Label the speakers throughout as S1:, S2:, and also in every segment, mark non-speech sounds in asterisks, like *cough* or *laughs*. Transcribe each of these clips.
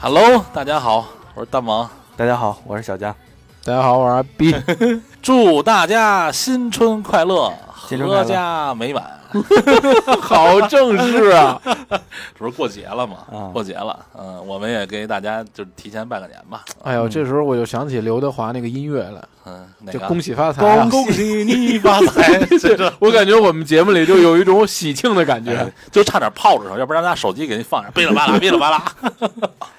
S1: Hello，大家好，我是大王。
S2: 大家好，我是小佳。
S3: 大家好，我是阿 *laughs* B。
S1: 祝大家新春快乐，
S2: 新春快乐
S1: 阖家美满。
S3: 好正式 *laughs* 啊！
S1: 这不是过节了吗？
S2: 啊
S1: 过节了，嗯，我们也给大家就是提前拜个年吧。
S3: 哎呦，这时候我就想起刘德华那个音乐来，
S1: 嗯，哪
S3: 就
S1: 个？
S3: 恭喜发财啊、
S1: 恭喜你发 *laughs* 财！
S3: *laughs*
S1: 真是，
S3: 我感觉我们节目里就有一种喜庆的感觉
S1: 哎。就差点泡着上，要不然拿手机给您放上，哔啦吧啦，哔啦吧啦。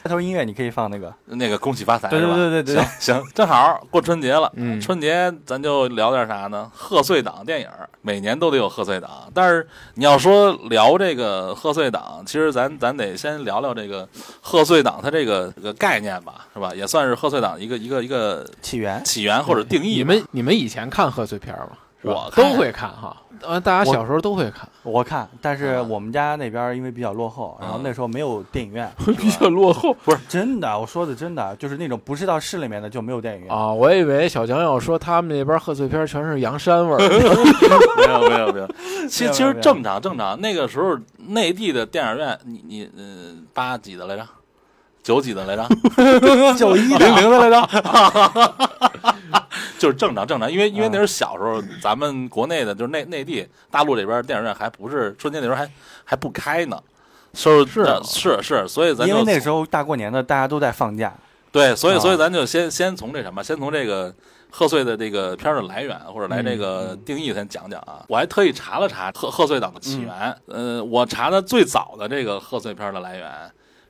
S2: 开头音乐你可以放那个，
S1: 那个恭喜发财，
S2: 对
S1: 是吧？
S2: 对对对对
S1: 行行，正好过春节了，
S3: 嗯
S1: 春节咱就聊点啥呢？贺岁档电影儿，每年都得有贺岁档，但是你要说聊这个贺岁档，其实咱咱得先聊聊这个贺岁档它这个这个概念吧，是吧？也算是贺岁档一
S2: *laughs*
S1: 个一个一个
S2: 起源。
S1: 起源或者定义吧。
S3: 你们你们以前看贺岁片吗？是吧
S1: 我看
S3: 都会看哈，呃，大家小时候都会看，
S2: 我看，但是我们家那边因为比较落后，
S1: 啊
S2: 然后那时候没有电
S1: *laughs*
S2: 影院，
S3: 比较落后
S2: 真的，我说的真的，就是那种不是到市里面的就没有电影
S1: *laughs*
S2: 院。
S3: 啊。我以为小强要说他们那边贺岁片全是洋山味儿，
S1: 没有没
S2: *laughs*
S1: 有没有，其实其
S2: 没
S1: 实
S2: 有没有
S1: 正常正常。那个时
S2: *laughs*
S1: 候内地的电影院，你你呃八几的来着？九几的来着？
S2: 九一零零的来
S3: *laughs*
S2: 着，
S1: 就是正常正常，因为因为
S2: 嗯
S1: 那时候小时候，咱们国内的就是内内地大陆这边电影院还不是春节那时候还还不开呢，收
S3: 是
S1: 呃是是，所 *laughs* 以咱就
S2: 因为那时
S1: 候
S2: 候大过年的大家都在放假，
S1: 对，所以
S2: 啊
S1: 所以咱就先先从这什么，先从这个贺岁的这个片儿的来源或者来这
S2: 嗯
S1: 个定义先讲讲啊。我还特意查了查贺贺岁档的起源，
S2: 嗯
S1: 呃，我查的最早的这个贺岁片儿的来源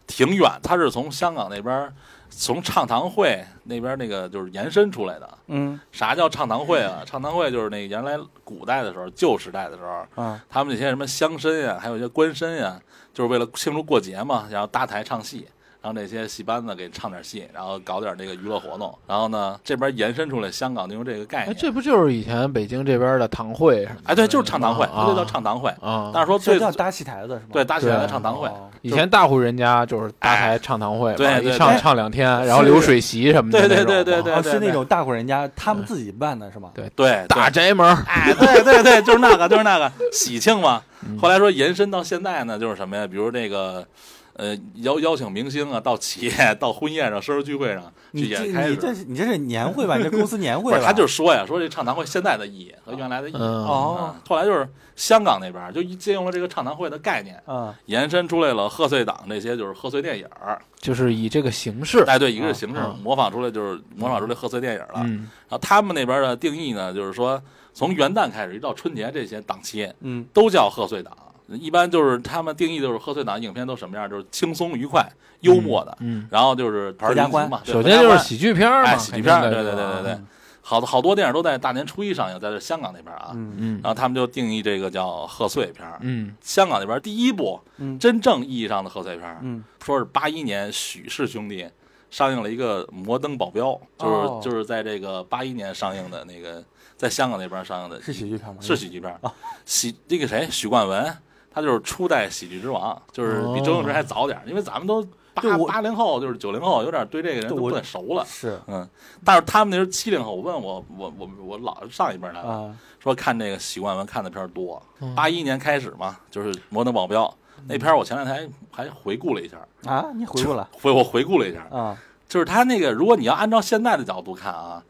S1: 挺远，它是从香港那边儿从唱堂会那边儿那个就是延伸出来的。
S2: 嗯
S1: 啥叫唱堂会啊？唱堂会就是那原来古代的时候，旧时代的时候，
S2: 啊
S1: 他们那些什么乡绅呀，还有一些官绅呀，就是为了庆祝过节嘛，然后搭台唱戏，让这些戏班子给唱点戏，然后搞点这个娱乐活动。然后呢，这边延伸出来香港就用这个概
S3: 哎，
S1: 念，
S3: 这不就是以前北京这边的堂会什么的
S1: 哎对，就是唱堂会，
S3: 啊
S1: 它就叫唱堂会。
S3: 啊。
S1: 但是说
S2: 这
S1: 最
S2: 叫搭戏台子是吗？
S1: 哦对搭起来的
S3: 对
S1: 唱堂会，
S2: 哦
S3: 以前大户人家就是搭台唱堂会嘛，
S1: 哎对对
S3: 一唱
S2: 对
S3: 唱两天，
S2: 是
S3: 然后流水席什么的
S1: 对对
S3: 那
S1: 对
S3: 种
S1: 对
S3: 嘛
S1: 对
S2: 哦，是那种大户人家他们自己办的是吗？
S3: 对
S1: 对对
S3: 大宅门儿，
S1: 哎，对对对，就是那个，就是那个喜庆嘛。后来说延伸到现在呢，就是什么呀？比如这个，呃，邀邀请明星啊，到企业、到婚宴上、生日聚会上去
S2: 你这
S1: 演开始
S2: 你。这是你这是年
S1: *laughs*
S2: 会吧？你这公司年
S1: 不
S2: 会
S1: 是，
S2: 吧？
S1: 他就是说呀，说这唱堂会现在的意义和原来的意义。
S3: 嗯
S2: 哦
S1: 嗯后来就是香港那边儿就一借用了这个唱堂会的概念，
S2: 嗯
S1: 延伸出来了贺岁档这些就是贺岁电影儿。
S3: 就是以这个形式，
S1: 哎，对，一个是形式
S3: 嗯
S1: 模仿出来，就是模仿出来贺岁电影了。
S3: 嗯，
S1: 然后他们那边的定义呢，就是说从元旦开始一直到春节这些档期，
S2: 嗯
S1: 都叫贺岁档。一般就是他们定义就是贺岁档影片都什么样，就是轻松愉快、幽默的，
S3: 嗯，
S1: 然后就是团儿
S2: 合家
S1: 人行
S2: 欢
S1: 嘛，对
S3: 首先就
S1: 合
S3: 是
S1: 家欢
S3: 喜剧片儿嘛，
S1: 哎喜剧片儿，
S3: 肯
S1: 对
S3: 定
S1: 对
S3: 的
S1: 对对对
S3: 啊，
S1: 好好多电影都在大年初一上映，在这香港那边啊，
S2: 嗯
S3: 嗯
S1: 然后他们就定义这个叫贺岁片儿。
S3: 嗯
S1: 香港那边第一部
S2: 嗯
S1: 真正意义上的贺岁片儿，
S2: 嗯
S1: 说是八一年许氏兄弟上映了一个《摩登保镖》，就是、
S2: 哦
S1: 就是在这个八一年上映的那个，在香港那边上映的
S2: 是喜剧片吗？
S1: 是喜剧片
S2: 哦
S1: 儿，喜那个谁许冠文，他就是初代喜剧之王，就是比周星驰还早点儿，因为咱们都
S2: 哦对
S1: 八
S2: 我
S1: 八零后，就是九零后，有点对这个人
S2: 对
S1: 都
S2: 我
S1: 不太熟了。
S2: 是
S1: 嗯，但是他们那时候七零后，我问我我我我老上一辈儿来了，
S2: 啊，
S1: 说看这个许冠文看的片儿多
S3: 嗯，
S1: 八一年开始嘛，就是《摩登保镖》那片儿，我前两天还还回顾了一下，
S2: 啊，你回过了
S1: 回我回顾了一下，
S2: 啊？
S1: 就是他那个，如果你要按照现在的角度看啊，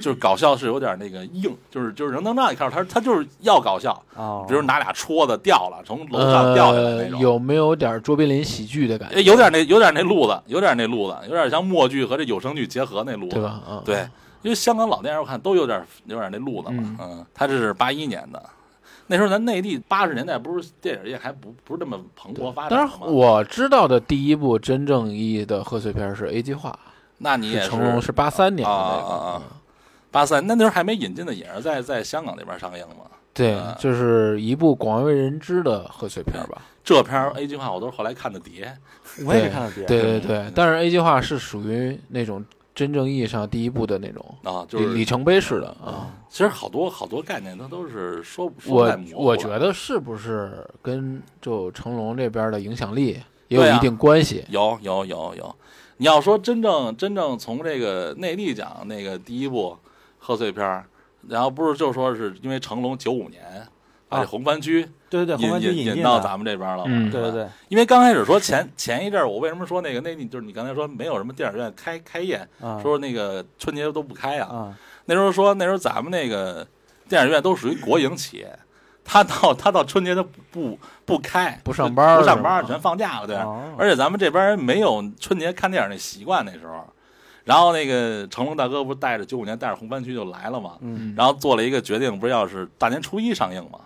S1: 就是搞笑是有点那个硬，就是就是能能让你看出他他就是要搞笑，
S2: 哦，
S1: *laughs* 比如拿俩戳子掉了，从楼上掉下来
S3: 呃
S1: 那，种，
S3: 有没有点卓别林喜剧的感
S1: 哎
S3: 觉，
S1: 有点那有点那路子，有点那路子，有点像默剧和这有声剧结合那路子，
S3: 对吧？？啊，
S1: 对，因为香港老电影我看都有点有点那路子嘛，嗯，他这是八一年的，那时候咱内地八十年代不是电影业还不不是那么蓬勃发展
S3: 当然
S1: 嘛，
S3: 我知道的第一部真正意义的贺岁片是《A 计划
S1: 那》，你也
S3: 成龙是八三年的那
S1: 啊啊啊
S3: 个。嗯
S1: 八三，那那时候还没引进的也是在在香港那边上映嘛。
S3: 对
S1: 啊，
S3: 就是一部广为人知的贺岁片吧。
S1: 这片儿 A 计划我都是后来看的碟，
S2: 我也是看了别人
S3: 对对
S1: 嗯
S3: 对，但是 A 计划是属于那种真正意义上第一部的那种
S1: 啊，就
S3: 里
S1: 是
S3: 里
S1: 嗯
S3: 程碑式的啊。
S1: 其实好多好多概念它都是说说不太
S3: 我
S1: 模糊
S3: 我
S1: 了
S3: 觉得是不是跟就成龙这边的影响力也
S1: 对
S3: 有
S1: 啊
S3: 一定关系？
S1: 有有有有，你要说真正真正从这个内地讲那个第一部贺岁片儿，然后不是就说是因为成龙九五年把这红番区
S2: 对啊对对，红
S1: 引
S2: 番区
S1: 引
S2: 进
S1: 到
S2: 的，
S1: 咱们这边了嘛。
S3: 嗯
S2: 对
S1: 吧
S2: 对对，
S1: 因为刚开始说前前一阵儿，我为什么说那个那就是你刚才说没有什么电影院开开业，
S2: 啊
S1: 说那个春节都不开啊。
S2: 啊
S1: 那时候说那时候咱们那个电影院都属于国营企业，他到他到春节他不不不开，
S3: 不上班儿
S1: 不上班儿
S3: 是吧
S1: 全放假了，对。
S2: 哦
S1: 而且咱们这边儿没有春节看电影的习惯，那时候。然后那个成龙大哥不是带着九五年带着红番区就来了嘛，
S2: 嗯，
S1: 然后做了一个决定，不是要是大年初一上映嘛，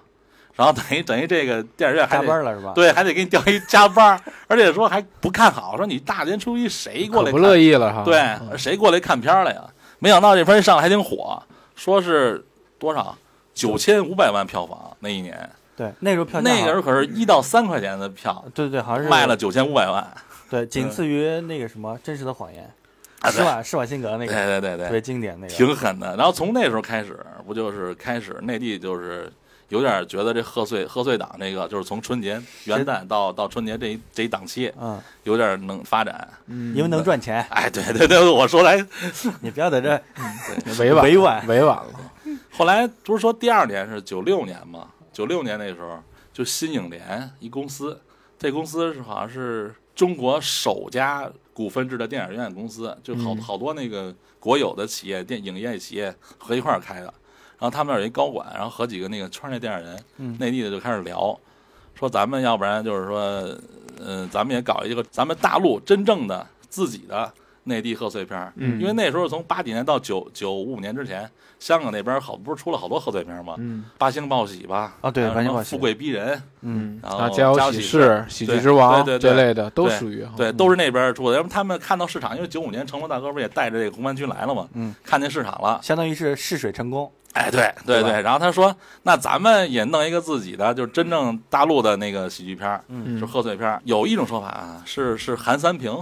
S1: 然后等于等于这个电影院还
S2: 加
S1: 得
S2: 班了是吧？
S1: 对，还得给你调一加班儿，而且说还不看好，说你大年初一谁过来
S3: 可不
S1: 看？
S3: 乐意了哈。
S2: 啊嗯
S3: 嗯
S1: 对，谁过来看片儿来呀？没想到这片儿一上来还挺火，说是多少九千五百万票房那一年，
S2: 对，那时候票价
S1: 那个时
S2: 好
S1: 候可是一到三块钱的票
S2: 像对对对，好像啊是
S1: 卖了，九千五百万，
S2: 对，仅次于那个什么《真实的谎言
S1: 啊》，
S2: 施瓦施瓦辛格那
S1: 对
S2: 个
S1: 对对
S2: 特
S1: 对
S2: 别，经典那个，
S1: 挺狠的。然后从那时候开始，不就是开始内地就是。有点觉得这贺岁贺岁档这个，就是从春节元旦到到春节这一这一档期，
S2: 嗯，
S1: 有点能发展。
S3: 嗯，
S2: 因为能赚钱，
S1: 哎，对对对，我说来
S2: 你不要在这
S3: 委婉
S2: 委婉
S3: 委婉了。
S1: *laughs* 后来不是说第二年是九六年嘛？九六年那时候就新影联一公司，这公司是好像是中国首家股份制的电影院公司，就好
S3: 嗯
S1: 好多那个国有的企业、电影业企业合一块儿开的。然后他们那儿有一高管，然后和几个那个圈内电影人、
S2: 嗯
S1: 内地的就开始聊，说咱们要不然就是说，嗯、咱们也搞一个咱们大陆真正的自己的内地贺岁片儿，
S3: 嗯
S1: 因为那时候从八几年到九九五年之前，香港那边好不是出了好多贺岁片儿吗？
S3: 嗯
S1: 八星报喜吧，
S2: 啊对
S1: 还有
S2: 八
S1: 什
S2: 星
S1: 么
S2: 报喜
S1: 富贵逼人，
S2: 嗯，
S1: 然
S3: 啊，
S1: 后
S3: 家有
S1: 有
S3: 喜
S1: 事，
S3: 事、喜
S1: 对
S3: 剧之王
S1: 对对
S3: 这
S1: 对
S3: 类的都
S1: 对
S3: 属于哈
S2: 哦
S3: 嗯
S1: 对，都是那边出的。要不他们看到市场，因为九五年成龙大哥不是也带着这个红番区来了嘛，
S2: 嗯，
S1: 看见市场了，
S2: 相当于是试水成功，
S1: 哎，对对
S2: 对吧
S1: 对。然后他说，那咱们也弄一个自己的，就是真正大陆的那个喜剧片儿，
S2: 嗯
S1: 是贺岁片儿。有一种说法啊，是是韩三平，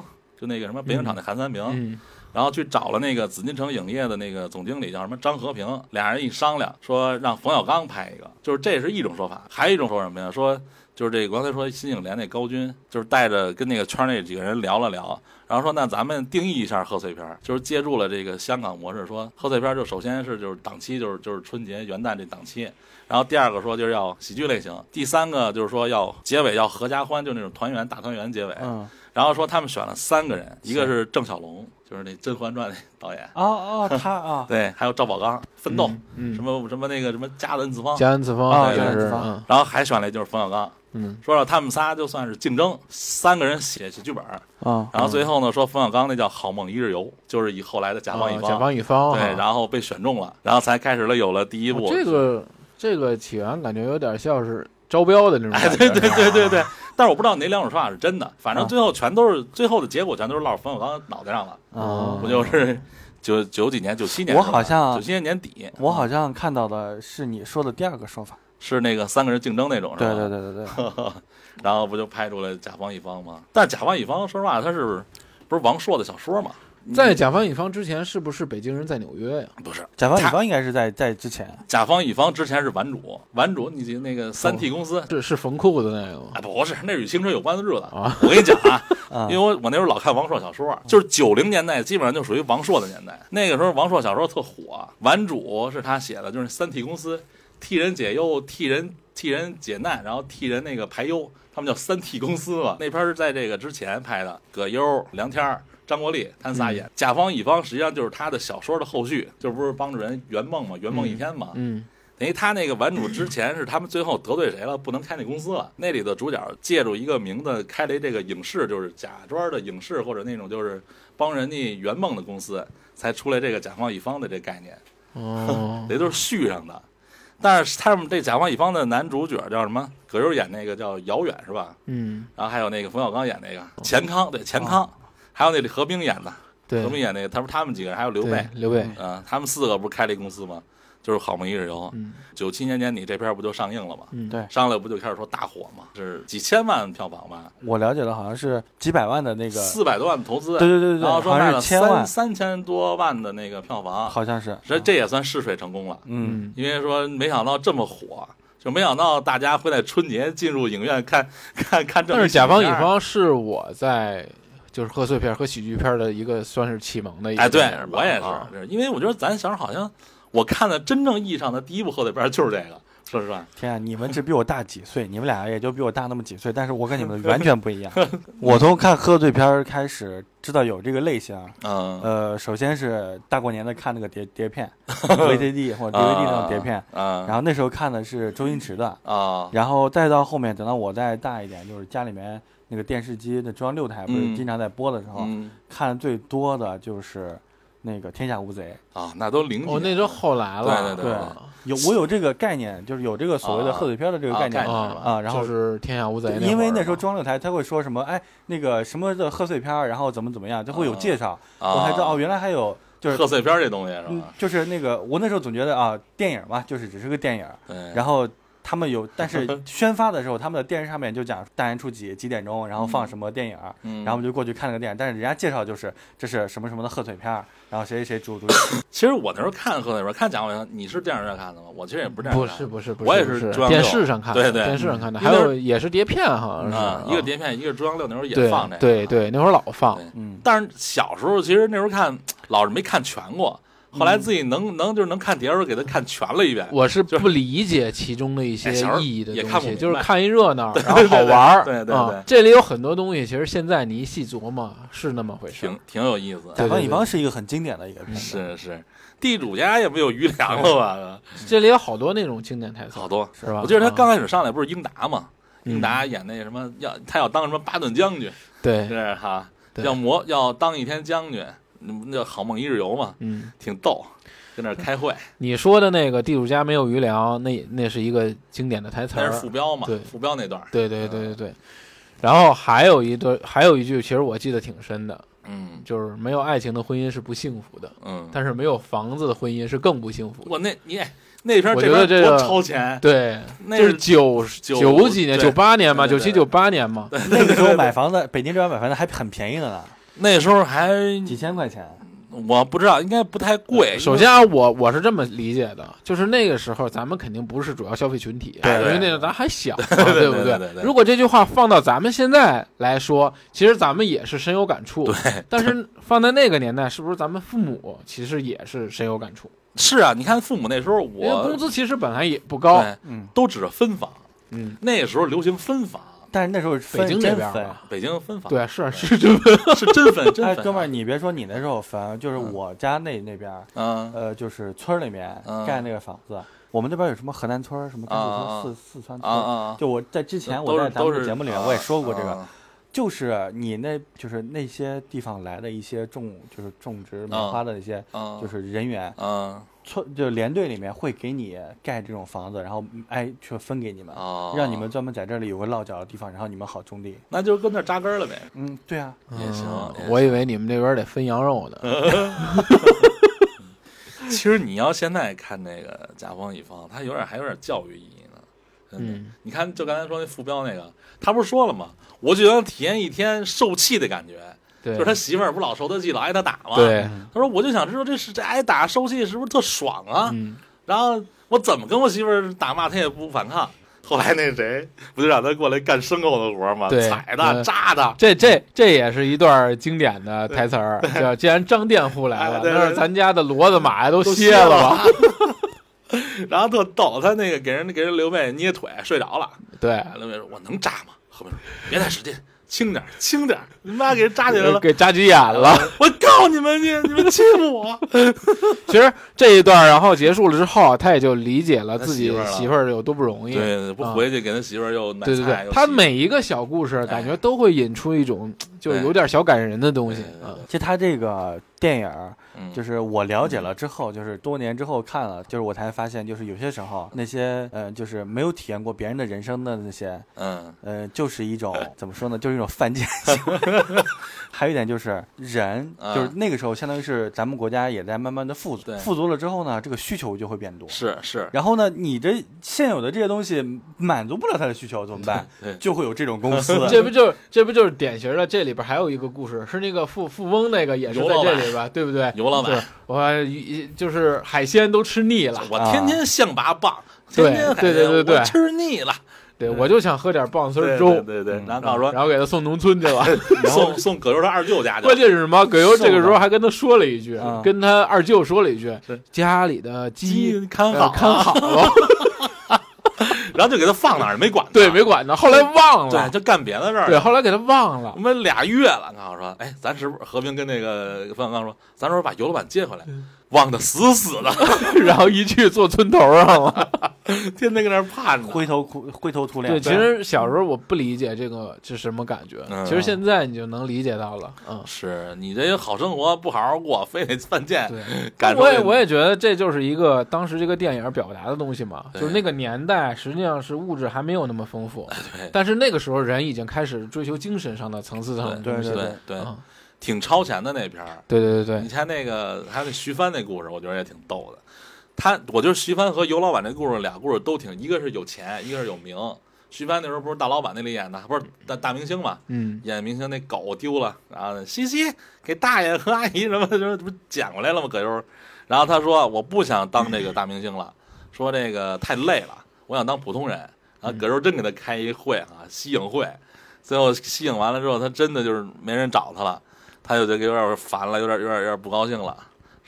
S1: 就那个什么北影厂的韩三平，
S3: 嗯
S1: 然后去找了那个紫禁城影业的那个总经理叫什么张和平，俩人一商量说让冯小刚拍一个，就是这是一种说法，还有一种说什么呀？说就是这个刚才说新影联那高军，就是带着跟那个圈内几个人聊了聊，然后说那咱们定义一下贺岁片儿，就是借助了这个香港模式，说贺岁片儿就首先是就是档期就是就是春节元旦这档期。然后第二个说就是要喜剧类型，第三个就是说要结尾要合家欢，就那种团圆大团圆结尾。
S2: 嗯，
S1: 然后说他们选了三个人，一个是郑晓龙，就是那《甄嬛传》那导演，
S2: 哦哦，
S1: *laughs*
S2: 他啊，
S1: 对，还有赵宝刚，《奋斗》
S3: 嗯
S1: 什么什么那个什么《家的 n 次方》，
S3: 嘉恩此
S2: 啊
S3: 方
S1: 嘉
S3: 也
S1: 恩
S3: 是
S2: 此方
S3: 嗯
S1: 然后还选了就是冯小刚，
S3: 嗯
S1: 说让他们仨就算是竞争，三个人写写剧本，
S2: 嗯
S1: 然后最后呢说冯小刚那叫《好梦一日游》，就是以后来的甲方乙
S3: 啊甲方乙方
S1: 对，
S3: 哈
S1: 然后被选中了，然后才开始了有了第一
S3: 哦
S1: 部
S3: 这个这个起源感觉有点像是招标的那种
S1: 哎，
S2: *laughs*
S3: 感觉，
S1: 对对对对
S3: 是吧
S1: 对，但是我不知道哪两种说法是真的，反正
S2: 啊
S1: 最后全都是最后的结果全都是落冯小刚脑袋上了，嗯
S2: 啊
S3: 哦
S1: 不就是九九几年九七年
S2: 我
S1: 是吧
S2: 好像
S1: 九七年年底，
S2: 我好像看到的是你说的第二个说法，
S1: 是那个三个人竞争那种，是吧
S2: 对对。对对对，
S1: *laughs* 然后不就拍出来甲方乙方吗？但甲方乙方说实话，他是不是王朔的小说嘛？
S3: 在甲方乙方之前，是不是北京人在纽约呀？
S1: 不是，
S2: 甲方乙
S1: 他
S2: 方应该是在在之前，
S1: 甲方乙方之前是顽主，顽主你记得那个三 T 公司。
S3: 是是缝裤子那个
S1: *laughs*
S3: 吗？
S1: 啊，不是，那是与青春有关的日子。
S3: 啊
S1: 我跟你讲啊，
S2: 啊
S1: 因为我我那时候老看王朔小说，就是九零年代，基本上就属于王朔的年代。那个时候王朔小说特火，顽主是他写的，就是三 T 公司替人解忧、替人替人解难，然后替人那个排忧，他们叫三 T 公司嘛。那片儿是在这个之前拍的，葛优、梁天儿。张国立他们仨演、甲方乙方，实际上就是他的小说的后续，就不是帮助人圆梦嘛，圆梦一天嘛。
S3: 嗯
S1: 等于他那个顽主之前是他们最后得罪谁了，不能开那公司了。那里的主角借助一个名字开了一这个影视，就是假装的影视或者那种就是帮人家圆梦的公司，才出来这个甲方乙方的这概念，
S3: 哦，
S1: 这都是续上的。但是他们这甲方乙方的男主角叫什么？葛优演那个叫姚远是吧？
S3: 嗯，
S1: 然后还有那个冯小刚演那个
S3: 哦
S1: 钱康，对钱康，还有那李何冰演的，
S3: 对
S1: 何，冰演那个，他们他们几个人还有刘备
S3: 对，刘备，
S1: 嗯、他们四个不是开了一公司吗？就是好梦一日游。
S3: 嗯
S1: 九七年年底这片儿不就上映了吗？
S3: 嗯，
S2: 对
S1: 上来不就开始说大火嘛，是几千万票房吧，
S2: 我了解的好像是几百万的那个，
S1: 四百多万投资，
S2: 对对对对对，
S1: 然后说
S2: 好
S1: 卖
S2: 像
S1: 了
S2: 是千万
S1: 三，三千多万的那个票房，
S2: 好像是，
S1: 这这也算试水成功了，
S2: 嗯，
S3: 嗯，
S1: 因为说没想到这么火。就没想到大家会在春节进入影院看 *laughs* 看看这
S3: 但
S1: 么一
S3: 是
S1: 喜剧片
S3: 甲
S1: 儿，
S3: 方乙方是我在就是贺岁片和喜剧片的一个算是启蒙的一个
S1: 哎，对
S3: 电影吧
S1: 我也
S3: 啊
S1: 是，因为我觉得咱小时候好像我看的真正意义上的第一部贺岁片就是这个，说实话，
S2: 天啊，你们只比我大几岁，你们俩也就比我大那么几岁，但是我跟你们完全不一样。我从看贺岁片儿开始知道有这个类型儿，
S1: 嗯
S2: 呃，首先是大过年的看那个碟碟
S1: *laughs*
S2: 片，VCD 或者 DVD 那种碟片，然
S1: 啊
S2: 后那时候看的是周星驰的，
S1: 啊
S2: 然后再到后面，等到我再大一点，就是家里面那个电视机的中央六台不
S1: 嗯
S2: 是经常在播的时候，
S1: 嗯
S2: 看的最多的就是那个《天下无贼
S1: 啊，那都零几
S3: 哦，那都后来了，
S1: 对
S2: 对对
S3: 啊》，
S2: 有我有这个概念，就是有这个所谓的
S1: 啊
S2: 贺岁片的这个
S1: 啊
S2: 概念
S1: 概念
S3: 啊
S2: 啊然后
S3: 就是天下无贼
S2: 对
S3: 那会儿嘛，
S2: 因为那时候中央六台他会说什么，哎，那个什么的贺岁片儿，然后怎么怎么样，就会有介绍，
S1: 啊，
S2: 我才知道哦，原来还有就是
S1: 贺岁片啊这东西是
S2: 嗯
S1: 吧？，
S2: 就是那个我那时候总觉得啊，电影嘛，就是只是个电影，
S1: 对，
S2: 然后。他们有，但是宣发的时候，他们的电视上面就讲大年初几几点钟，然后放什么电影儿，
S1: 嗯
S2: 然后我们就过去看了个电影。但是人家介绍就是这是什么什么的贺岁片儿，然后谁谁谁主主
S1: 其实我那时候看贺岁片，看蒋伟，你是电影院看的吗？我其实也不是电影
S3: 不
S1: 院
S3: 是
S1: 看的，
S3: 不是不
S1: 我也
S3: 不
S1: 是
S3: 是
S1: 中央
S3: 电
S1: 六
S3: 视上看的，
S1: 对对
S3: 电视上看的，
S1: 因为
S3: 还有也是碟片，好像是
S1: 啊
S3: 啊，
S1: 一个碟片，一个中央六那时候也
S3: 对
S1: 放这个，
S3: 对。对，那会儿老放
S1: 对，
S2: 嗯，
S1: 但是小时候其实那时候看老是没看全过，后来自己能能就是能看碟的时候给他看全了一遍，
S3: 嗯我是
S1: 就是
S3: 不理解其中的一些
S1: 哎小时候
S3: 意义的
S1: 也
S3: 东
S1: 看不
S3: 西，
S1: 明
S3: 就是
S1: 白
S3: 看一热闹，然
S1: 对
S3: 后
S1: 对
S3: 好
S1: 对
S3: 玩儿。
S1: 对对
S3: 啊
S1: 对
S3: 这里有很多东西，其实现在你一细琢磨，是那么回事儿。
S1: 挺挺有意思。
S2: 甲
S3: 对
S2: 方乙方是一个很经典的一个片子，
S1: 是是，地主家也没有余粮了吧？
S3: 这里有好多那种经典台词，
S1: 好多。
S3: 是吧？
S1: 我记得他
S3: 啊
S1: 刚开始上来不是英达嘛，
S3: 嗯
S1: 英达演那什么要他要当什么巴顿将军，
S3: 对，
S1: 是哈，
S3: 对
S1: 要磨要当一天将军，嗯那好梦一日游嘛，
S3: 嗯，
S1: 挺逗，跟那儿开
S3: *laughs*
S1: 会，
S3: 你说的那个地主家没有余粮，那那是一个经典的台词
S1: 那
S3: 儿
S1: 是。副标嘛
S3: 对，
S1: 副标那段儿，
S3: 对对对对对。然后还有一段，还有一句，其实我记得挺深的，
S1: 嗯
S3: 就是没有爱情的婚姻是不幸福的，
S1: 嗯，
S3: 但是没有房子的婚姻是更不幸福的。
S1: 我那你哎那边
S3: 我觉
S1: 这
S3: 得
S1: 边
S3: 这
S1: 多
S3: 个
S1: 超前，
S3: 对，
S1: 那
S3: 就是是九
S1: 九
S3: 九几年，
S1: 对
S3: 九八年嘛，
S1: 对
S3: 九
S1: 对
S3: 七
S1: 对
S3: 九八年嘛，
S2: *laughs* 那个时候买房子，北京这边买房子还很便宜的呢，
S1: 那时候还
S2: 几千块钱。
S1: 我不知道，应该不太贵。
S3: 首先啊，我我是这么理解的，就是那个时候咱们肯定不是主要消费群体，啊
S1: 对
S3: 因为
S1: 对
S3: 那个咱
S1: *laughs*
S3: 还小，对
S1: 对
S3: 不
S1: 对对对
S3: 如果这句话放到咱们现在来说，其实咱们也是深有感触。
S1: 对，
S3: *laughs* 但是放在那个年代，是不是咱们父母其实也是深有感触？
S1: 是啊，你看父母那时候
S3: 因为工
S1: 我
S3: 资其实本来也不高，
S1: 对
S2: 嗯，
S1: 都指着分房，
S3: 嗯，
S1: 那时候流行分房，
S2: 但是那时候分
S3: 北京这
S2: 真
S3: 边
S2: 分。
S3: 嘛，
S1: 北京分房
S3: 对，是啊是这么，
S1: 是真分真
S2: 哎，
S1: 分。啊
S2: 哥们儿，，你别说你那时候分，就是
S1: 嗯
S2: 我家那那边儿，
S1: 嗯
S2: 呃，就是村儿里面
S1: 嗯
S2: 盖那个房子。我们那边有什么河南村儿、什么甘肃村
S1: 啊啊啊
S2: 儿、四四川
S1: 啊
S2: 村
S1: 啊
S2: 儿。
S1: 啊，
S2: 就我在之前我
S1: 都
S2: 在
S1: 是
S2: 咱
S1: 都
S2: 们
S1: 是
S2: 节目里面我也说过这个，
S1: 啊
S2: 就是你那就是那些地方来的一些种就是种植梅花的一些
S1: 啊，
S2: 就是人员，
S1: 啊
S2: 村就连队里面会给你盖这种房子，然后哎去分给你们，
S1: 啊，
S2: 让你们专门在这里有个落脚的地方，然后你们好种地。
S1: 那就跟那儿扎根了呗。
S2: 嗯，对啊，
S1: 也行
S3: 嗯
S1: 也行嗯
S3: 我以为你们这边得分羊肉呢，
S1: 其实你要现在看那个甲方乙方，它有点还有点教育意义呢。真的
S3: 嗯，
S1: 你看，就刚才说那副标那个，他不是说了吗？我就想体验一天受气的感觉，
S3: 对，
S1: 就是他媳妇儿不老受他气，老挨他打吗？
S3: 对，
S1: 他说我就想知道这是这挨打受气是不是特爽啊？
S3: 嗯，
S1: 然后我怎么跟我媳妇儿打骂，她也不反抗。后来那谁不就让他过来干牲口的活儿吗？
S3: 对
S1: 踩
S3: 对
S2: 呃
S1: 他、扎他，
S3: 这这这也是一段经典的台词儿，叫“既然张佃户来了
S1: 哎，对对
S3: 那是咱家的骡子马呀都
S1: 都
S3: 歇了
S1: *laughs*
S3: 吧
S1: 然后特逗，他那个给人给人刘备捏腿睡着了，”？哎
S3: 对，
S1: 刘备说：“我能扎吗？”后面说：“别太使劲，轻点儿，轻点儿，你妈给人扎起来了。”嗯
S3: 给扎急眼了。
S1: 我告你们去，你们欺负我！
S3: 其实这一段，然后结束了之后，啊他也就理解了自己
S1: 他媳妇儿了
S3: 媳妇儿有多不容
S1: *laughs*
S3: 易。
S1: 对，不回去给他媳妇儿又买菜
S3: 对
S1: 又
S3: 对
S1: 洗，
S3: 对，他每一个小故事，感觉
S1: 哎
S3: 都会引出一种就有点小感人的东西
S1: 对对对
S3: 啊。。
S2: 其实他这个电影儿
S1: 嗯
S2: 就是我了解了之后，就是多年之后看了，就是我才发现，就是有些时候那些呃，就是没有体验过别人的人生的那些，
S1: 嗯
S2: 呃，就是一种怎么说呢，就是一种犯贱行为。 *laughs* 还有一点就是人，
S1: 啊
S2: 就是那个时候相当于是咱们国家也在慢慢的富足
S1: 对，
S2: 富足了之后呢，这个需求就会变多。
S1: 是是，
S2: 然后呢，你这现有的这些东西满足不了他的需求怎么办？
S1: *laughs* 对
S2: 就会有这
S1: *laughs*
S2: 种公司
S3: 这不就是这不就是典型的？这里边还有一个故事，是那个富富翁那个也是
S1: 牛
S3: 在
S1: 老
S3: 这
S1: 板
S3: 里边，对不对？
S1: 牛老板
S3: 对，我就是海鲜都吃腻了，啊
S1: 我天天象拔蚌，
S3: 对
S1: 天天海
S3: 对对
S1: 鲜
S3: 对对
S1: 我吃腻了。
S3: 对我 *laughs* 就想喝点棒丝儿粥，
S1: 对对对，
S2: 嗯
S1: 然后告诉说
S3: 然后给他送农村
S1: *laughs*
S3: 去了。
S1: 送送葛优他二舅家去
S3: 关
S1: 了，
S3: 键是什么？葛优这个时
S2: 瘦
S3: 候
S2: 了
S3: 还跟他说了
S1: *laughs*
S3: 一句，
S2: 嗯
S3: 跟他二舅说了一句
S1: 是：“
S3: 家里的鸡
S1: 看
S3: 呃
S1: 好
S3: 看好了。”
S1: 然后就给他放那儿，没管他。
S3: *laughs* 对，没管他，后来忘
S1: 对，嗯
S3: 了，
S1: 就干别的事儿。
S3: 对，后来给他忘了
S1: 我，们俩月了，刚好说，哎，咱是不是和平跟那个冯小刚说，咱是不是把尤老板接回来？忘得死死的， *laughs*
S3: 然后一去坐村头啊上了。
S1: 天天跟那儿盼着。
S2: 灰头苦灰头土脸。
S3: 对，其实小时候我不理解这个是什么感觉，
S1: 嗯
S3: 其实现在你就能理解到了。嗯，
S1: *laughs* 是你这好生活不好好过，非得犯贱，
S3: 对，
S1: 感受
S3: 我也我也觉得这就是一个当时这个电影表达的东西嘛，
S1: 对哎
S3: 就是那个年代实际上是物质还没有那么丰富，
S1: 对
S3: 但是那个时候人已经开始追求精神上的层次上的
S1: 对
S3: 东西
S1: 对
S2: 对
S1: 对
S2: 对
S1: 对，
S3: 嗯
S1: 挺超前的那片儿。
S3: 对对对对
S1: *laughs* 你，看那个，还有那徐帆那故事，我觉得也挺逗的。他，我觉得徐帆和尤老板这故事俩故事都挺，一个是有钱，一个是有名。徐帆那时候不是大老板那里演的，不是大大明星嘛，
S3: 嗯，
S1: 演明星那狗丢了，然后西西给大爷和阿姨什么的，就是不是捡过来了吗？葛优，然后他说我不想当这个大明星了， *laughs* 说这个太累了，我想当普通人。然后葛优真给他开一会啊，吸影会，最后吸影完了之后，他真的就是没人找他了，他就觉得有点烦了，有点有点有点不高兴了，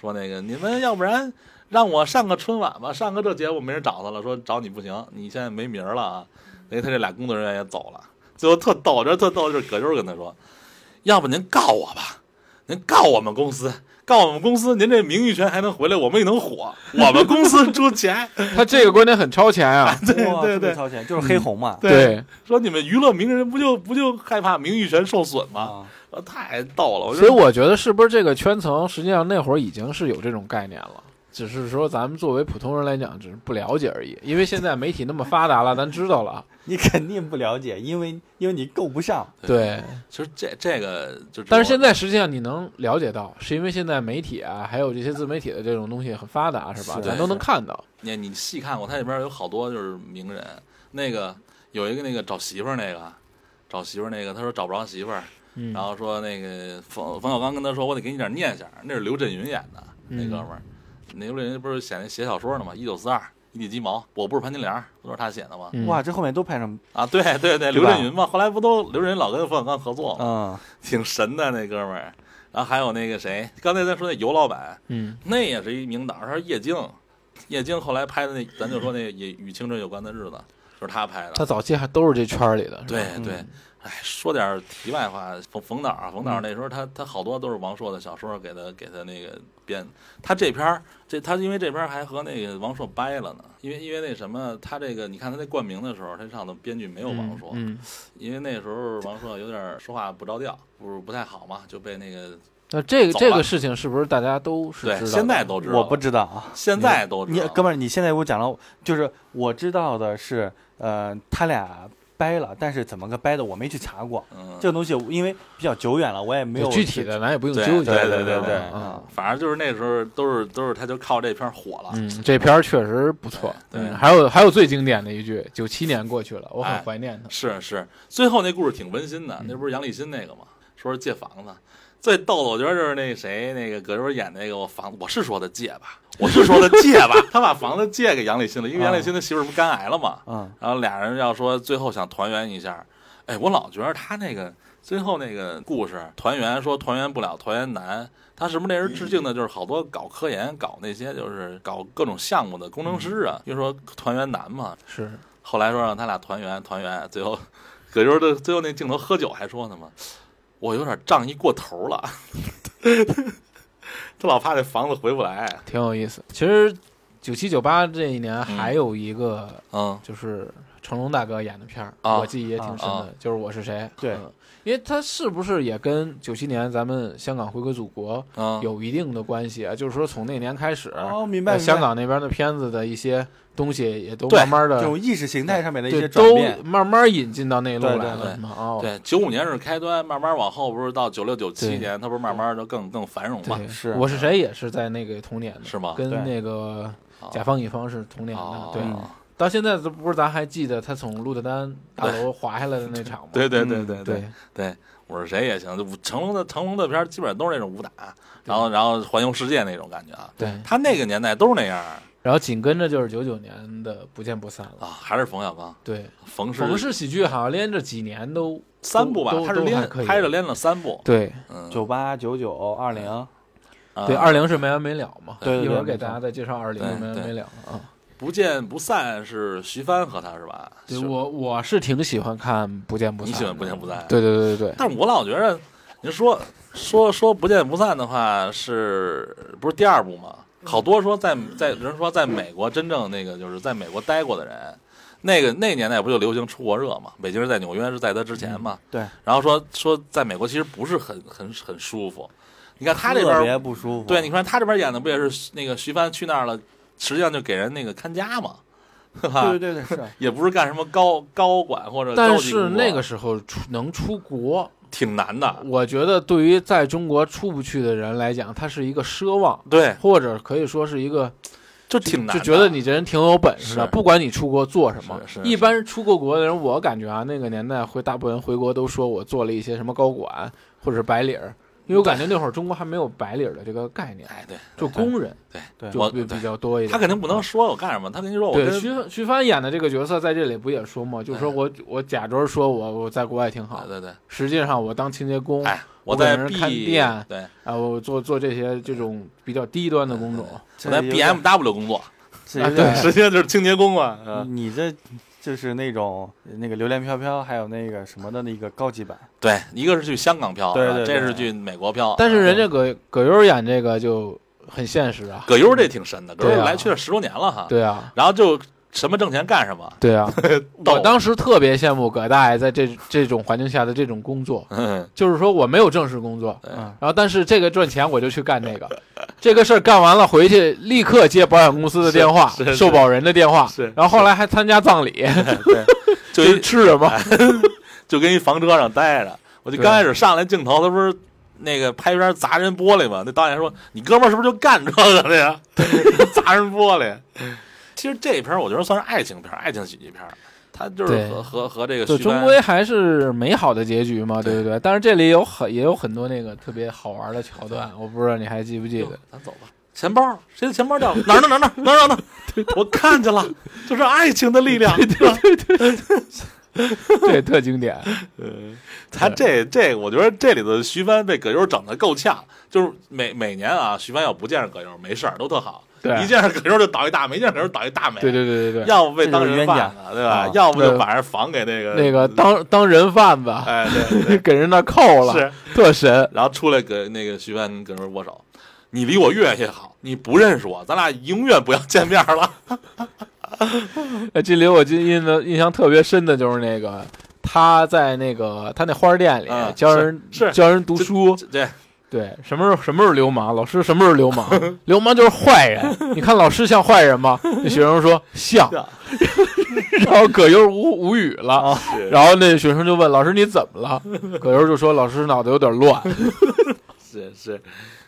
S1: 说那个你们要不然让我上个春晚吧，上个这节目没人找他了，说找你不行，你现在没名儿了啊。因为他这俩工作人员也走了，最后特逗，这特逗就是葛优跟他说，要不您告我吧，您告我们公司。告我们公司，您这名誉权还能回来，我们也能火。我们公司出钱， *laughs*
S3: 他这个观点很超前啊，
S2: 对
S1: 对对
S2: 超前就是黑红嘛。
S3: 嗯
S1: 对说你们娱乐名人不就不就害怕名誉权受损吗？
S2: 啊，
S1: 啊太逗了，我觉
S3: 所以
S1: 得
S3: 我觉得是不是这个圈层实际上那会儿已经是有这种概念了。只是说，咱们作为普通人来讲，只是不了解而已。因为现在媒体那么发达了，咱知道了。
S2: 你肯定不了解，因为因为你够不上。
S3: 对，
S1: 其实这这个就是，
S3: 但是现在实际上你能了解到，是因为现在媒体啊，还有这些自媒体的这种东西很发达，是吧？
S2: 是
S3: 咱都能看到。
S1: 你你细看过，它里边有好多就是名人，那个有一个那个找媳妇儿那个，找媳妇儿那个，他说找不着媳妇儿，
S3: 嗯
S1: 然后说那个冯冯小刚跟他说，我得给你点念想，那是刘震云演的那哥们儿，
S3: 嗯
S1: 那刘震云不是写那写小说呢吗？一九四二。一地鸡毛，我不是潘金莲，都是他写的吗？
S3: 嗯
S2: 哇，，这后面都拍成
S1: 啊，对对对，刘震云嘛，后来不都刘震云老跟冯小刚合作
S3: 啊
S1: 吗？
S2: 嗯，
S1: 挺神的那哥们儿。然后还有那个谁，刚才咱说那尤老板，
S3: 嗯，
S1: 那也是一名导，他是叶京，叶京后来拍的那，咱就说那也与青春有关的日子，就是他拍
S3: 他
S1: 的。
S3: 早期还都是这圈儿里的。是吧
S1: 对
S2: 嗯
S1: 对，哎，说点儿题外话，冯冯导啊，冯
S3: 嗯
S1: 导那时候他他好多都是王朔的小说给他给他那个编，他这篇儿这他因为这篇儿还和那个王朔掰了呢，因为因为那什么，他这个你看他那冠名的时候，他上头编剧没有王朔，
S3: 嗯，嗯
S1: 因为那时候王朔有点儿说话不着调，不是不太好嘛，就被那个
S3: 那这个
S1: 走了
S3: 这个事情是不是大家都是
S1: 对
S3: 知道的？
S1: 现在都知道了，
S2: 我不知道啊。
S1: 现在都知
S2: 你
S1: 道了，
S2: 哥们儿，你现在给我讲了，就是我知道的是，呃，他俩掰了，但是怎么个掰的，我没去查过。
S1: 嗯，
S2: 这个东西因为比较久远了，我也没有
S3: 具体的，咱也不用
S1: 对
S3: 纠结。
S2: 对对
S1: 对
S2: 对对
S3: 嗯
S2: 啊，
S1: 反正就是那时候都是都是他就靠这片儿火了，
S3: 嗯，这片儿确实不错。
S1: 对对
S3: 嗯还有还有最经典的一句，九七年过去了，我很
S1: 哎
S3: 怀念他。
S1: 是是，最后那故事挺温馨的，那不是杨立新那个吗？说是借房子，最逗的我觉得就是那谁那个葛优演那个我房，我是说的借吧，我是说的借吧， *laughs* 他把房子借给杨立新了，因为杨立新的媳妇儿不肝癌了嘛，
S2: 嗯，
S1: 然后俩人要说最后想团圆一下，哎，我老觉得他那个最后那个故事团圆说团圆不了，团圆难。他是不是那人致敬的？就是好多搞科研、搞那些就是搞各种项目的工程师啊，就说团圆难嘛。
S3: 是，
S1: 后来说让他俩团圆，团圆，最后 *laughs* 葛优的最后那镜头喝酒还说呢嘛，我有点仗义过头了， *laughs* 他老怕这房子回不来。
S3: 挺有意思。其实九七九八这一年还有一个
S1: 嗯，
S3: 就是成龙大哥演的片儿，
S1: 啊
S3: 我记忆也挺深
S1: 啊
S3: 的，就是《我是谁》。
S2: 对
S3: 嗯，因为他是不是也跟九七年咱们香港回归祖国
S1: 嗯
S3: 有一定的关系啊？就是说从那年开始，
S2: 哦，明白，明白
S3: 呃香港那边的片子的一些东西也都
S1: 对
S3: 慢慢
S2: 这
S3: 的
S2: 种意识形态上面的一
S3: 对
S2: 些转
S3: 都
S2: 变，
S3: 慢慢引进到内陆
S2: 对
S3: 来
S2: 对
S3: 了嘛。哦，
S1: 对，九五年是开端，慢慢往后不是到九六九七
S3: 对
S1: 年，它不是慢慢就更更繁荣嘛？
S3: 对，
S2: 是啊
S3: 我是谁也是在那个同年的，
S1: 是吗
S3: 跟
S2: 对哦
S3: 那个
S1: 啊
S3: 甲方乙方是同年的
S1: 哦，
S3: 对。
S2: 嗯
S3: 到现在都不是，咱还记得他从鹿特丹大楼滑下来的那场吗？
S1: 对对
S2: 嗯
S1: 对对对
S3: 对
S1: 对，我是谁也行。就成龙的成龙的片儿基本上都是那种武打，然后然后环游世界那种感觉啊。
S3: 对
S1: 他那个年代都是那样儿
S3: 然后紧跟着就是九九年的《不见不散》了。
S1: 啊，还是冯小刚，
S3: 对，
S1: 冯是
S3: 冯氏喜剧好像连着几年都
S1: 三部吧
S3: 都，
S1: 他是
S3: 都还
S1: 连
S3: 可以
S1: 拍着连了三部，
S3: 对
S1: 嗯，
S2: 九八九九二零，
S1: 啊
S3: 对，二零是没完没了嘛。
S2: 对对对
S3: 一会儿给
S2: 没错
S3: 大家再介绍二零
S1: 对
S3: 是没完
S1: 对
S3: 没了啊。
S1: 不见不散》是徐帆和他是吧？
S3: 对
S1: 是
S3: 我我是挺喜欢看《不见不
S1: 你
S3: 散》，
S1: 喜欢《不见不散》？呃
S3: 对对对对对，
S1: 但是我老觉着，您说说说不见不散的话，是不是第二部嘛？好多说在在人说在美国真正那个就是在美国待过的人，那个那年代不就流行出国热嘛？北京是在纽约是在他之
S3: 嗯
S1: 前嘛？
S2: 对。
S1: 然后说说在美国其实不是很很很舒服，你看他这边
S2: 特
S1: 儿
S2: 别不舒服。
S3: 哦
S1: 对，你看他这边演的不也是那个徐帆去那儿了，实际上就给人那个看家嘛，对吧
S2: 对？对对对，
S3: 啊
S2: 是
S1: *laughs* 也不是干什么高高管或者
S3: 但
S1: 高级
S3: 是
S1: 工作啊
S3: 那个时候出能出国，
S1: 挺难的，
S3: 我觉得对于在中国出不去的人来讲，它是一个奢望，
S1: 对，
S3: 或者可以说是一个
S1: 就挺难
S3: 就
S1: 的，
S3: 觉得你这人挺有本事的，
S1: 是
S3: 不管你出国做什么
S1: 是是。是
S3: 一般出过国的人，我感觉啊，那个年代回大部分人回国都说我做了一些什么高管或者是白领儿，因为我感觉那会儿中国还没有白领儿的这个概念，
S1: 哎，对
S3: 就工人
S2: 对
S3: 就
S1: 我
S3: 比
S1: 对
S3: 比较多一
S1: 他
S3: 点。嗯
S1: 肯定不能说我干什么，他跟你说我
S3: 对
S1: 跟哎
S3: 徐徐帆演的这个角色在这里不也说吗？就说我我假装说我我在国外挺好
S1: 对，对对，
S3: 实际上我当清洁工，
S1: 哎，
S3: 嗯我
S1: 我
S3: 给
S1: 在
S3: 人
S1: B
S3: 看店
S1: 对，
S3: 啊，我做做这些这种比较低端的工种。
S1: 我在
S2: 这有
S1: B
S2: 点
S1: M W 工作，
S2: 这
S3: 啊
S2: 有点
S3: 对
S1: 实际上就是清洁工嘛，
S2: 你
S1: 嗯，
S2: 你这就是那种那个榴莲飘飘，还有那个什么的那个高级版，
S1: 对，一个是去香港漂，
S2: 对
S1: 是吧
S2: 对对
S1: 这是去美国漂，
S3: 但是人家葛葛优演这个就很现实啊，
S1: 葛优这挺深的，葛
S3: 对
S1: 优
S3: 啊
S1: 来去了十多年了哈，
S3: 对啊，
S1: 然后就什么挣钱干什么，*laughs*
S3: 对啊。
S1: 逗
S3: 我当时特别羡慕葛大爷在这这种环境下的这种工作，
S1: 嗯，
S3: 就是说我没有正式工作，
S1: 对啊
S2: 嗯，
S3: 然后但是这个赚钱我就去干这
S1: *laughs*
S3: 个，这个事儿干完了回去立刻接保险公司的电话
S1: 是是、是
S3: 受保人的电话
S1: 是，
S3: 然后后来还参加葬礼，
S2: 对，
S1: 就一
S3: 吃
S1: 哎
S3: 什么？
S1: 就跟一房车上待着。我就刚开始上来镜头，他不是那个拍片砸人玻璃吗？那导演说：“你哥们儿是不是就干这个的呀？ *laughs* 砸人玻璃。”其实这片儿我觉得算是爱情片儿、爱情喜剧片儿，它就是
S3: 对
S1: 和和和这个
S3: 就
S1: 徐帆
S3: 终归还是美好的结局嘛，
S1: 对
S3: 对不对？但是这里有很也有很多那个特别好玩的桥段，我不知道你还记不记
S1: 哟
S3: 得？
S1: *laughs* 咱走吧。钱包，谁的钱包掉了？哪儿呢？哪儿呢？哪儿呢？
S3: *laughs*
S1: 哪儿呢？我看见了，就是爱情的力量。
S3: 对，特经典。
S1: 嗯，他这这，我觉得这里头徐帆被葛优整的够呛，就是每每年啊，徐帆要不见着葛优没事儿，都特好。
S3: 对
S1: 一见着葛优就倒一大霉，一见着葛优倒一大霉。
S3: 对对对对对，
S1: *laughs* 要不被当人贩子，对吧
S2: 啊？
S1: 要不就
S3: 对
S1: 把人房给那个
S3: 那个当当人贩子，
S1: 哎对对
S3: *laughs* 给人那扣了，
S1: 是，
S3: 特神。
S1: 然后出来给那个徐帆跟人握手，你离我越远越好，你不认识我，咱俩永远不要见面了。 *laughs*
S3: 呃这里我记印的印象特别深的就是那个他在那个他那花店里
S1: 嗯
S3: 教人
S1: 是是
S3: 教人读书，
S1: 对，
S3: 对，什么时候什么时候流氓，老师什么时候
S1: *laughs*
S3: 流氓，流氓就是坏人。你看老师像坏人吗？那学生说像，
S1: 像哦
S3: 然后葛优无无语了。
S2: 啊
S1: 是
S3: 然后那学生就问老师你怎么了？葛优就说老师脑袋有点乱。
S1: 是是，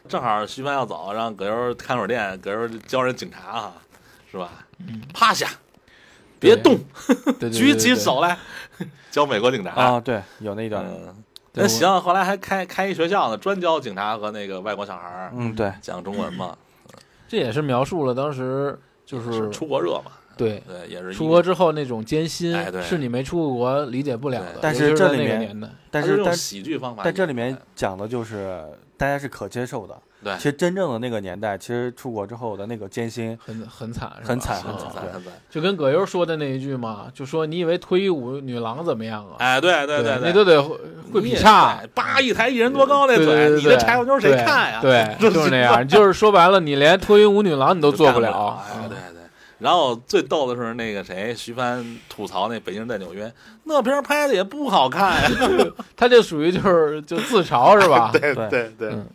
S1: 正好徐帆要走，让葛优看会儿店，葛优教人警察啊，是吧？趴下，别
S3: 对
S1: 动，
S3: 对对对
S1: 举起
S3: 对
S1: 手来， *laughs* 教美国警察。
S2: 啊，对，有那一段，
S1: 嗯，
S3: 啊对
S1: 那行，后来还开开一学校呢，专教警察和那个外国小孩儿
S2: 嗯，对，
S1: 讲中文嘛，
S3: 这也是描述了当时就是嗯是
S1: 出国热嘛，
S3: 对
S1: 对，也是
S3: 出
S1: 一
S3: 国之后那种艰辛
S1: 哎对，
S3: 是你没出过国理解不了的
S1: 对。
S2: 但
S3: 尤
S2: 是
S3: 其
S2: 这
S3: 在
S2: 里
S3: 那个
S2: 面
S3: 年代，
S2: 但
S1: 它
S2: 是
S1: 用
S2: 但
S1: 喜剧方法演的，
S2: 但这里面讲的就是大家是可接受的。
S1: 对
S2: 其实真正的那个年代，其实出国之后的那个艰辛，
S3: 很很惨，是吧
S2: 很惨
S1: 很
S2: 很
S1: 惨
S2: 惨
S1: 很惨，
S3: 就跟葛优说的那一句嘛，就说你以为脱衣舞女郎怎么样啊？
S1: 哎，对对对，
S3: 对那都得会会劈叉，
S1: 叭一抬一人多高那
S3: 对对
S1: 腿，
S3: 对，
S1: 你这
S3: 对
S1: 柴火妞谁
S3: 对
S1: 看呀？ *laughs*
S3: 对，
S1: 这
S3: 就是那样，就是说白了，你连脱衣舞女郎你都
S1: 就
S3: 做
S1: 干不
S3: 了。啊
S1: 哎，对对。然后最逗的是那个谁，徐帆吐槽那《北京人在纽约》那片儿拍的也不好看呀，
S3: 他这属于就是就自嘲是
S1: 啊 *laughs*
S3: 吧？
S1: 对
S2: 对
S1: 对对
S3: 嗯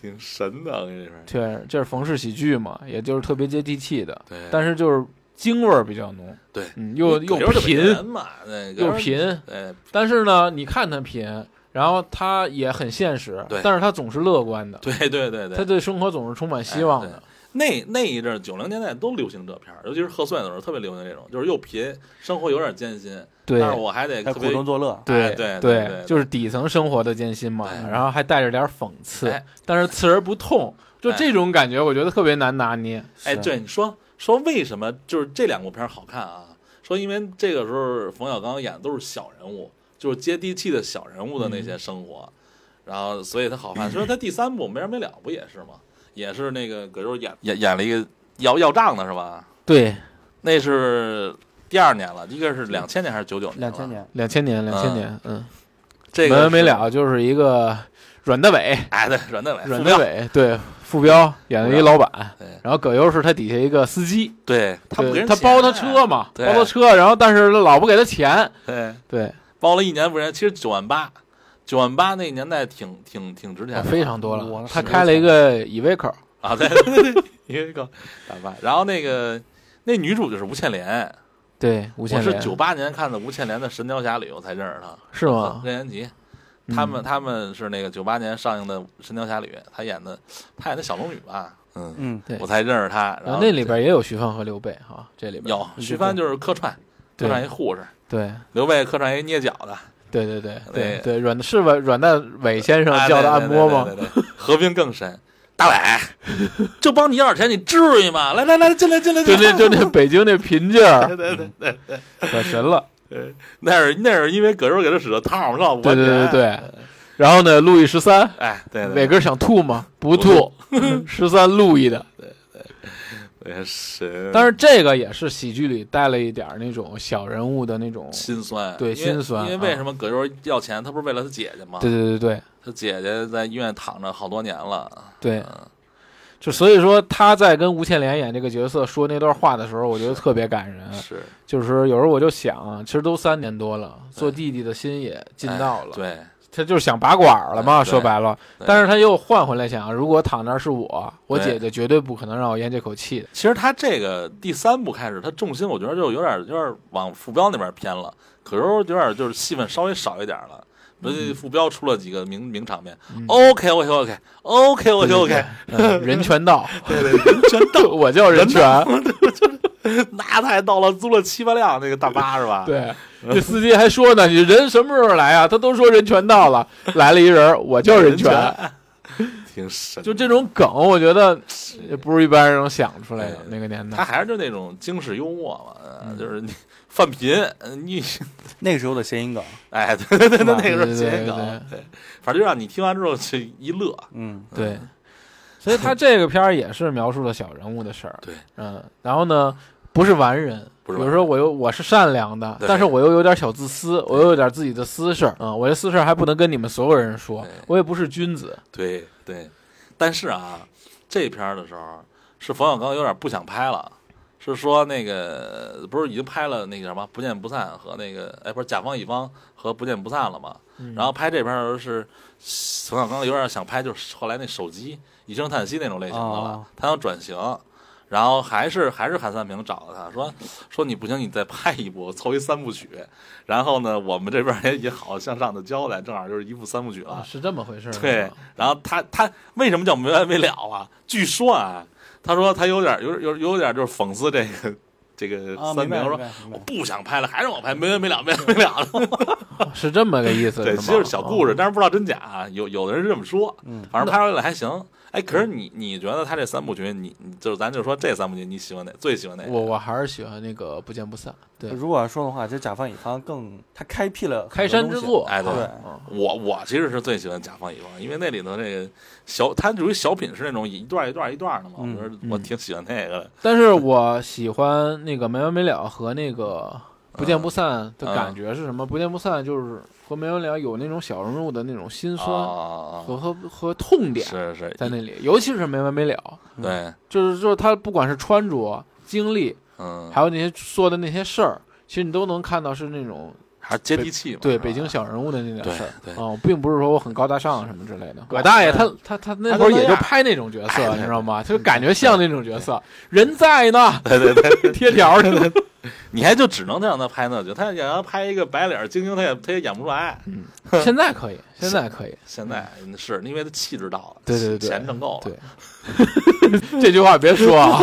S1: 挺神的，我啊跟你说。
S3: 对，这是冯氏喜剧嘛，也就是特别接地气的，
S1: 对，
S3: 但是就是京味儿比较浓。
S1: 对
S3: 嗯，又又
S1: 葛优这北京
S3: 贫
S1: 人嘛，那葛
S3: 又
S1: 优，
S3: 贫，
S1: 哎，
S3: 但是呢，你看他贫，然后他也很现实
S1: 对，
S3: 但是他总是乐观的，
S1: 对对对哎对，
S3: 他对生活总是充满希望的。
S1: 那那一阵九零年代都流行这片儿，尤其是贺岁的时候特别流行这种，就是又贫，生活有点艰辛，
S3: 对
S1: 但是我还得
S2: 还
S1: 特
S2: 苦
S1: 别
S2: 中作乐，
S1: 哎
S3: 对
S1: 对对对
S3: 对，就是底层生活的艰辛嘛
S1: 哎，
S3: 然后还带着点讽刺
S1: 哎，
S3: 但是刺而不痛，就这种感觉，我觉得特别难拿捏。
S1: 哎，
S2: 是
S1: 对，你说说为什么就是这两部片儿好看啊？说因为这个时候冯小刚演的都是小人物，就是接地气的小人物的那些生活，然后所以他好看。说他第三部没完没了不也是吗？也是那个葛优演演演了一个要要账的是吧？
S3: 对，
S1: 那是第二年了，一个是两千年还是九九年？
S2: 两千，年，
S3: 两千年，两千
S1: 嗯
S3: 年，嗯，
S1: 这
S3: 没
S1: 个
S3: 完没
S1: 是。
S3: 了，就是一个阮大伟，
S1: 哎，对，阮大伟，
S3: 阮
S1: 傅
S3: 大
S1: 彪，
S3: 伟对傅彪演的一老板
S1: 对，
S3: 然后葛优是他底下一个司机，
S1: 对他不给
S3: 对
S1: 人
S3: 他包他
S1: 钱啊
S3: 车嘛，
S1: 对
S3: 包他车，然后但是老不给他钱，
S1: 对，
S3: 对，
S1: 包了一年不然，其实九万八，九万八那年代挺挺挺值钱的，
S3: 啊非常多
S2: 我
S3: 了。
S2: 是
S3: 他开了一个依维口，
S1: 啊，
S3: *laughs*
S1: 对对对对，一个一个打败。然后那个那女主就是吴倩莲，
S3: 对，无
S1: 我
S3: 限
S1: 是
S3: 连
S1: 九八年看的吴倩莲的《神雕侠侣》，我才认识她。
S3: 是吗？
S1: 任贤齐，
S3: 嗯
S1: 他们他们是那个九八年上映的《神雕侠侣》，她演的她演的小龙女吧，嗯，
S2: 嗯，
S3: 对
S1: 我才认识她。
S3: 然
S1: 后
S3: 后那里边也有徐帆和刘备哈，这里边
S1: 有徐帆就是客串，客
S3: 对
S1: 串一护士，
S3: 对
S1: 刘备客串一捏脚
S3: *laughs*
S1: 的，
S3: 对对对
S1: 对
S3: 对对，阮是吧？阮大伟先生
S1: 哎
S3: 叫他按摩？吗
S1: 对？对对对对对合并更深。大
S3: *laughs*
S1: 伟，就帮你要点钱，你至于吗？来来来，进来进来，
S3: 就
S1: 进来
S3: 那就那北京那贫劲儿，
S1: 对对对，
S3: 可神了。
S1: *laughs* 那是那是因为葛优给他使的套，让我
S3: 对对对对，然后呢，路易十三，
S1: 哎对对
S3: 伟哥想吐吗？
S1: 不
S3: 不吐，十三路易的。
S1: 对哎是，
S3: 但是这个也是喜剧里带了一点儿那种小人物的那种，
S1: 心酸，
S3: 对
S1: 因为
S3: 心酸啊
S1: 因为为什么葛优要钱？他不是为了他姐姐吗？
S3: 对对对对
S1: 他姐姐在医院躺着好多年了，
S3: 对对，
S1: 嗯，
S3: 就所以说他在跟吴倩莲演这个角色说那段话的时候，我觉得特别感人。
S1: 是
S3: 就是有时候我就想，其实都三年多了，做弟弟的心也尽到了，
S1: 哎
S3: 他就是想拔管儿了嘛，
S1: 对
S3: 说白了
S1: 对。
S3: 但是他又换回来想，如果躺那儿是我，我
S1: 对
S3: 姐姐绝对不可能让我咽这口气的。
S1: 对，其实他这个第三部开始，他重心我觉得就有点有点往傅彪那边偏了，葛优有点就是戏份稍微少一点了。所以傅彪出了几个名名场面
S3: 嗯
S1: ，OK OK OK OK OK OK，*laughs*
S3: 对对对嗯人权道，
S1: 对对，对真的
S3: *laughs* 我叫人权。
S1: *laughs* 那太逗了，租了七八辆那个大巴是吧？
S3: 对，这司机还说呢，你人什么时候来啊？他都说人权到了，来了一人，我叫人权。 *laughs*
S1: 挺神。
S3: 就这种梗，我觉得也不是一般人能想出来的
S1: 对
S3: 那个年
S1: 他
S3: 代。
S1: 还是就那种京式幽默嘛，呃
S3: 嗯
S1: 就是你犯贫，呃你
S2: 那个时候的谐音梗，
S1: 哎，对对对对，
S3: 是吧
S1: 那个时候
S3: 对对
S1: 谐音
S3: 对
S1: 梗，对，反正就让你听完之后就一乐。
S2: 嗯，
S3: 对，所以他这个片儿也是描述了小人物的事儿。
S1: *laughs* 对，
S3: 嗯，然后呢，不是完人，
S1: 不是
S3: 比
S1: 完人
S3: 如说我又我是善良的，
S1: 对
S3: 但是我又有点小自私，我又有点自己的私事儿。嗯，我这私事儿还不能跟你们所有人说
S1: 对，
S3: 我也不是君子。
S1: 对对，但是啊，这片儿的时候是冯小刚有点不想拍了，是说那个不是已经拍了那个什么《不见不散》和那个哎不是《甲方乙方》和《不见不散》了吗？然后拍这片儿的时候是冯小刚有点想拍，就是后来那手机一声叹息那种类型的了，
S2: 哦
S1: 他想转型。然后还是还是韩三平找了他说说你不行，你再拍一部，凑一三部曲。然后呢，我们这边儿也也好向上的交代，正好就是一部三部曲了。
S3: 啊，是这么回事儿。是
S1: 对
S3: 吧，
S1: 然后他他为什么叫没完没了啊？据说啊，他说他有点有有有点就是讽刺这个这个
S2: 啊，
S1: 三
S2: 明白
S1: 明
S2: 明
S1: 说
S2: 白明
S1: 我 *laughs*
S2: 白，
S1: 不想拍了，还让我拍没完没了没完没了的。
S3: 啊是这么个意思。
S1: 对，
S3: 吗
S1: 其实是小故事，
S3: 哦
S1: 但是不知道真假啊，有有的人是这么说，
S2: 嗯，
S1: 反正拍出来还行。哎，可是你你觉得他这三部曲，你你就是咱就说这三部曲，你喜欢哪？最喜欢哪个？
S3: 我我还是喜欢那个不见不散。对，
S2: 如果要说的话，其实甲方乙方更他开辟了很多
S3: 开山之
S2: 东西
S3: 作。
S1: 哎对
S3: 对，
S1: 我我其实是最喜欢甲方乙方，因为那里头这个小，它属于小品是那种一段一段一段的嘛，
S2: 嗯
S1: 我觉得我
S3: 嗯
S1: 挺喜欢那个的。
S3: 但是我喜欢那个没完没了和那个不见不散的感觉是什么？不见不散就是和没完没了有那种小人物的那种心酸和、
S1: 啊，
S3: 和和痛点
S1: 是是，
S3: 在那里，尤其是没完没了，
S1: 对，
S3: 就是就是他不管是穿着、经历，
S1: 嗯，
S3: 还有那些做的那些事儿，其实你都能看到是那种
S1: 还是接地气嘛。
S3: 对
S1: 是吧
S3: 北京小人物的那点
S1: 对
S3: 事儿。
S1: 对，
S3: 哦，并不是说我很高大上什么之类的。葛大爷他他他那哎会儿也就拍那种角
S1: 他就那
S3: 色，
S1: 样
S3: 你知道吗？就感觉像那种角色，人在
S1: *laughs*
S3: 呢，
S1: 对对对，
S3: 贴条儿呢。
S1: 你还就只能让他拍那就，他想让他拍一个白脸精英，他也他也演不出来。
S3: *laughs* 现在可以，现在可以，
S1: 现在是因为他气质到了，
S3: 嗯对对对
S1: 钱挣够了。
S3: 对。 *laughs* 这句话别说啊，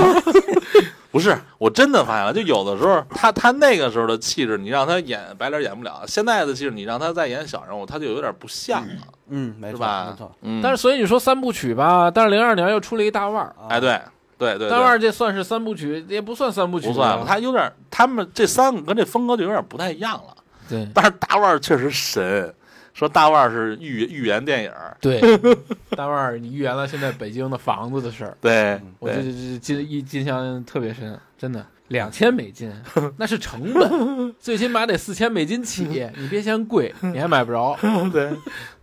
S1: 不是，我真的发现了，就有的时候他他那个时候的气质，你让他演白脸演不了；现在的气质，你让他再演小人物，他就有点不像了，
S2: 嗯，没
S1: 是
S2: 错
S1: 吧？
S2: 没错，
S1: 嗯，
S3: *laughs* 但是所以你说三部曲吧，但是零二年又出了一大腕儿，
S2: 啊
S1: 哎，，对对对，
S3: 大
S1: 对
S3: 腕儿这算是三部曲，也不算三部曲，
S1: 不算了，
S3: 他
S1: 他有 *laughs* 点，他们这三个跟这风格就有点不太一样了。
S3: 对
S1: 但是大腕儿确实神，说大腕儿是预预言电影儿，
S3: *laughs* 对， *laughs* 大腕儿，你预言了现在北京的房子的事儿，
S1: 对，
S3: 嗯我这
S1: 对
S3: 这印一印象特别深，真的。两千美金， *laughs* 那是成 *laughs* 本，最起码得四千美金 *laughs* 起，你别嫌贵，你还买不着。
S1: 对，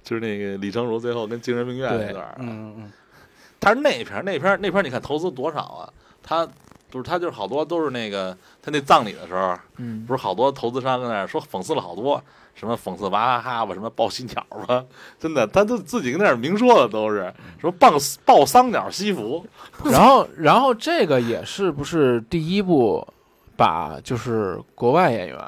S1: 就是那个李成儒最后跟精神病院那段儿，
S2: 嗯嗯
S1: 他是那篇儿那篇儿那篇儿你看投资多少啊？他不是他就是好多都是那个他那葬礼的时候，
S3: 嗯，
S1: 不是好多投资商在那儿说讽刺了好多，什么讽刺娃哈哈吧，什么抱喜鸟吧，真的，他都自己跟那儿明说的都是什么抱抱桑鸟西服，
S3: 然后，然后这个也是不是第一部把就是国外演员，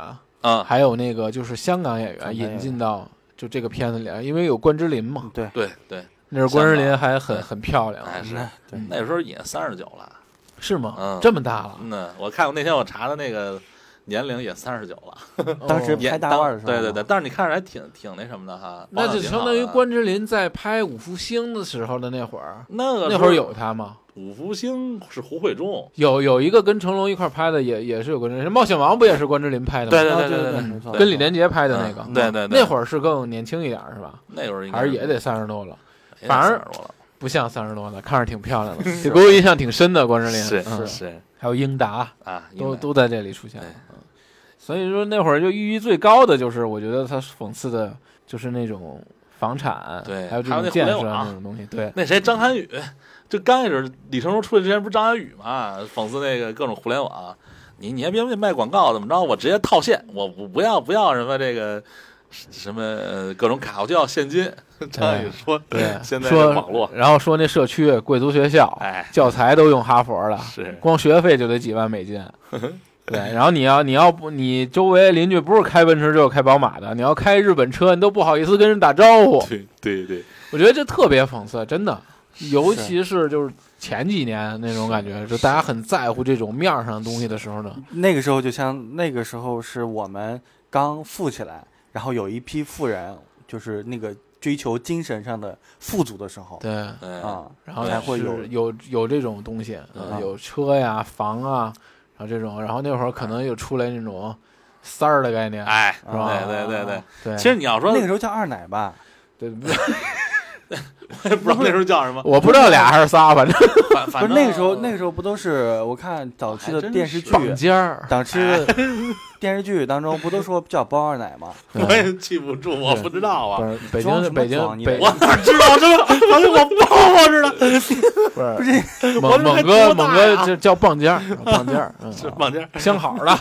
S1: 啊，
S3: 还有那个就是香港演
S2: 港
S3: 员
S2: 演员
S3: 引进到就这个片子里来，因为有关之琳嘛
S2: 嗯，，对，
S1: 对对，
S3: 那时候关之琳还
S1: 对
S3: 很很漂亮，
S1: 哎是
S2: 那对
S1: 那时候也三十九了，
S3: 是吗
S1: 嗯？
S3: 这么大
S2: 啊
S3: 了，
S1: 嗯，我看我那天我查的那个年龄也三十九了。
S2: 当时
S3: 哦
S1: 也
S2: 拍大
S1: 嗯当
S2: 腕儿的时候
S1: 对对
S2: 吗
S1: 对，但是你看着还挺挺那什么的哈，
S3: 那
S1: 保养
S3: 就
S1: 挺
S3: 相
S1: 好
S3: 当于
S1: 的
S3: 关之琳在拍《五福星》的时候的那会儿，
S1: 那个时
S3: 那
S1: 候
S3: 会儿有他吗？
S1: 五福星是胡慧中，
S3: 有有一个跟成龙一块儿拍的也，也是有关之琳，《冒险王》不也是关之琳拍的吗？
S1: 对
S2: 啊
S1: 对
S2: 对
S1: 对
S2: 没错，
S3: 跟李连杰拍的那个。
S1: 嗯对对对，
S3: 那会儿是更年轻一点儿是吧？
S1: 那会儿应该
S3: 还是也得三十多了，
S1: 也得
S3: 反而
S1: 40多了
S3: 不像三十多的，看着挺漂
S1: *laughs*
S3: 亮的，给我印象挺深的。关之琳
S1: 是哎
S3: 嗯
S1: 是
S3: 还有英达
S1: 啊，
S3: 都
S1: 应该
S3: 都在这里出现了
S1: 对。
S3: 嗯所以说那会儿就寓意最高的就是，我觉得他讽刺的就是那种房产，
S1: 对
S3: 还有这
S1: 还有那
S3: 种
S1: 互
S3: 建
S1: 联
S3: 设
S1: 网
S3: 那种东西，对，
S1: *laughs* 那谁张涵予，就刚开始李成儒出来之前不是张涵予嘛，讽刺那个各种互联网，你你还别卖广告怎么着，我直接套现，我不不要不要什么这个。什么呃各种卡，我就要现金。张涵予说：“
S2: 哎
S3: 对，
S1: *laughs* 现在
S3: 说
S1: 这网络，
S3: 然后说那社区贵族学校，
S1: 哎，
S3: 教材都用哈佛的，
S1: 是
S3: 光学费就得几万
S1: *laughs*
S3: 美金。对，然后你要你要不你周围邻居不是开奔驰就是开宝马的，你要开日本车，你都不好意思跟人打招呼。
S1: *laughs* 对对对，
S3: 我觉得这特别讽刺，真的，尤其是就是前几年那种感觉，就大家很在乎这种面儿上的东西的时候呢，
S2: 那个时候就像那个时候是我们刚富起来，然后有一批富人，就是那个追求精神上的富足的时候
S3: 对，
S1: 嗯
S2: 啊，
S3: 然后
S2: 才会
S3: 是
S2: 有
S3: 有有这种东西，呃
S2: 嗯
S3: 有车呀、房啊，然后这种，然后那会儿可能又出来那种三儿的概念，啊
S1: 哎，
S2: 是
S1: 对
S2: 吧
S1: 对对对。
S3: 对，
S1: 其实你要说
S2: 那个时候叫二奶吧，
S3: 对，
S1: 我也不知道那时候叫什么，
S3: 我不知道俩还是仨，反正
S1: 反
S2: 不
S1: 反
S2: 是
S1: 正
S2: 那个时候那个时候不都是我看早期
S1: 还
S2: 的
S1: 真
S2: 电视
S1: 是
S2: 剧，
S3: 绑尖儿，
S2: 早期的电视剧当中不都说叫包二奶吗？
S3: 对
S1: 我也记不住，我不知道
S3: 不
S1: 啊，
S3: 是北
S2: 装什么
S3: 京北
S2: 装
S3: 京
S2: 你
S3: 北
S1: 我哪知道这？反正我包我知道，
S3: 不是
S2: 不是
S1: 我
S3: 猛
S1: 这
S3: 猛
S1: 多
S3: 哥
S1: 大
S3: 猛
S1: 呀
S3: 哥这叫棒尖儿，棒尖儿，嗯，
S1: 是往这儿
S3: 相好的，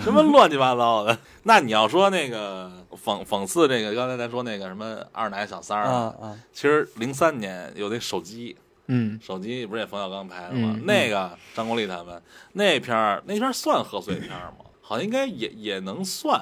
S1: 什么乱七八糟的。那你要说那个讽讽刺这个，刚才咱说那个什么二奶小三儿啊，
S2: 啊啊，
S1: 其实零三年有那手机，
S3: 嗯，
S1: 手机不是也冯小刚拍的吗
S3: 嗯？
S1: 那个张国立他们那片儿，那片儿算贺岁片儿吗？好像应该也也能算，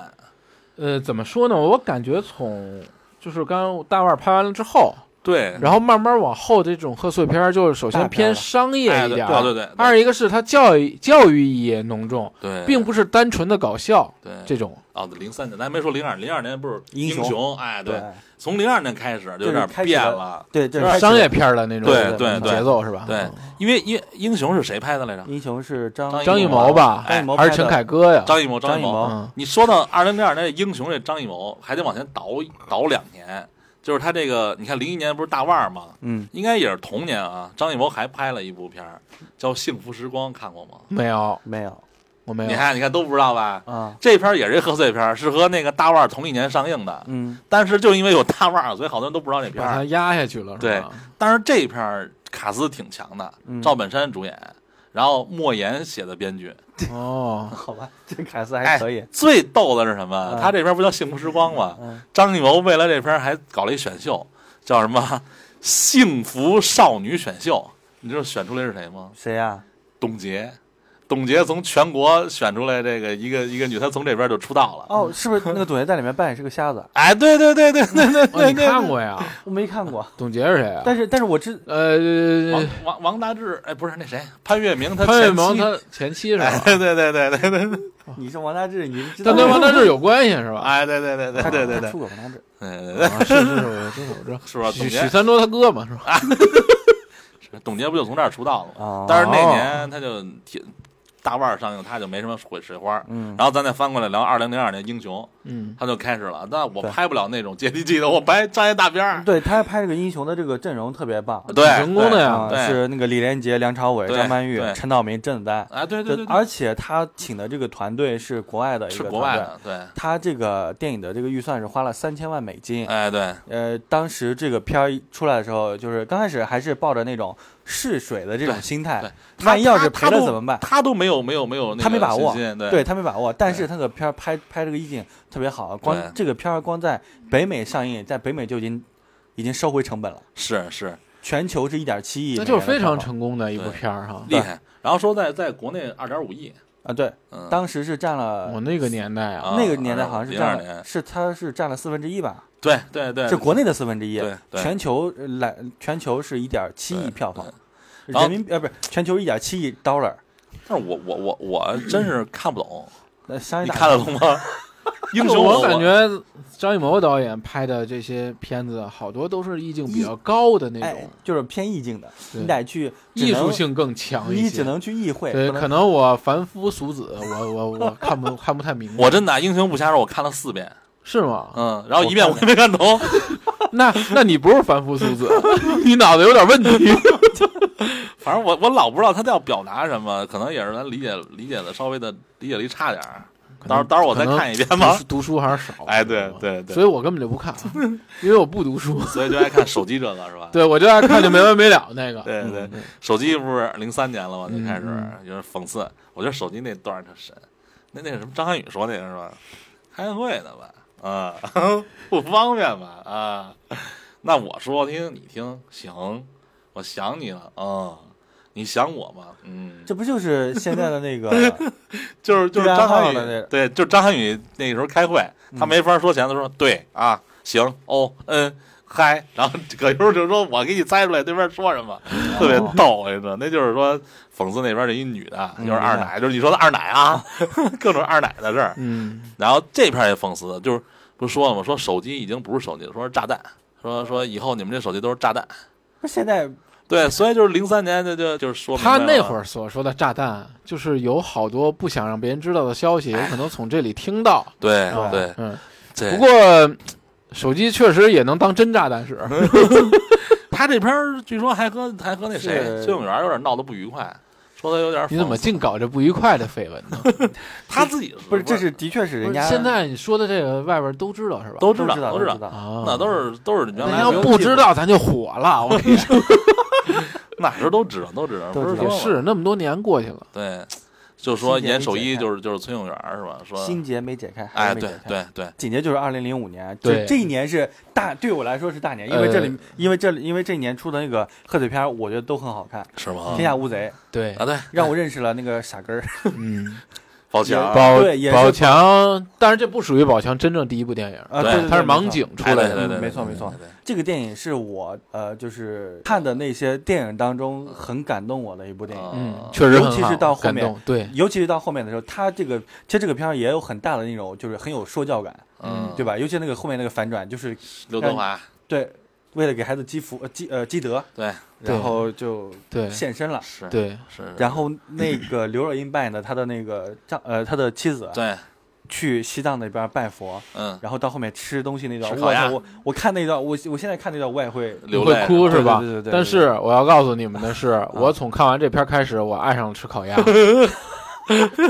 S3: 呃，怎么说呢？我感觉从就是刚刚大腕儿拍完了之后，
S1: 对，
S3: 然后慢慢往后这种贺岁片儿，就是首
S2: 大片
S3: 先
S2: 儿
S3: 偏
S2: 了
S3: 商业
S1: 哎
S3: 一点儿，
S1: 对对对，
S3: 二一个是它教育教育意义浓重，
S1: 对，
S3: 并不是单纯的搞笑
S1: 对
S3: 这种。
S1: 哦，零三年，咱还没说零二，零二年不是
S2: 英雄
S1: 雄？哎，对，从零二年开始就有
S2: 就是
S1: 点
S2: 开始
S1: 变
S2: 了
S1: 了，
S2: 对，这
S3: 就是
S2: 是
S3: 商业片儿的那种
S1: 对对对
S3: 节奏是吧？
S1: 对
S3: 嗯，
S1: 因为英英雄是谁拍的来着？
S2: 英雄是张
S1: 张
S3: 张
S1: 艺
S3: 艺
S1: 谋
S3: 谋吧，
S1: 哎
S2: 张艺谋
S3: 还是
S2: 拍
S3: 陈
S2: 的
S3: 凯歌呀？
S1: 张艺谋，
S2: 张
S1: 艺
S2: 艺
S1: 谋
S2: 谋。
S3: 嗯，
S1: 你说到二零零二年英雄这张艺谋，还得往前倒倒两年，就是他这个，你看零一年不是大腕儿吗？
S2: 嗯，
S1: 应该也是同年啊。张艺谋还拍了一部片儿，叫《幸福时光》，看过吗？
S3: 没有，
S2: 没有
S3: 我没
S1: 你
S3: 有。
S1: 看，你看都不知道吧？
S2: 啊，
S1: 这片儿也是一贺岁片儿，是和那个大腕儿同一年上映的，
S2: 嗯，
S1: *laughs* 但是就因为有大腕儿，所以好多人都不知道这片
S3: 把
S1: 儿
S3: 它。压下去了，是吧？
S1: 但是这片儿卡斯挺强的，
S2: 嗯
S1: 赵本山主演，然后莫言写的编剧。
S3: *laughs* 哦，
S2: 好吧，这凯斯
S1: 哎
S2: 还可以，
S1: 最逗的是什么？
S2: 嗯
S1: 他这片儿不叫《幸福时光》吗？
S2: 嗯，
S1: 张艺谋为了这片儿还搞了一选秀，叫什么“幸福少女选秀”。你知道选出来是谁吗？
S2: 谁啊呀？
S1: 董洁。董洁从全国选出来这个一个一个女，她从这边就出道了。
S2: 哦，是不 *laughs* 是那个董洁在里面扮演是个瞎子？
S1: 哎，对对对对对对
S3: 哦
S1: 对
S3: 你
S1: 对，
S3: 看过呀？
S2: 我没看过，
S3: 董洁是谁啊？
S2: 但是但是我知
S3: 呃
S1: 王，王王大治，哎，不是那谁，潘粤明，他
S3: 潘粤
S1: 前
S3: 明
S1: 妻
S3: 他前妻是
S1: 哎，
S3: 吧？
S1: 对对对对对对，
S2: 你是王大治，你是知道
S3: 但跟王大治有关系是吧？
S1: 哎，对对
S2: *laughs*
S1: 对对对对对
S3: *laughs*
S2: 出，过王大治，
S1: 嗯对对
S3: 啊是是是，我知道我知道。
S1: 是吧？董
S3: 许
S1: 洁
S3: 许，三多他哥嘛是吧？
S1: *laughs* 董洁不就从这儿出道了吗？
S2: 哦
S1: 但是那年他就挺大腕儿上映，他就没什么水水花儿。
S2: 嗯，
S1: 然后咱再翻过来聊二零零二年《英雄
S3: 嗯》，，
S1: 他就开始了。那我
S2: 对
S1: 拍不了那种接地气的，我拍商业大片儿。
S2: 对他拍这个英雄的这个阵容特别棒，
S1: 对，
S3: 成功的
S1: 对
S3: 呀
S2: 啊，
S1: 对
S2: 是那个李连杰、梁朝伟、
S1: 对
S2: 张曼玉
S1: 对、
S2: 陈道明、郑丹，
S1: 啊，对对对，对
S2: 而且他请的这个团队是国外的一
S1: 是
S2: 个
S1: 国外
S2: 团队。
S1: 的，对，
S2: 他这个电影的这个预算是花了三千万美金，
S1: 哎对，
S2: 呃，当时这个片儿一出来的时候，就是刚开始还是抱着那种试水的这种
S1: 对
S2: 心态，
S1: 他
S2: 万一要
S1: 他
S2: 是
S1: 他
S2: 赔了
S1: 都
S2: 怎么办？
S1: 他都没有没有没有那个
S2: 他没把握
S1: 信心对
S2: 对他没把握，但是他的片儿拍拍这个意境特别好，光
S1: 对
S2: 这个片儿光在北美上映，在北美就已经已经收回成本了，
S1: 是是
S2: 全球是一点七亿美
S3: 那
S2: 元的
S3: 就
S2: 票
S3: 是
S2: 房，
S3: 非常成功的一部片儿哈。
S1: 厉害。然后说在在国内二点五亿，
S2: 啊，对，
S1: 嗯，
S2: 当时是占了
S3: 我那个年代啊，
S1: 啊
S2: 那个年代好像是占
S1: 02
S2: 了，
S1: 年
S2: 是它是占了四分之一吧，
S1: 对对对，
S2: 是国内的四分之一
S1: 对，对
S2: 全球呃来全球是一点七亿票房
S1: 对，然后
S2: 人民币呃不是全球一点七亿 dollar，
S1: 但是我我我我真是看不懂，
S2: 那商业
S1: 你
S2: 大
S1: 看得懂
S2: *laughs*
S1: 吗？英雄
S3: 我
S1: 我
S3: 感觉张艺谋导演拍的这些片子，好多都是意境比较高的那
S2: 哎
S3: 种，，
S2: 就是偏意境的，
S3: 对
S2: 你得去只
S3: 艺术
S2: 能
S3: 性更强
S2: 你
S3: 一
S2: 只
S3: 些。
S2: 能去意会，
S3: 对，
S2: 不能
S3: 可能我凡夫俗子，我我
S2: *laughs*
S3: 我看不看不太明白，
S1: 我真的《英雄不瞎说》我看了四遍，
S3: 是吗？
S1: 嗯，然后一遍我也没看懂，
S3: 那那你不是凡夫俗子，
S1: *laughs*
S3: 你脑子有点问题。
S1: 反正我我老不知道他要表达什么，可能也是咱理解理解的稍微的理解力差点儿。到时候到时候我再看一遍
S3: 可能
S1: 吧
S3: 读。书读书还是少。
S1: 哎，对对
S3: 所
S1: 对，
S3: 以我根本就不看，啊因为我不读书。
S1: 所以就爱看手机这个是吧？
S3: *laughs* 对，我就爱看就没完没了那个。
S1: 对对
S3: 嗯，
S1: 手机不是零三年了吗？就开始
S3: 嗯
S1: 有人讽刺，我觉得手机那段儿特神，那那是什么张涵予说那个是吧？开会呢吧？啊， *laughs* 不方便吧？啊， *laughs* 那我说听你听，行，我想你了，嗯，你想我吗？嗯，
S2: 这不就是现在的那个
S1: 就是就是
S2: 对啊
S1: 张
S2: 浩
S1: 涵
S2: 的那
S1: 予，对，就是张涵予那时候开会，他没法说钱，他说对啊，行，哦，嗯。嗨，然后葛优就说：“我给你猜出来对面说什么，特别逗，我跟你说，那就是说讽刺那边这一女的，
S2: 嗯
S1: 就是二奶，就是你说的二奶啊，各种二奶的事儿。
S3: 嗯，
S1: 然后这片儿也讽刺，就是不是说了吗？说手机已经不是手机了，说是炸弹，说说以后你们这手机都是炸弹。
S2: 不是现在
S1: 对，所以就是零三年就就就是说
S3: 他那会
S1: 儿
S3: 儿所说的炸弹，就是有好多不想让别人知道的消息，有可能从这里听到。
S1: 对
S2: 啊
S1: 对
S3: 嗯，
S1: 哎对，
S3: 不过手机确实也能当真炸弹使。
S1: 他这片儿据说还和还和那谁
S2: 是
S1: 崔永元有点闹得不愉快，说他有点讽刺
S3: 你怎么净搞这不愉快的绯闻
S1: *laughs*
S3: 呢？
S1: 他自己
S2: 不是这是的确是人
S3: 不是
S2: 家
S3: 现在你说的这个外边都知道是吧？
S1: 都
S2: 都
S1: 知
S2: 道
S1: 道
S2: 都
S1: 知
S2: 道，嗯
S3: 啊，
S1: 那都是都是原
S3: 那
S1: 来
S3: 要
S1: 没有
S3: 不知道咱就火
S1: *laughs*
S3: 了。我跟你说，
S1: 那时候都知道都知道，
S2: 都
S1: 不是
S2: 知道
S1: 说
S3: 也
S1: 吗
S3: 是那么多年过去了，
S1: 对，就说
S2: 心结
S1: 严
S2: 没
S1: 守
S2: 解
S1: 一
S2: 开
S1: 就是就是崔永元儿是吧？说
S2: 心结没解开，还
S1: 哎，
S2: 是没
S1: 对
S2: 解开。
S1: 对对，
S2: 紧接就是二零零五年，
S3: 对呃
S2: 这这一年是大，对我来说是大年，因为这里，因为这里，因为这一年出的那个贺岁片儿，我觉得都很好看，
S1: 是吗
S3: 哦
S2: 《天？下无贼》
S3: 对，
S1: *laughs* 啊，对，
S2: 让我认识了那个傻根儿，
S3: 嗯，
S1: 宝强
S2: 啊
S1: 啊，
S3: 宝
S2: 对也是
S3: 宝强，但是这不属于宝强真正第一部电影，
S2: 啊，
S1: 对
S2: 对，
S3: 他是盲
S2: 警。
S3: 井出
S1: 哎
S3: 来
S1: 对
S3: 的。
S1: 对对，
S2: 嗯没错
S1: 对
S2: 没错。
S1: 对对
S2: 这个电影是我呃，就是看的那些电影当中很感动我的一部电影，
S3: 嗯
S1: 啊，
S3: 确实很好，
S2: 呃尤其是到后
S3: 感
S2: 面
S3: 动对，
S2: 尤其是到后面的时候，它这个其实这个片儿也有很大的那种就是很有说教感，
S1: 嗯，
S2: 对吧？尤其那个后面那个反转，就是
S1: 刘德华，
S2: 对为了给孩子积福呃积呃积德，
S1: 对，
S3: 对
S2: 然后就
S3: 对
S2: 现身了。
S1: 是，
S3: 对，
S1: 是，
S2: 然后那个刘若英扮演的他的那个丈呃他的妻子
S1: 对，
S2: 去西藏那边拜佛，
S1: 嗯，
S2: 然后到后面吃东西那段，
S1: 吃
S2: 我
S1: 烤鸭
S2: 操我我看那段我我现在看那段我
S1: *laughs*
S2: 也会
S1: 流
S3: 会
S1: 泪
S3: 哭
S1: 了
S3: 是吧？
S2: 对对对啊对对
S3: 但是我要告诉你们的是，我从看完这片开始，我爱上了
S2: *laughs*
S3: 吃烤鸭，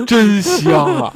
S3: 真香啊！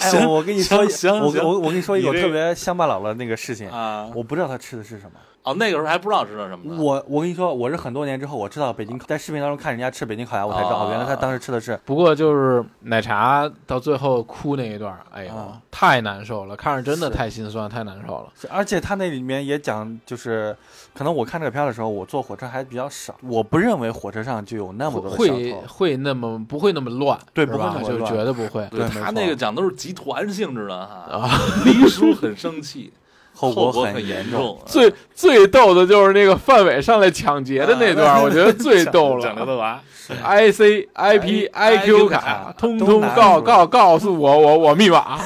S2: 哎，
S1: 行
S2: 我我跟你说一，
S1: 行行
S2: 我
S1: 行
S2: 我我跟你说一个我
S1: 你这
S2: 特别乡巴佬的那个事情，
S1: 啊！
S2: 我不知道他吃的是什么。
S1: 哦，那个时候还不知道知道什么呢。
S2: 我我跟你说，我是很多年之后我知道北京烤在视频当中看人家吃北京烤鸭，我才知道，
S1: 啊
S2: 哦原来他当时吃的是
S3: 不过就是奶茶到最后哭那一段，哎呦，
S2: 啊
S3: 太难受了，看着真的
S2: 是
S3: 太心酸，太难受了。
S2: 是而且他那里面也讲，就是可能我看这个片儿的时候，我坐火车还比较少，我不认为火车上就有那么多的小
S3: 会
S2: 偷。
S3: 会那么不会那么乱，
S2: 对
S3: 是
S2: 不会
S3: 吧
S2: 那么
S3: 就
S2: 乱
S3: 绝对不会。
S2: 对没
S1: 他
S2: 错
S1: 那个讲都是集团性质的哈， *laughs* 黎叔很生气，
S2: 后
S1: 果
S2: 果
S1: 很
S2: 严
S1: 重。啊
S3: 最最逗的就是那个范伟上来抢劫的那段，我觉得最
S2: *laughs*
S3: 逗
S1: 讲刘
S3: 了。
S1: 德华，
S3: I C I P I Q 卡，通通告告告诉我我我 *laughs* 密码，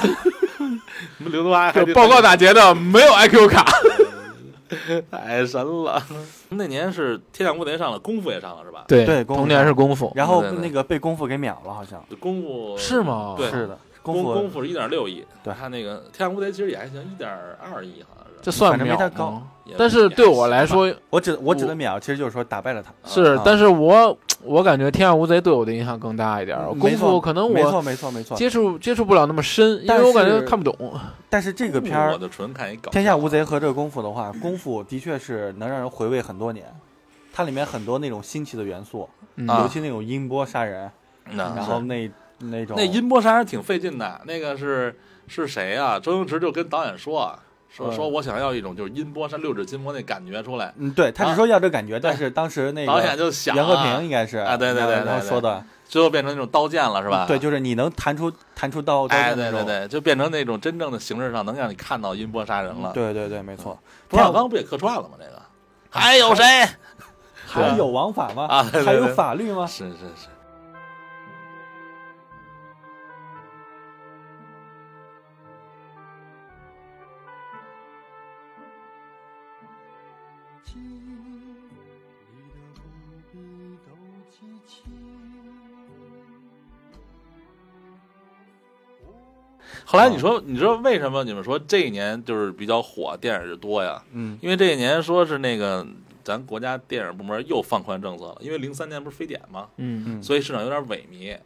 S1: 刘德华还
S3: 就报告打劫的没有 I Q 卡。
S1: 太哎神了。 *laughs* 那年是《天降功臣》上了，《功夫》也上了，是吧？
S3: 对
S2: 对功夫
S3: 同年是功夫，
S2: 然后
S1: 对对对
S2: 那个被功夫给秒了，好像
S1: 就功夫
S3: 是吗？
S1: 对
S2: 是的，
S1: 功
S2: 夫
S1: 功夫是一点六亿，
S2: 对
S1: 他那个《天降功臣》其实也还行，一点二亿好像是。
S3: 这算
S2: 反正没
S3: 秒
S2: 他高嗯
S3: 吗？
S1: 也
S3: 但是对我来，说
S2: 我指我指的秒其实就是说打败了他，
S3: 是
S2: 啊，
S3: 但是我我感觉《天下无贼》对我的影响更大一点儿。
S2: 嗯
S3: 功
S2: 没
S3: 夫
S2: 错
S3: 可能
S2: 没
S3: 我
S2: 错没错没错。
S3: 接触接触不了那么深，因
S2: 但
S3: 为我感觉
S2: 是
S3: 看不懂。
S2: 但是这
S1: 这
S2: 个片儿
S1: 我就纯看一搞
S2: 《天下无贼》和这个功夫的话，功夫的确是能让人回味很多年。它里面很多那种新奇的元素，
S3: 嗯
S1: 啊
S2: 尤其那种音波杀人，
S1: 那
S2: 然后那那种
S1: 那音波杀人挺费劲的，那个是是谁啊？周星驰就跟导演说啊，说
S2: 嗯
S1: 说我想要一种就是音波杀六指金魔那感觉出来，
S2: 嗯，对，他是说要这感觉，但是当时那
S1: 导演
S2: 个
S1: 啊就想
S2: 袁和
S1: 啊
S2: 平应该是
S1: 啊对对对对
S2: 然后
S1: 对
S2: 说的
S1: 最后变成那种刀剑了是吧？
S2: 嗯对，就是你能弹出弹出刀刀
S1: 哎
S2: 的
S1: 对
S2: 那
S1: 对
S2: 种，
S1: 对，就变成那种真正的形式上能让你看到音波杀人了。，
S2: 啊嗯对对对，没错。
S1: 冯小刚不也客串了吗？
S2: 嗯
S1: 这个还有谁？
S2: 还有王法吗？
S1: 啊对对
S2: 还有
S1: 对
S2: 法律吗？
S1: 是是是。
S4: 记你的不必都记起。
S1: 后来你
S2: 嗯
S1: 说，你知道为什么你们说这一年就是比较火，电影就多呀？
S2: 嗯，
S1: 因为这一年说是那个咱国家电影部门又放宽政策了，因为零三年不是非典嘛，
S3: 嗯
S2: 嗯
S1: 所以市场有点萎靡。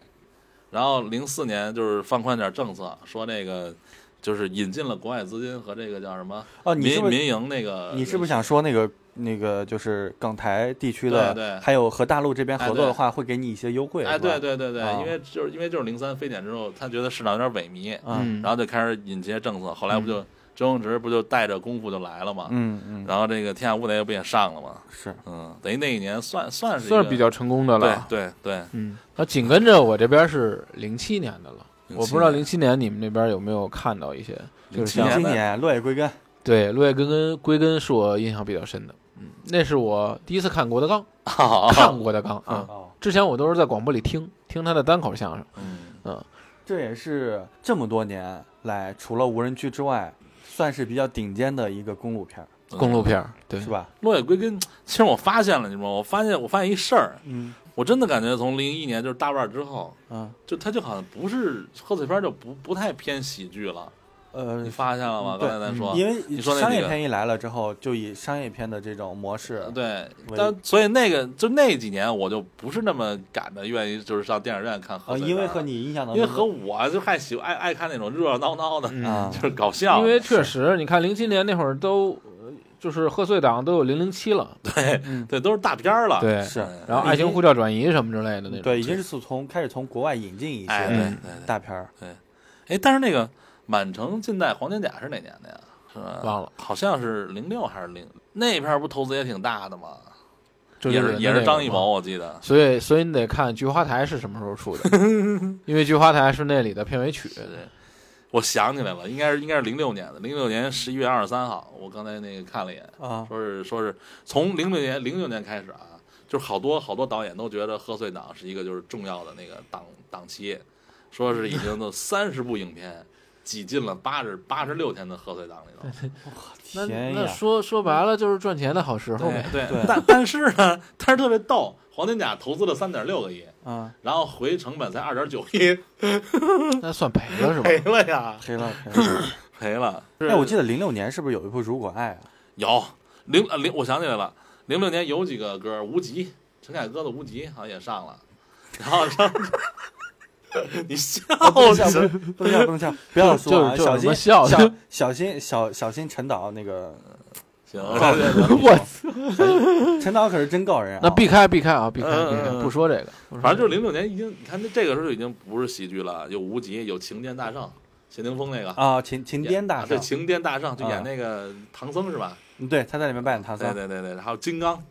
S1: 然后零四年就是放宽点政策，说那个就是引进了国外资金和这个叫什么
S2: 哦，你是
S1: 民
S2: 不是
S1: 民营那个，
S2: 你是不是想说那个那个就是港台地区的，
S1: 对对
S2: 还有和大陆这边合
S1: 哎
S2: 作
S1: 对
S2: 的话，会给你一些优惠？
S1: 哎，
S2: 是吧
S1: 对，对对对，
S2: 啊
S1: 因为就是因为就是零三非典之后，他觉得市场有点萎靡，
S2: 嗯
S1: 然后就开始引这些政策。后来不就周星驰不就带着功夫就来了嘛，
S2: 嗯嗯，
S1: 然后这个《天下无贼》不也上了嘛，
S2: 是
S1: 嗯，等于那一年算算是一
S3: 算是
S1: 个
S3: 比较成功的
S1: 对
S3: 了。
S1: 对对，
S3: 嗯，那紧跟着我这边是零七年的了，我不知
S1: 07
S3: 道零七年你们那边有没有看到一些，就是
S1: 今
S3: 像
S2: 今
S1: 年的
S2: 年落叶归根，
S3: 对《落叶归根》归根是我印象比较深的。嗯，那是我第一次看郭德纲，
S1: *laughs* 好，
S3: 看郭德纲啊。
S2: 哦，
S3: 之前我都是在广播里听听他的单口相声，啊
S1: 嗯
S2: 这也是这么多年来除了无人区之外，算是比较顶尖的一个公路片儿，
S3: 公路片儿，对
S2: 是，吧？
S1: 嗯落叶归根，其实我发现了，你知道吗？我发现我发现一事儿，
S2: 嗯
S1: 我真的感觉从零一年就是大腕儿之后，
S2: 嗯
S1: 就他就好像不是贺岁片儿就不不太偏喜剧了，
S2: 呃
S1: 你，发现了吗？刚
S2: 嗯对
S1: 才咱说，
S2: 因为
S1: 说那
S2: 商业
S1: 几个
S2: 片一来了之后，就以商业片的这种模式，
S1: 对，
S2: 为
S1: 但所以那个就那几年我就不是那么赶着愿意就是上电影院看贺
S2: 啊，
S1: 岁片儿了、
S2: 因为和你影响的，
S1: 因为和我就爱喜爱爱看那种热热闹闹的，*laughs*
S2: 啊
S1: 就是搞笑的，
S3: 因为确实，你看零七年那会儿都呃就是贺岁档都有零零七了，
S2: 嗯
S1: 对都是大片儿了，
S3: 对
S2: 是
S1: 嗯
S3: 然后《爱情呼叫转移》什么之类的那种，
S2: 对，已经是从开始从国外引进一
S1: 哎对
S2: 些
S1: 对对。
S2: 大片儿，
S1: 哎，但是那个《满城尽带黄金甲》是哪年的呀？是吧
S3: 忘了，
S1: 好像是零六还是零那片儿不投资也挺大的吗？
S3: 就
S1: 也
S3: 是
S1: 是也是张艺谋，
S3: 谋。
S1: 我记得。
S3: 所以，所以你得看《菊花台》是什么时候出 *laughs* 的，因为《菊花台》是那里的片尾曲。
S1: 对，我想起来了，应该是应该是零六年的，零六年十一月二十三号，我刚才那个看了一眼，
S2: 啊，
S1: 说是说是从零六年零六年开始啊，就是好多好多导演都觉得贺岁档是一个就是重要的那个档档期，说是已经都三十部影片挤进了八十八十六天的贺岁档里头。
S3: 那
S2: 便宜
S3: 那
S2: 啊
S3: 说说白了就是赚钱的好时
S1: 对
S3: 候呗。
S1: 对，
S2: 对
S1: 但但是呢，但是特别逗，黄金甲投资了三点六个亿，
S2: 啊，
S1: 然后回成本才二点九亿， *laughs*
S3: *laughs* 那算赔了是吧？
S1: 赔了呀，
S2: 黑了黑了。
S1: 赔了。
S2: 哎，我记得零六年是不是有一部《如果爱》啊？
S1: 有零呃零，我想起来了，零六年有几个歌，《无极》陈凯歌的《无极》好像也上了，然后上， *laughs* 你笑
S2: 不能笑，
S1: 什么？
S2: 不能笑，不能笑，不要说啊，
S3: 就就
S2: 小
S3: 有
S2: 心
S3: 什么笑的
S2: 小小心小小心陈导那个，
S1: 行，
S2: *laughs*
S3: 我操
S2: 陈导可是真告人啊。
S3: 那避开避开啊，避开避开
S1: 嗯嗯，嗯
S3: 不说这个。不说
S1: 反正就
S3: 这
S1: 是零
S3: 个
S1: 六年已经，你看那这个时候已经不是喜剧了，有《无极》，有《情癫大圣》，谢霆锋那个。
S2: 啊，秦秦
S1: 演
S2: 癫大
S1: 啊对，
S2: 圣，
S1: 情癫大圣就演
S2: 啊
S1: 那个唐僧是吧？
S2: 嗯对，他在里面扮演唐
S1: 对
S2: 僧，
S1: 对对对，还有金刚，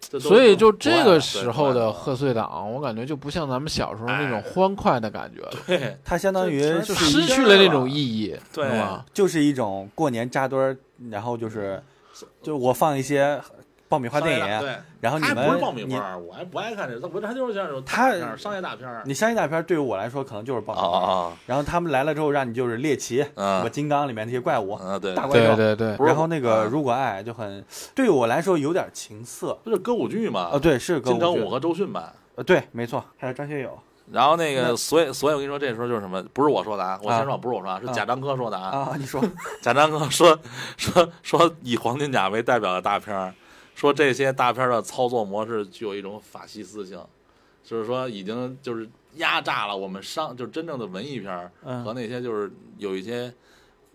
S1: 这都
S3: 所以
S1: 是
S3: 就这
S1: 国外
S3: 个
S1: 的
S3: 时候的，
S1: 对
S3: 贺岁档，我感觉就不像咱们小时候那种欢快的感觉了，
S1: 国外
S2: *laughs*
S1: 的
S2: 他相当于
S1: 这
S3: 就
S1: 这
S2: 是
S3: 失
S2: 一
S1: 是
S3: 去了那种意义，
S1: 对
S3: 是吧？
S1: 嗯
S2: 就是一种过年扎堆儿，然后就是就我放一些。爆米花电
S1: 商业大
S2: 影，啊
S1: 对，
S2: 然后你
S1: 他
S2: 们
S1: 不是爆米
S2: 你
S1: 花，我还不爱看这，我这他就是像这种
S2: 他
S1: 大片儿商业大片儿。
S2: 你商业大片对于我来说可能就是爆
S1: 啊
S2: 米花，
S1: 啊
S2: 然后他们来了之后让你就是猎奇，
S1: 嗯
S2: 什么金刚里面那些怪物
S1: 啊，啊！对，
S2: 大怪
S3: 对
S2: 兽，
S3: 对对，
S1: 不是
S2: 然后那个
S1: 嗯
S2: 如果爱就很对于我来说有点情色
S1: 不是歌舞剧嘛？
S2: 啊，对，是歌
S1: 金城
S2: 舞剧
S1: 武和周迅吧。
S2: 呃对，没错，还有张学友
S1: 然后那
S2: 那
S1: 个，所以所以我跟你说，这时候就是什么？不是我说的啊，我
S2: 啊
S1: 先说不是我说啊，是
S2: 啊
S1: 贾樟柯说的啊。
S2: 啊，
S1: *laughs*
S2: 你说
S1: 贾樟柯说说说以黄金甲为代表的大片儿，说这些大片儿的操作模式具有一种法西斯性，就是说已经就是压榨了我们商就是真正的文艺片儿和
S2: 嗯
S1: 那些就是有一些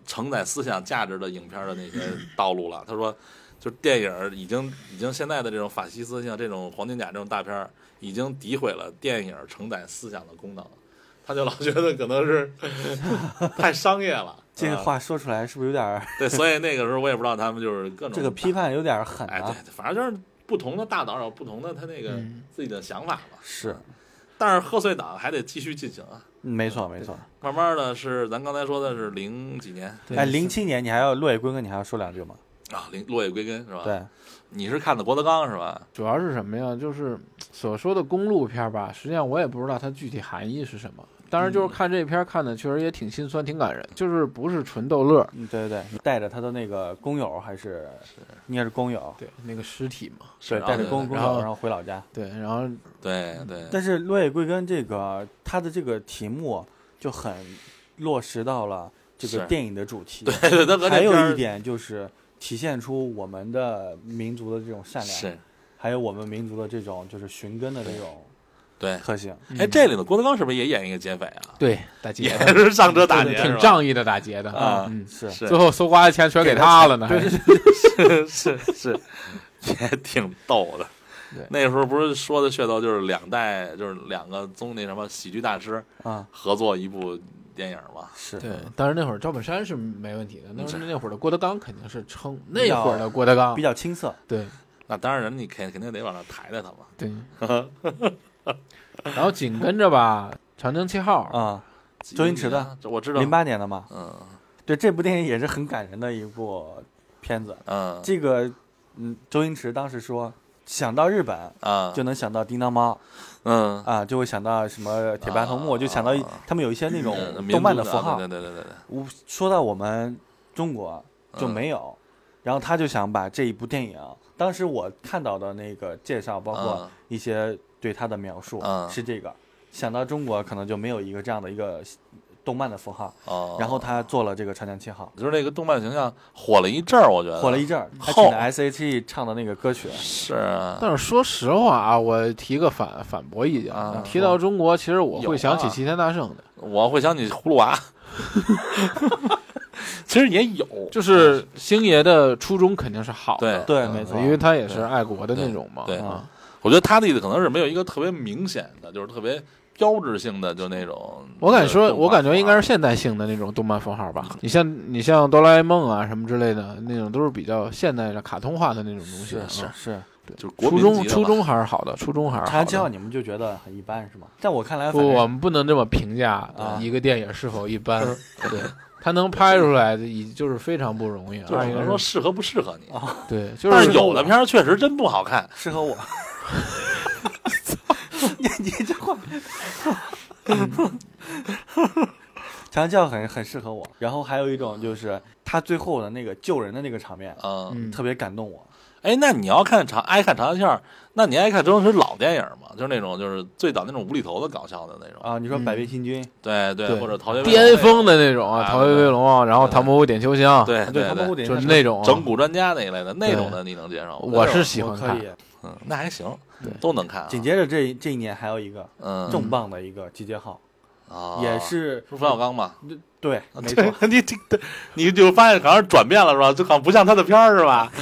S1: 承载思想价值的影片儿的那
S2: *laughs*
S1: 些道路了。他说，就是电影儿已经已经现在的这种法西斯性、这种黄金甲这种大片儿，已经诋毁了电影儿承载思想的功能。他就老觉得可能
S2: *laughs*
S1: 是太商业了，
S2: 这
S1: 啊
S2: 话说出来是不是有点儿
S1: 对，所以那个时候我也不知道他们就是各种
S2: 这个批
S1: 打，
S2: 判有点儿狠
S1: 嗯哎，对
S2: 啊？，
S1: 反正就是不同的大导有不同的他那个
S3: 嗯
S1: 自己的想法吧。
S2: 是，
S1: 但是贺岁档还得继续进行啊，
S2: 没错没错。
S1: 慢慢的是咱刚才说的是零几年
S3: 对
S2: 哎，零七年你还要落叶归根，你还要说两句吗？
S1: 啊，零落叶归根是吧？，
S2: 对，
S1: 你是看的郭德纲是吧？
S3: 主要是什么呀？就是所说的公路片儿吧，实际上我也不知道它具体含义是什么。当然，就是看这片儿看的确实也挺心酸、挺感人，就是不是纯逗乐儿。
S2: 嗯对对对，带着他的那个工友还是应该是工友，
S3: 对，那个尸体嘛，
S1: 是
S2: 对，
S1: 啊
S2: 带着工
S1: 对
S2: 工
S3: 然
S2: 友
S3: 后
S2: 然后回老家。
S3: 对，然后
S1: 对对对
S2: 嗯但是落叶归根这个它的这个题目就很落实到了这个
S1: 是
S2: 电影的主题，
S1: 对对，他和这
S2: 还
S1: 片
S2: 有
S1: 儿
S2: 一点就是体现出我们的民族的这种善良，
S1: 是
S2: 还有我们民族的这种就是寻根的这种
S1: 对。
S2: 特性。
S1: 哎，这里头郭德纲是不是也演一个劫匪啊？
S3: 对打
S1: 也
S3: 劫，
S1: 是上车打劫，
S3: 挺仗义的打劫的
S1: 啊
S3: 嗯，
S2: 是
S1: 是吧，
S3: 最后搜刮的钱全给他了呢，
S2: 对
S3: 还是
S1: 是 *laughs* 是是，也挺逗的
S3: 对。
S1: 那时候不是说的噱头就是两代，就是两个综那什么喜剧大师
S2: 啊，
S1: 合作一部电影嘛。
S2: 是
S3: 对。当然那会儿赵本山是没问题的，那
S1: 是
S3: 那会儿的郭德纲肯定是撑，那会儿的郭德纲
S2: 比，较青涩，
S3: 对
S1: 那当然，人你肯肯定得往上抬抬他嘛。
S3: 对。然后紧跟着吧，《长征七号》
S2: 啊，周星驰的
S1: 几几年啊，这我知道。
S2: 零八年的嘛，
S1: 嗯
S2: 对，这部电影也是很感人的一部片子。
S1: 嗯
S2: 这个，嗯，周星驰当时说，想到日本
S1: 啊，
S2: 就能想到叮当猫
S1: 嗯
S2: 啊，就会想到什么铁八铜木，
S1: 啊
S2: 就想到一
S1: 啊
S2: 他们有一些那种
S1: 嗯民
S2: 动漫
S1: 族
S2: 的符号
S1: 对。对对对对，
S2: 我说到我们中国就
S1: 嗯
S2: 没有，然后他就想把这一部电影，当时我看到的那个介绍，包括
S1: 嗯
S2: 一些对他的描述、
S1: 嗯
S2: 是这个，想到中国可能就没有一个这样的一个动漫的符号，
S1: 哦，
S2: 然后他做了这个《长江七号
S1: 就是那个动漫形象火了一阵儿，我觉得》，
S2: 火了一阵儿，还
S1: 呃后
S2: 请了 S.H.E E 唱的那个歌曲，
S1: 是啊，
S3: 但是说实话啊，我提个反反驳意见
S1: 啊
S3: 提到中国，其实我
S1: 有啊
S3: 会想起齐天大圣的，
S1: 我会想起葫芦
S3: *laughs*
S1: 娃，其实也 *laughs* 有，
S3: 就是星爷的初衷肯定是好的，啊
S2: 对，
S1: 嗯
S2: 没错，
S3: 因为他也是爱国的那种嘛，
S1: 对对
S3: 啊，
S1: 我觉得他的意思可能是没有一个特别明显的，就是特别标志性的，就那种。
S3: 我敢说，
S1: 就是
S3: 我感觉应该是现代性的那种动漫符号吧。你像你像哆啦 A 梦啊什么之类的那种，都是比较现代的卡通化的那种东西啊。
S2: 是是是，
S1: 就是国
S3: 初
S1: 民
S3: 中
S1: 级的吧
S3: 初中还是好的，初中还是
S2: 《长
S3: 好
S2: 江七号》
S3: 的。
S2: 你们就觉得很一般是吗？在我看来，
S3: 不，
S2: 反正
S3: 我们不能这么评价
S2: 啊
S3: 一个电影是否
S1: *laughs*
S3: 一般。对，它能拍出来的已就是非常不容易了。
S1: 就是只能
S3: 二
S1: 说
S3: 一个是
S1: 适合不适合你。
S2: 啊
S3: 对，就
S1: 但
S3: 是
S1: 是有的片儿确实真不好看，
S2: 适合我。你你这话，长教很很适合我。然后还有一种就是他最后的那个救人的那个场面，
S1: 嗯，
S3: 嗯
S2: 特别感动我。
S1: 哎，那你要看长爱看长线儿，那你爱看周星驰老电影吗？就是那种就是最早那种无厘头的搞笑的那种，
S2: 啊，你说
S3: 嗯
S2: 百变星君，
S1: 对对，
S3: 对
S1: 或者逃学威龙
S3: 巅峰的那种啊，
S1: 啊
S3: 《逃学威龙》啊，然后《
S1: 对
S3: 唐伯虎点秋香》，
S1: 对
S2: 啊
S1: 对
S2: 他们
S1: 对，
S2: 会
S3: 就是那种啊
S1: 整蛊专家那一类的那种的，你能接受吗？
S3: 我是喜欢
S2: 可
S3: 看
S2: 以。
S1: 嗯，那还行
S3: 对，
S1: 都能看啊。
S2: 紧接着这这一年还有一个
S1: 嗯
S2: 重磅的一个集结号，
S1: 啊
S2: 也是
S1: 是冯小刚吧？
S2: 对，没错
S1: 对，， *laughs* 你这个你就发现好像转变了是吧？就好像不像他的片儿是吧？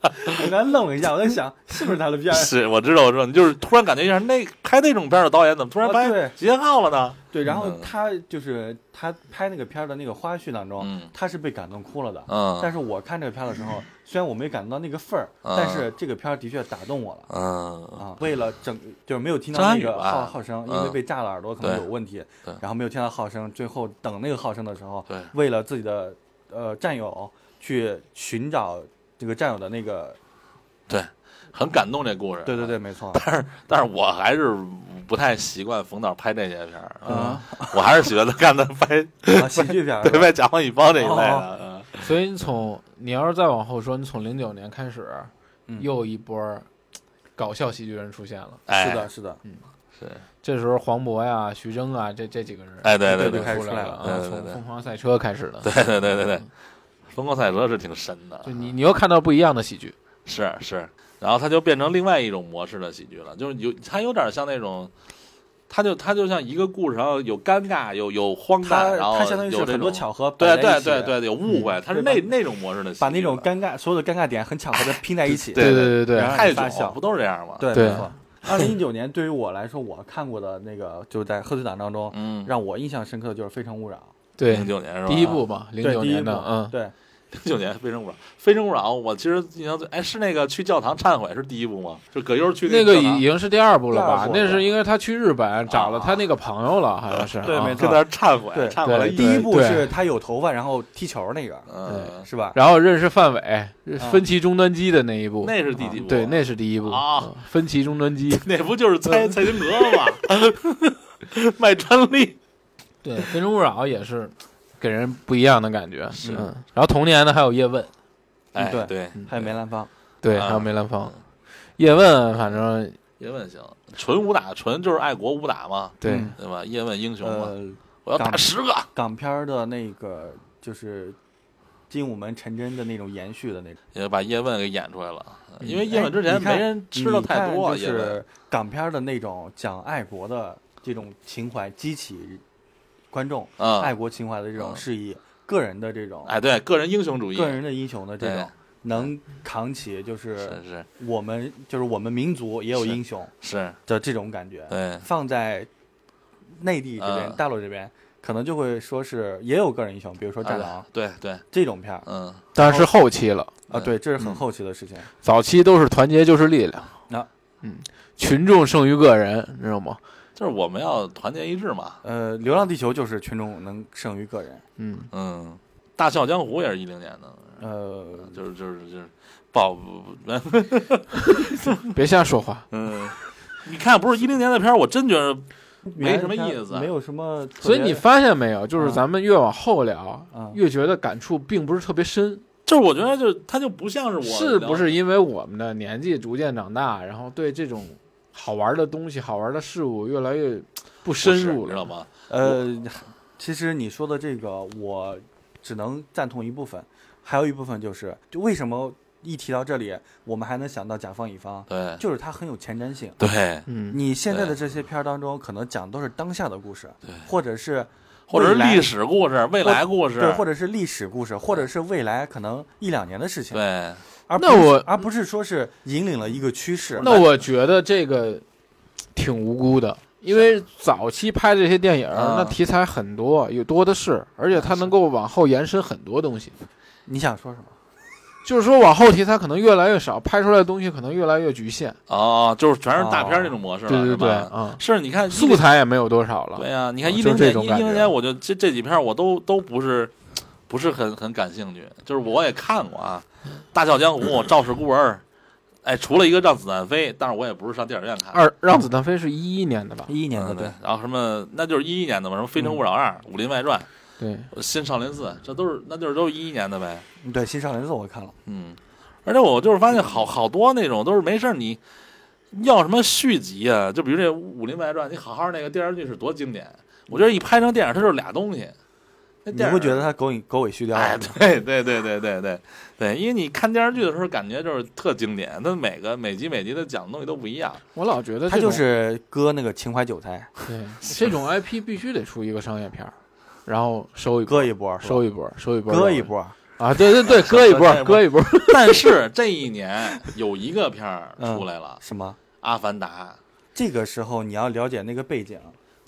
S2: 我刚愣了一下，我在想是不是他的片儿？
S1: 是，我知道，我知道，你就是突然感觉一下，那拍那种片儿的导演怎么突然
S2: 啊
S1: 发
S2: 对
S1: 现集结号了呢？
S2: 对，然后
S1: 嗯
S2: 他就是他拍那个片儿的那个花絮当中，
S1: 嗯
S2: 他是被感动哭了的。但
S1: 嗯
S2: 是我看这个片儿的时
S1: *laughs*
S2: 候，虽然我没感动到那个份儿，
S1: 嗯
S2: 但是这个片儿的确打动我了
S1: 嗯，
S2: 啊！为了整就是没有听到
S1: 张
S2: 那
S1: 宇
S2: 个
S1: 吧
S2: 号号声，因为
S1: 嗯
S2: 被炸了耳朵可能
S1: 对
S2: 有问题
S1: 对，
S2: 然后没有听到号声，最后等那个号声的时候，
S1: 对
S2: 为了自己的呃战友去寻找这个战友的那个，
S1: 很感动这故事。啊
S2: 对对
S1: *laughs*
S2: 对，没错，
S1: 但是我还是不太习惯冯导拍这些片儿， *laughs*
S2: 啊
S1: 嗯我还是喜欢他看他 *laughs* 拍
S2: 啊喜剧片儿，
S1: 对外甲方乙方这一类的。嗯
S3: 所以你从你要是再往后说，你从零九年开始，
S2: 嗯
S3: 又一波儿搞笑喜剧人出现了。
S1: 哎，
S2: 是的，，是的，
S1: 是，
S3: 这时候黄渤呀、徐峥啊，这这几个人，
S1: 哎对对
S3: 对
S1: 对
S3: 对，
S2: 开始
S3: 出
S2: 出来
S3: 了
S2: 了
S3: 啊，
S1: 对对
S3: 从
S1: 对
S3: 疯狂赛车开始的。
S1: *laughs* 对对对对对，疯狂赛车是挺深的，
S3: 就你你又看到不一样的喜剧，
S1: 是是，然后它就变成另外一种模式的喜剧了，就是有它有点像那种，它就它就像一个故事，然后有尴尬，有有荒
S2: 他
S1: 诞，然后
S2: 他相当于是
S1: 有这
S2: 很多
S1: 种
S2: 巧合摆
S1: 对
S2: 在
S1: 对
S2: 一起，嗯
S1: 对对，有误会，它是
S2: 对
S1: 那那种模式的喜剧
S2: 把
S1: 了，
S2: 那种尴尬所有的尴尬点很巧合的拼在一起，
S1: 对
S3: 对对对
S2: 然后
S1: 泰
S2: 你发
S1: 囧
S2: 笑
S1: 不，都是这样吗？
S2: 对，
S3: 对
S2: 没错。二零一九年对于我来说，我看过的那个就在贺岁档当中，
S1: 嗯，
S2: 让我印象深刻的就是《非诚勿扰
S3: 对
S1: 零九年是吧？
S3: 第一部嘛，》，零
S2: 对，
S3: 九
S2: 第一
S3: 年的，
S2: 部
S3: 嗯，
S2: 对，
S1: 零九年《非诚勿扰》，《非诚勿扰》我其实印象最哎是那个去教堂忏悔是第一部吗？就葛优去
S3: 那个
S1: 教堂
S3: 已经是第二部了
S2: 第
S3: 吧
S2: 二？部了
S3: 那是应该他去日本找了他那个朋友了，好像是。
S2: 对
S3: 啊
S2: 没错
S1: 跟那儿忏悔，
S2: 对
S1: 忏悔了
S3: 对
S1: 一
S2: 第一部
S3: 对
S2: 是他有头发然后踢球那个，
S1: 嗯，
S2: 是吧？
S3: 然后认识范伟，分歧终端机的啊那一部，
S1: 那是第几部啊
S3: 对，那是第一部
S1: 啊
S3: 嗯分歧终端机。
S1: 那不就是蔡蔡金格吗？
S2: *laughs*
S1: 卖专利，
S3: 对，《非诚勿扰》也是给人不一样的感觉。
S1: 是
S3: 嗯，然后同年呢还有叶问，
S1: 哎
S2: 对
S1: 对，
S2: 还有梅兰芳，
S3: 嗯对，
S1: 啊
S3: 还有梅兰芳。叶问反正
S1: 叶问行，纯武打，纯就是爱国武打嘛，
S3: 对
S2: 嗯
S1: 对吧？叶问英雄嘛，
S2: 呃，
S1: 我要打
S2: 港
S1: 十个，
S2: 港片儿的那个就是精武门陈真的那种延续的那种。
S1: 也把叶问给演出来了。
S2: 嗯
S1: 因为叶问之
S2: 哎
S1: 前
S2: 你看
S1: 没人吃的太多，
S2: 你
S1: 叶
S2: 看就
S1: 问
S2: 是港片儿的那种讲爱国的这种情怀，激起观众爱
S1: 嗯，
S2: 国情怀的这种
S1: 嗯
S2: 示意，个人的这种
S1: 哎，对，个人英雄主义，
S2: 个人的英雄的这
S1: 对
S2: 种，能扛起就是是
S1: 是
S2: 我们就是我们民族也有
S1: 是
S2: 英雄
S1: 是，
S2: 的这种感觉，
S1: 对，
S2: 放在内地这边、
S1: 嗯
S2: 大陆这边，可能就会说是也有个人英雄，比如说《战狼
S1: 啊》对对，
S2: 这种片儿
S1: 嗯，
S3: 当然是后期了，
S2: 啊，
S1: 嗯
S2: 对，这是很
S3: 嗯
S2: 后期的事情。
S3: 早期都是团结就是力量
S2: 啊，
S3: 嗯，群众胜于个人，你知道吗？
S1: 就是我们要团结一致嘛，
S2: 呃，《流浪地球》就是群众能胜于个人，
S3: 嗯，
S1: 嗯，《大笑江湖》也是一零年的，
S2: 呃，
S1: 就是就是就是，爆不不不
S3: 别瞎说话。
S1: 嗯， *laughs* 你看，不是一零年的片儿，我真觉得没什么意思啊
S2: 没有什么特别，
S3: 所以你发现没有，就是
S2: 啊
S3: 咱们越往后聊
S2: 啊，
S3: 越觉得感触并不是特别深，
S1: 就是我觉得就它就不像是我
S3: 是不是因为我们的年纪逐渐长大，然后对这种好玩的东西、好玩的事物越来越不深入
S1: 你知道
S3: 了？
S1: 吗？
S2: 呃，其实你说的这个，我只能赞同一部分，还有一部分就是，就为什么一提到这里，我们还能想到甲方乙方，
S1: 对
S2: 就是它很有前瞻性。
S1: 对，
S3: 嗯，
S2: 你现在的这些片儿当中，可能讲都是当下的故事，或者是
S1: 或者是
S2: 未来
S1: 历史故事、未来故事，
S2: 对，或者是历史故事，或者是未来可能一两年的事情，
S1: 对
S2: 而不
S3: 那
S2: 是
S3: 我
S2: 而不是说是引领了一个趋势。
S3: 那我觉得这个挺无辜的。因为早期拍这些电影儿，
S1: 啊
S3: 那题材很多，有多的是，而且它能够往后延伸很多东西。
S2: 你想说什么？
S3: 就是说，往后题材可能越来越少，拍出来的东西可能越来越局限。
S1: 哦，就是全是大片儿那种模式
S3: 对
S1: 了，
S3: 对
S1: 是
S3: 对，
S1: 吧？
S3: 啊，
S1: 是，你看
S3: 素。材也没有多少了。
S1: 对呀，你看
S3: 啊
S1: 一
S3: 就
S1: 零
S3: 是这
S1: 年
S3: 种
S1: 一
S3: 感觉
S1: 零年，我就这这几片儿我都都不是不是很很感兴趣，就是我也看过啊，《大笑江湖》《赵氏孤儿》，哎，除了一个《让子弹飞》，但是我也不是上电影院看。
S3: 二《让子弹飞》是一一年的吧？
S2: 一一年的
S1: 嗯对，然后什么那就是一一年的嘛，什么《非诚勿扰二》《武林外传》
S3: 对，
S1: 《新少林寺》，这都是那就是都是一一年的呗。
S2: 对对，新少林寺我看了，
S1: 嗯，而且我就是发现好好多那种都是没事儿你要什么续集啊，就比如这《武林外传》，你好好那个电视剧是多经典，我觉得一拍成电影它就是俩东西。那
S2: 你
S1: 电影
S2: 会觉得它啊狗尾狗尾续貂了
S1: 哎，对对对对对对对，因为你看电视剧的时候感觉就是特经典，它每个每集每集的讲的东西都不一样。 *laughs*
S3: 我老觉得
S2: 他
S3: 这
S2: 就
S3: 种
S2: 是割那个情怀韭菜，
S3: 对 *laughs* 这种 IP 必须得出一个商业片儿，然后收一波
S2: 割一波，
S3: 收一波，收一波，
S2: 割一波，
S3: 啊！对对对，割一波，割一波。
S1: 但是这一年有一个片儿
S2: 嗯
S1: 出来了，
S2: 什么？
S1: 阿凡达》。
S2: 这个时候你要了解那个背景，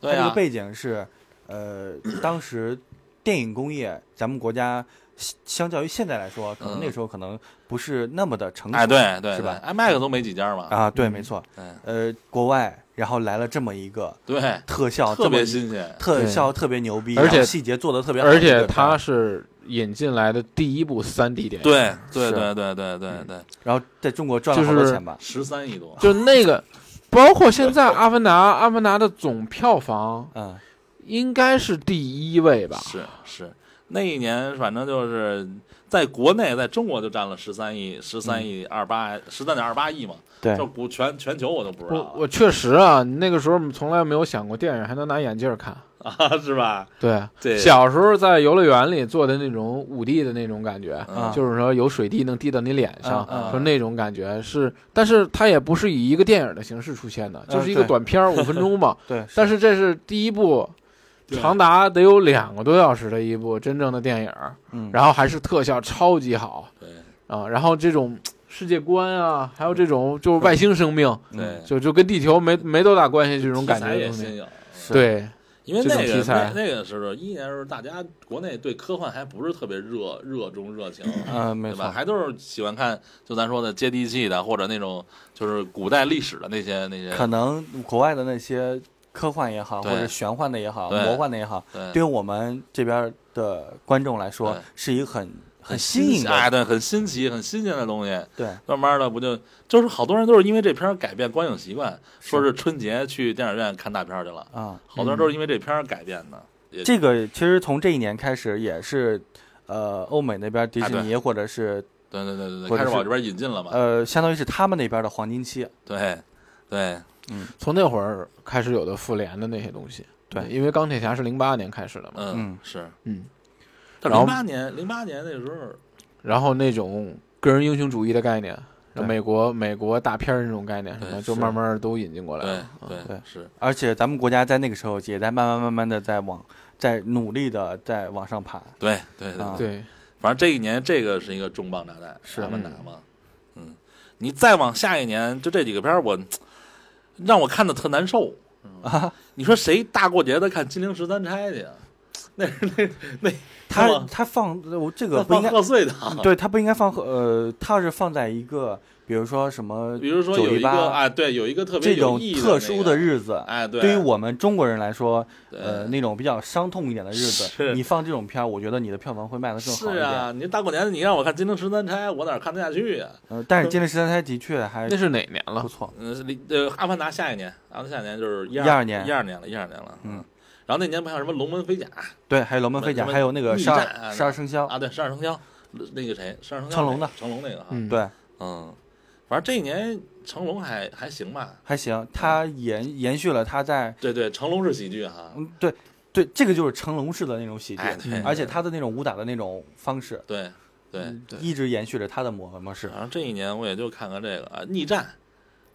S1: 对啊
S2: 它
S3: 啊
S2: 这
S1: 呀、
S2: 个背景是，呃，当时电影工业咱们国家相相较于现在来说，可能那
S1: 嗯
S2: 时候可能不是那么的成熟。
S1: 哎，对对，
S2: 是吧
S1: 对？iMac 都没几家嘛，
S2: 啊，对，没错。
S1: 嗯，
S2: 呃，国外然后来了这么一个
S1: 对，
S2: 特
S3: 哦
S2: 效，
S1: 特别
S2: 这么
S1: 新鲜，
S2: 特效特别牛逼，
S3: 而且
S2: 然后细节做的特别好，
S3: 而且
S2: 对吧
S3: 它是引进来的第一部三 D 电影，
S1: 对对
S2: 是
S1: 对对对对
S3: 嗯
S1: 对，
S2: 然后在中国赚了好
S3: 就
S2: 多
S3: 是
S2: 钱吧？
S1: 十三亿多，
S3: 就那个，包括现在《阿凡达》，《阿凡达》的总票房
S2: 嗯，
S3: 应该是第一位吧？
S1: 是是，那一年反正就是在国内，在中国就占了十三亿，十三
S3: 嗯
S1: 亿二八，十三点二八亿嘛，
S2: 对
S1: 就不全全球我都不知
S3: 我
S1: 道了
S3: 我确实啊，那个时候从来没有想过电影还能拿眼镜儿看。
S1: 啊， *laughs* 是吧？
S3: 对，
S1: 对，
S3: 小时候在游乐园里做的那种五 D 的那种感觉，
S1: 嗯
S3: 就是说有水滴能滴到你脸上，
S1: 嗯嗯
S3: 说那种感觉是，但是它也不是以一个电影的形式出现的，
S2: 嗯
S3: 就是一个
S2: 对
S3: 短片儿五分钟嘛。
S2: 对。
S3: 但是这是第一部，
S1: 对
S3: 长达得有两个多小时的一部真正的电影，
S2: 嗯，
S3: 然后还是特效超级好
S1: 对
S3: 啊，然后这种世界观啊，还有这种就是外星生命，
S1: 对，
S3: 嗯就就跟地球没没多大关系这种
S1: 题
S3: 感
S1: 材嗯
S3: 觉的
S1: 也
S3: 东
S1: 新
S3: 西。
S1: 颖，
S2: 是
S3: 对，
S1: 因为
S3: 这种
S1: 那
S3: 题
S1: 个
S3: 材
S1: 那那个时候一年时候，大家国内对科幻还不是特别热热衷热情，
S2: 嗯，没
S1: 对
S2: 错
S1: 吧？，还都是喜欢看，就咱说的接地气的，或者那种就是古代历史的那些那些。
S2: 可能国外的那些科幻也好，或
S1: 对
S2: 者玄幻的也好，
S1: 对
S2: 魔幻的也好，
S1: 对，
S2: 对于我们这边的观众来说
S1: 对，
S2: 是一个很很
S1: 新
S2: 新颖
S1: 哎，对，
S2: 的，
S1: 很新奇、很新鲜的东西。
S2: 对，
S1: 慢慢的，不就就是好多人都是因为这片儿改变观影习惯，
S2: 是
S1: 说是春节去电影院看大片儿去了，
S2: 啊。
S1: 好多人都是因为这片儿改变的。也
S2: 这个其实从这一年开始也是，呃，欧美那边迪
S1: 啊
S2: 士尼或者是
S1: 对对对对对，
S2: 或者
S1: 开
S2: 是
S1: 始往这边引进了嘛？
S2: 呃，相当于是他们那边的黄金期。
S1: 对对，
S3: 从那会儿开始有的复联的那些东西。
S2: 对
S3: 因为钢铁侠是零八年开始的嘛，
S1: 嗯
S2: 嗯
S1: 是。
S3: 嗯，
S1: 但
S3: 然后
S1: 零八年零八年那时候，
S3: 然后那种个人英雄主义的概念，
S2: 对
S3: 美国美国大片儿那种概念什么，
S1: 对
S3: 就是慢慢都引进过来
S1: 对
S3: 了。嗯
S1: 对
S2: 嗯对
S1: 是，
S2: 而且咱们国家在那个时候也在慢慢慢慢的在往在努力的在往上爬。
S1: 对对对对
S2: 啊
S3: 对，
S1: 反正这一年这个是一个重磅炸弹，
S2: 是
S1: 阿凡达嘛，嗯，你再往下一年，就这几个片儿，我让我看的特难受啊！你说谁大过节的看《金陵十三钗》去啊？那是那那
S2: 他
S1: 吗
S2: 他放呃我这
S1: 那
S2: 个不
S1: 放
S2: 应该，嗯
S1: 贺岁档，
S2: 对他不应该放呃，他要是放在一个比如说什么
S1: *laughs* 比如说有一个
S2: 918
S1: 啊，对，有一个特别
S2: 这
S1: 有
S2: 种
S1: 意义
S2: 特
S1: 那
S2: 殊
S1: 个
S2: 的，日子，
S1: 哎，对，
S2: 对于我们中国人来说，
S1: 对
S2: 呃，那种比较伤痛一点的日子，
S1: 是
S2: 你放这种片儿，我觉得你的票房会卖得更
S1: 是
S2: 好一点。
S1: 啊，你大过年的你让我看《金陵十三钗》，我哪看得下去呀？
S2: 呃，但是《金陵十三钗》的确
S1: 哎
S2: 还
S3: 那是哪年了
S1: *laughs*
S2: 不？错，
S1: 嗯，是离呃，《阿凡达》下一年，《阿凡达》下一年就是一
S2: 12年
S1: 一二年了，一二年了，
S2: 嗯。
S1: 然后那年不还有什么《龙门飞甲》
S2: 对，还有《龙门飞甲》，
S1: 什么
S2: 还有那个
S1: 逆
S2: 十二
S1: 战啊
S2: 十二生肖，
S1: 啊，对，十二生肖，那个谁，十二生肖
S2: 成龙的
S1: 那个成龙那个哈，
S3: 嗯，
S2: 对，
S1: 嗯，反正这一年成龙还还行吧，
S2: 还行，他延延续了他在
S1: 对对，成龙是喜剧哈，
S2: 嗯，对对，这个就是成龙式的那种喜剧，
S1: 哎对
S2: 嗯而且他的那种武打的那种方式，
S1: 对对，
S3: 对
S2: 一直延续着他的模模式。
S1: 然后这一年我也就看看这个啊，逆战，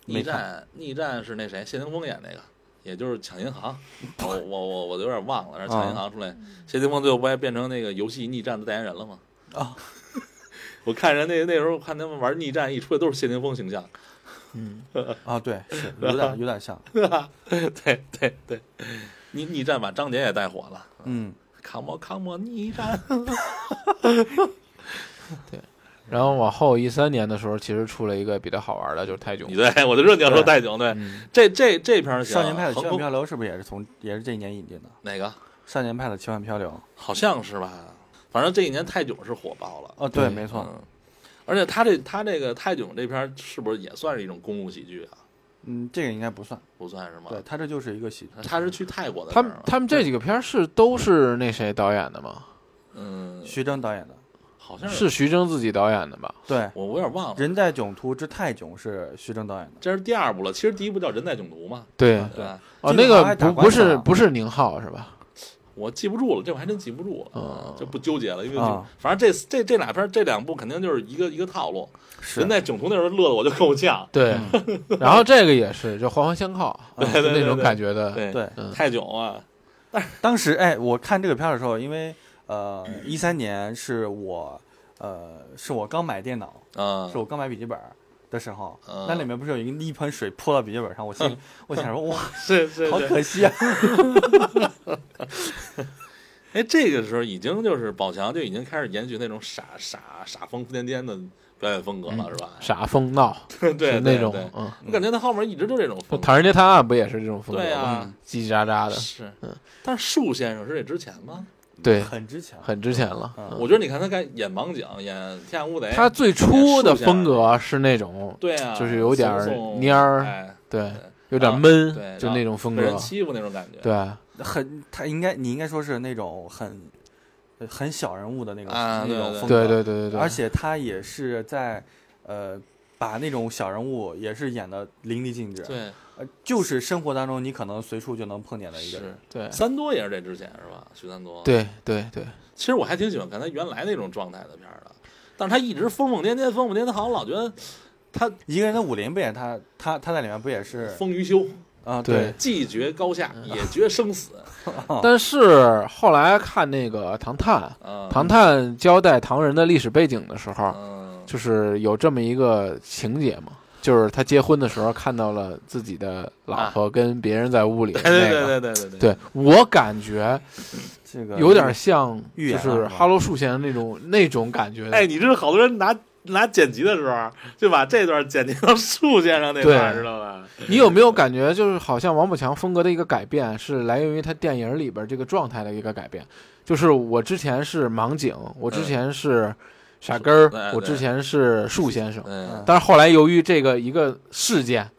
S1: 逆
S2: 没看
S1: 战，逆战是那谁，谢霆锋演那个。也就是抢银
S2: *laughs*
S1: 行，我我我我都有点忘了，然后抢银
S2: 啊
S1: 行出来，谢霆锋最后不还变成那个游戏逆战的代言人了吗？
S2: 啊，
S1: *laughs* 我看人那那时候看他们玩逆战，一出来都是谢霆锋形象，
S2: 啊，对，是有点有点像，
S1: 对对对，逆逆战把张杰也带火了，
S2: 嗯，
S1: 康莫康莫逆战，
S3: 然后往后一三年的时候，其实出了一个比较好玩的，就是泰囧
S1: 你。对我就知道你要说戴景，对，
S3: 嗯，
S1: 这这这片儿行
S2: 少年派的奇
S1: 啊横
S2: 幻
S1: 空
S2: 漂流是不是也是从也是这一年引进的？
S1: 哪个？
S2: 少年派的奇幻漂流，
S1: 好像是吧，反正这一年泰囧是火爆了，
S2: 哦，对，
S3: 对
S2: 没错，
S1: 嗯，而且他这他这个泰囧这片儿是不是也算是一种公路喜剧啊？
S2: 嗯，这个应该不算，
S1: 不算是吗？
S2: 对，他这就是一个喜剧，
S1: 他是去泰国的片
S3: 他
S1: 儿
S3: 们
S1: 吗，
S3: 他们这几个片儿是都是那谁导演的吗？
S1: 嗯，
S2: 徐峥导演的，
S1: 好像
S3: 是徐峥自己导演的吧？
S2: 对，
S1: 我我有点忘
S2: 《
S1: 了，
S2: 人在囧途之泰囧》是徐峥导演的，
S1: 这是第二部了。其实第一部叫《人在囧途》嘛，
S3: 对，
S1: 对啊吧？
S3: 哦，
S2: 这
S3: 那
S2: 个好像
S3: 个
S2: 还打
S3: 不
S2: 官
S3: 不
S2: 司
S3: 是
S2: 呢
S3: 不是宁浩是吧？
S1: 我记不住了，这我还真记不住了，
S3: 哦
S1: 就不纠结了，因为、
S2: 啊
S1: 反正这这这俩片儿这两部肯定就是一个一个套路。
S2: 是
S1: 人在囧途那时候乐的我就够呛，
S3: 对， *laughs* 然后这个也是，就环环相靠，
S1: 嗯 *laughs* 对
S3: 啊
S1: 对
S3: 就
S1: 对
S3: 那种
S1: 对
S3: 感觉的。
S1: 对
S2: 对，
S3: 嗯
S1: 泰囧啊，
S2: 当时哎，我看这个片儿的时候，因为呃，一三年是我呃是我刚买电脑，
S1: 嗯
S2: 是我刚买笔记本儿的时候，
S1: 嗯
S2: 那里面不是有一个一盆水泼到笔记本上，我心我想说哇，
S1: 是是
S2: 好
S1: 是
S2: 可惜啊！
S1: 哎，这个时候已经就是宝强就已经开始延续那种傻傻傻疯癫癫的表演风格
S3: 嗯
S1: 了，是吧？
S3: *laughs* 傻疯闹，
S1: 对对
S3: 是那
S1: 对
S3: 种
S1: 对，
S3: 嗯，
S1: 我感觉他后面一直就这种
S3: 那
S1: 风
S3: 《
S1: 格。
S3: 唐人街探案》不也是这种风格
S1: 对
S3: 吗？
S1: 啊，
S3: 叽叽喳喳的，
S1: 是
S3: 嗯，
S1: 但是树先生是这之前吗？
S3: 对，
S2: 很值钱。
S3: 很值钱了。
S2: 嗯
S3: 嗯
S1: 我觉得你看他干演盲井、演天下无贼，
S3: 他最初的风格是那种，
S1: 对啊，
S3: 就是有点
S1: 怂怂
S3: 蔫儿
S1: 哎
S3: 对
S1: 对，
S3: 有点
S1: 然
S3: 闷，
S1: 后
S3: 就那种风
S1: 被人
S3: 格，
S1: 欺负那种感觉。
S3: 对，
S2: 很，他应该你应该说是那种很呃很小人物的那种、
S1: 啊
S2: 那种
S1: 对
S2: 风格，
S3: 对对对对对，
S2: 而且他也是在呃把那种小人物也是演的淋漓尽致，
S1: 对
S2: 呃，就是生活当中你可能随处就能碰见的一个人，
S1: 是
S3: 对
S1: 三多也是这之前是吧？许三多。，
S3: 对对对，
S1: 其实我还挺喜欢看他原来那种状态的片儿的，但是他一直疯疯癫癫，疯疯癫癫，好像老觉得他
S2: 一个人的武林不也他他他在里面不也是
S1: 疯于修，
S2: 啊、
S3: 对
S1: 既决高下，也决生死。嗯
S3: 但是后来看那个《唐探》，
S1: 啊，
S3: 《唐探》交代唐人的历史背景的时候，
S1: 嗯，
S3: 就是有这么一个情节嘛，就是他结婚的时候看到了自己的老婆跟别人在屋里
S1: 啊对
S3: 那
S1: 对
S3: 个。
S1: 对对对对
S3: 对我感觉
S2: 这个
S3: 有点像，
S2: 预
S3: 就
S2: 言啊
S3: 是
S2: 是吧
S3: 哈喽树先生那种那种感觉。
S1: 哎，你知道好多人拿拿剪辑的时候，就把这段剪辑到树先生那段，
S3: 对
S1: 知道吧？
S3: 你有没有感觉，就是好像王宝强风格的一个改变，是来源于他电影里边这个状态的一个改变？就是我之前是盲井，我之前是傻根儿
S1: 嗯对对，
S3: 我之前是树先生，
S1: 嗯
S3: 但是后来由于这个一个事
S1: *laughs*
S3: 件，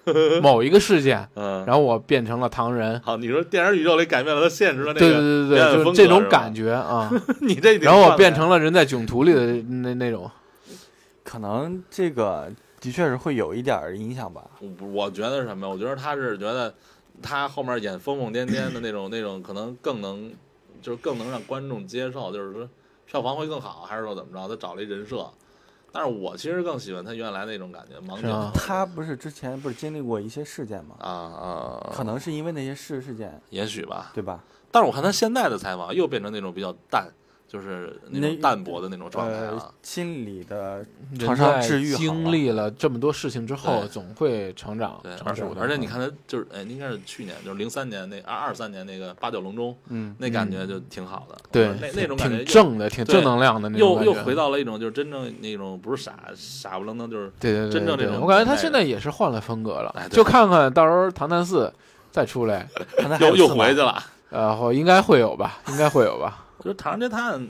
S3: 某一个事件，
S1: 嗯。
S3: 然后我变成了唐人。
S1: 好，你说电影宇宙里改变了他现实的那个，
S3: 对对对
S1: 表演
S3: 对，
S1: 风
S3: 就是
S1: 格
S3: 这种
S1: 是吧
S3: 感觉啊。
S1: *laughs* 你这
S3: 然后我变成了人在囧途里的那那种。
S2: 可能这个的确是会有一点儿影响吧，
S1: 我我觉得是什么呀？我觉得他是觉得他后面演疯疯癫癫的那种 *clears throat* 那种，可能更能就是更能让观众接受，就是说票房会更好，还是说怎么着？他找了一人设，但是我其实更喜欢他原来那种感觉，盲
S3: 是啊吗
S1: 点
S2: 他不是之前不是经历过一些事件吗？
S1: 啊啊，
S2: 可能是因为那些事事件，
S1: 也许吧。
S2: 对吧？
S1: 但是我看他现在的采访又变成那种比较淡，就是那种
S2: 那
S1: 淡薄的那种状态
S2: 呃
S1: 啊。，
S2: 心理的
S3: 人
S2: 创伤
S3: 在
S2: 治愈好了
S3: 经历了这么多事情之后，
S1: 对
S3: 总会成长啊
S1: 对，
S3: 成
S1: 而且
S3: 熟的。
S1: 而且你看他就是，哎，应该是去年，就是零三年那二二三年那个八角笼中，
S2: 嗯，
S1: 那感觉就挺好的。
S3: 对
S1: 我那那种感觉
S3: 挺
S1: 又
S3: 正的，挺
S1: 对
S3: 正能量的那种
S1: 又
S3: 感
S1: 又
S3: 觉
S1: 回到了一种就是真正那种不是傻傻不愣登，就是
S3: 对对对，
S1: 真正
S3: 对
S1: 这种
S3: 我感觉
S1: 年
S3: 他
S1: 代
S3: 现在也是换了风格了，
S1: 哎对
S3: 就看看到时候《唐探四》再出来，
S2: 可能还
S1: 又
S2: 有
S1: 又
S2: 刺
S1: 回
S2: 嘛
S1: 去了。
S3: 呃，或应该会有吧，应该会有吧。
S1: 我觉得《唐人街探案》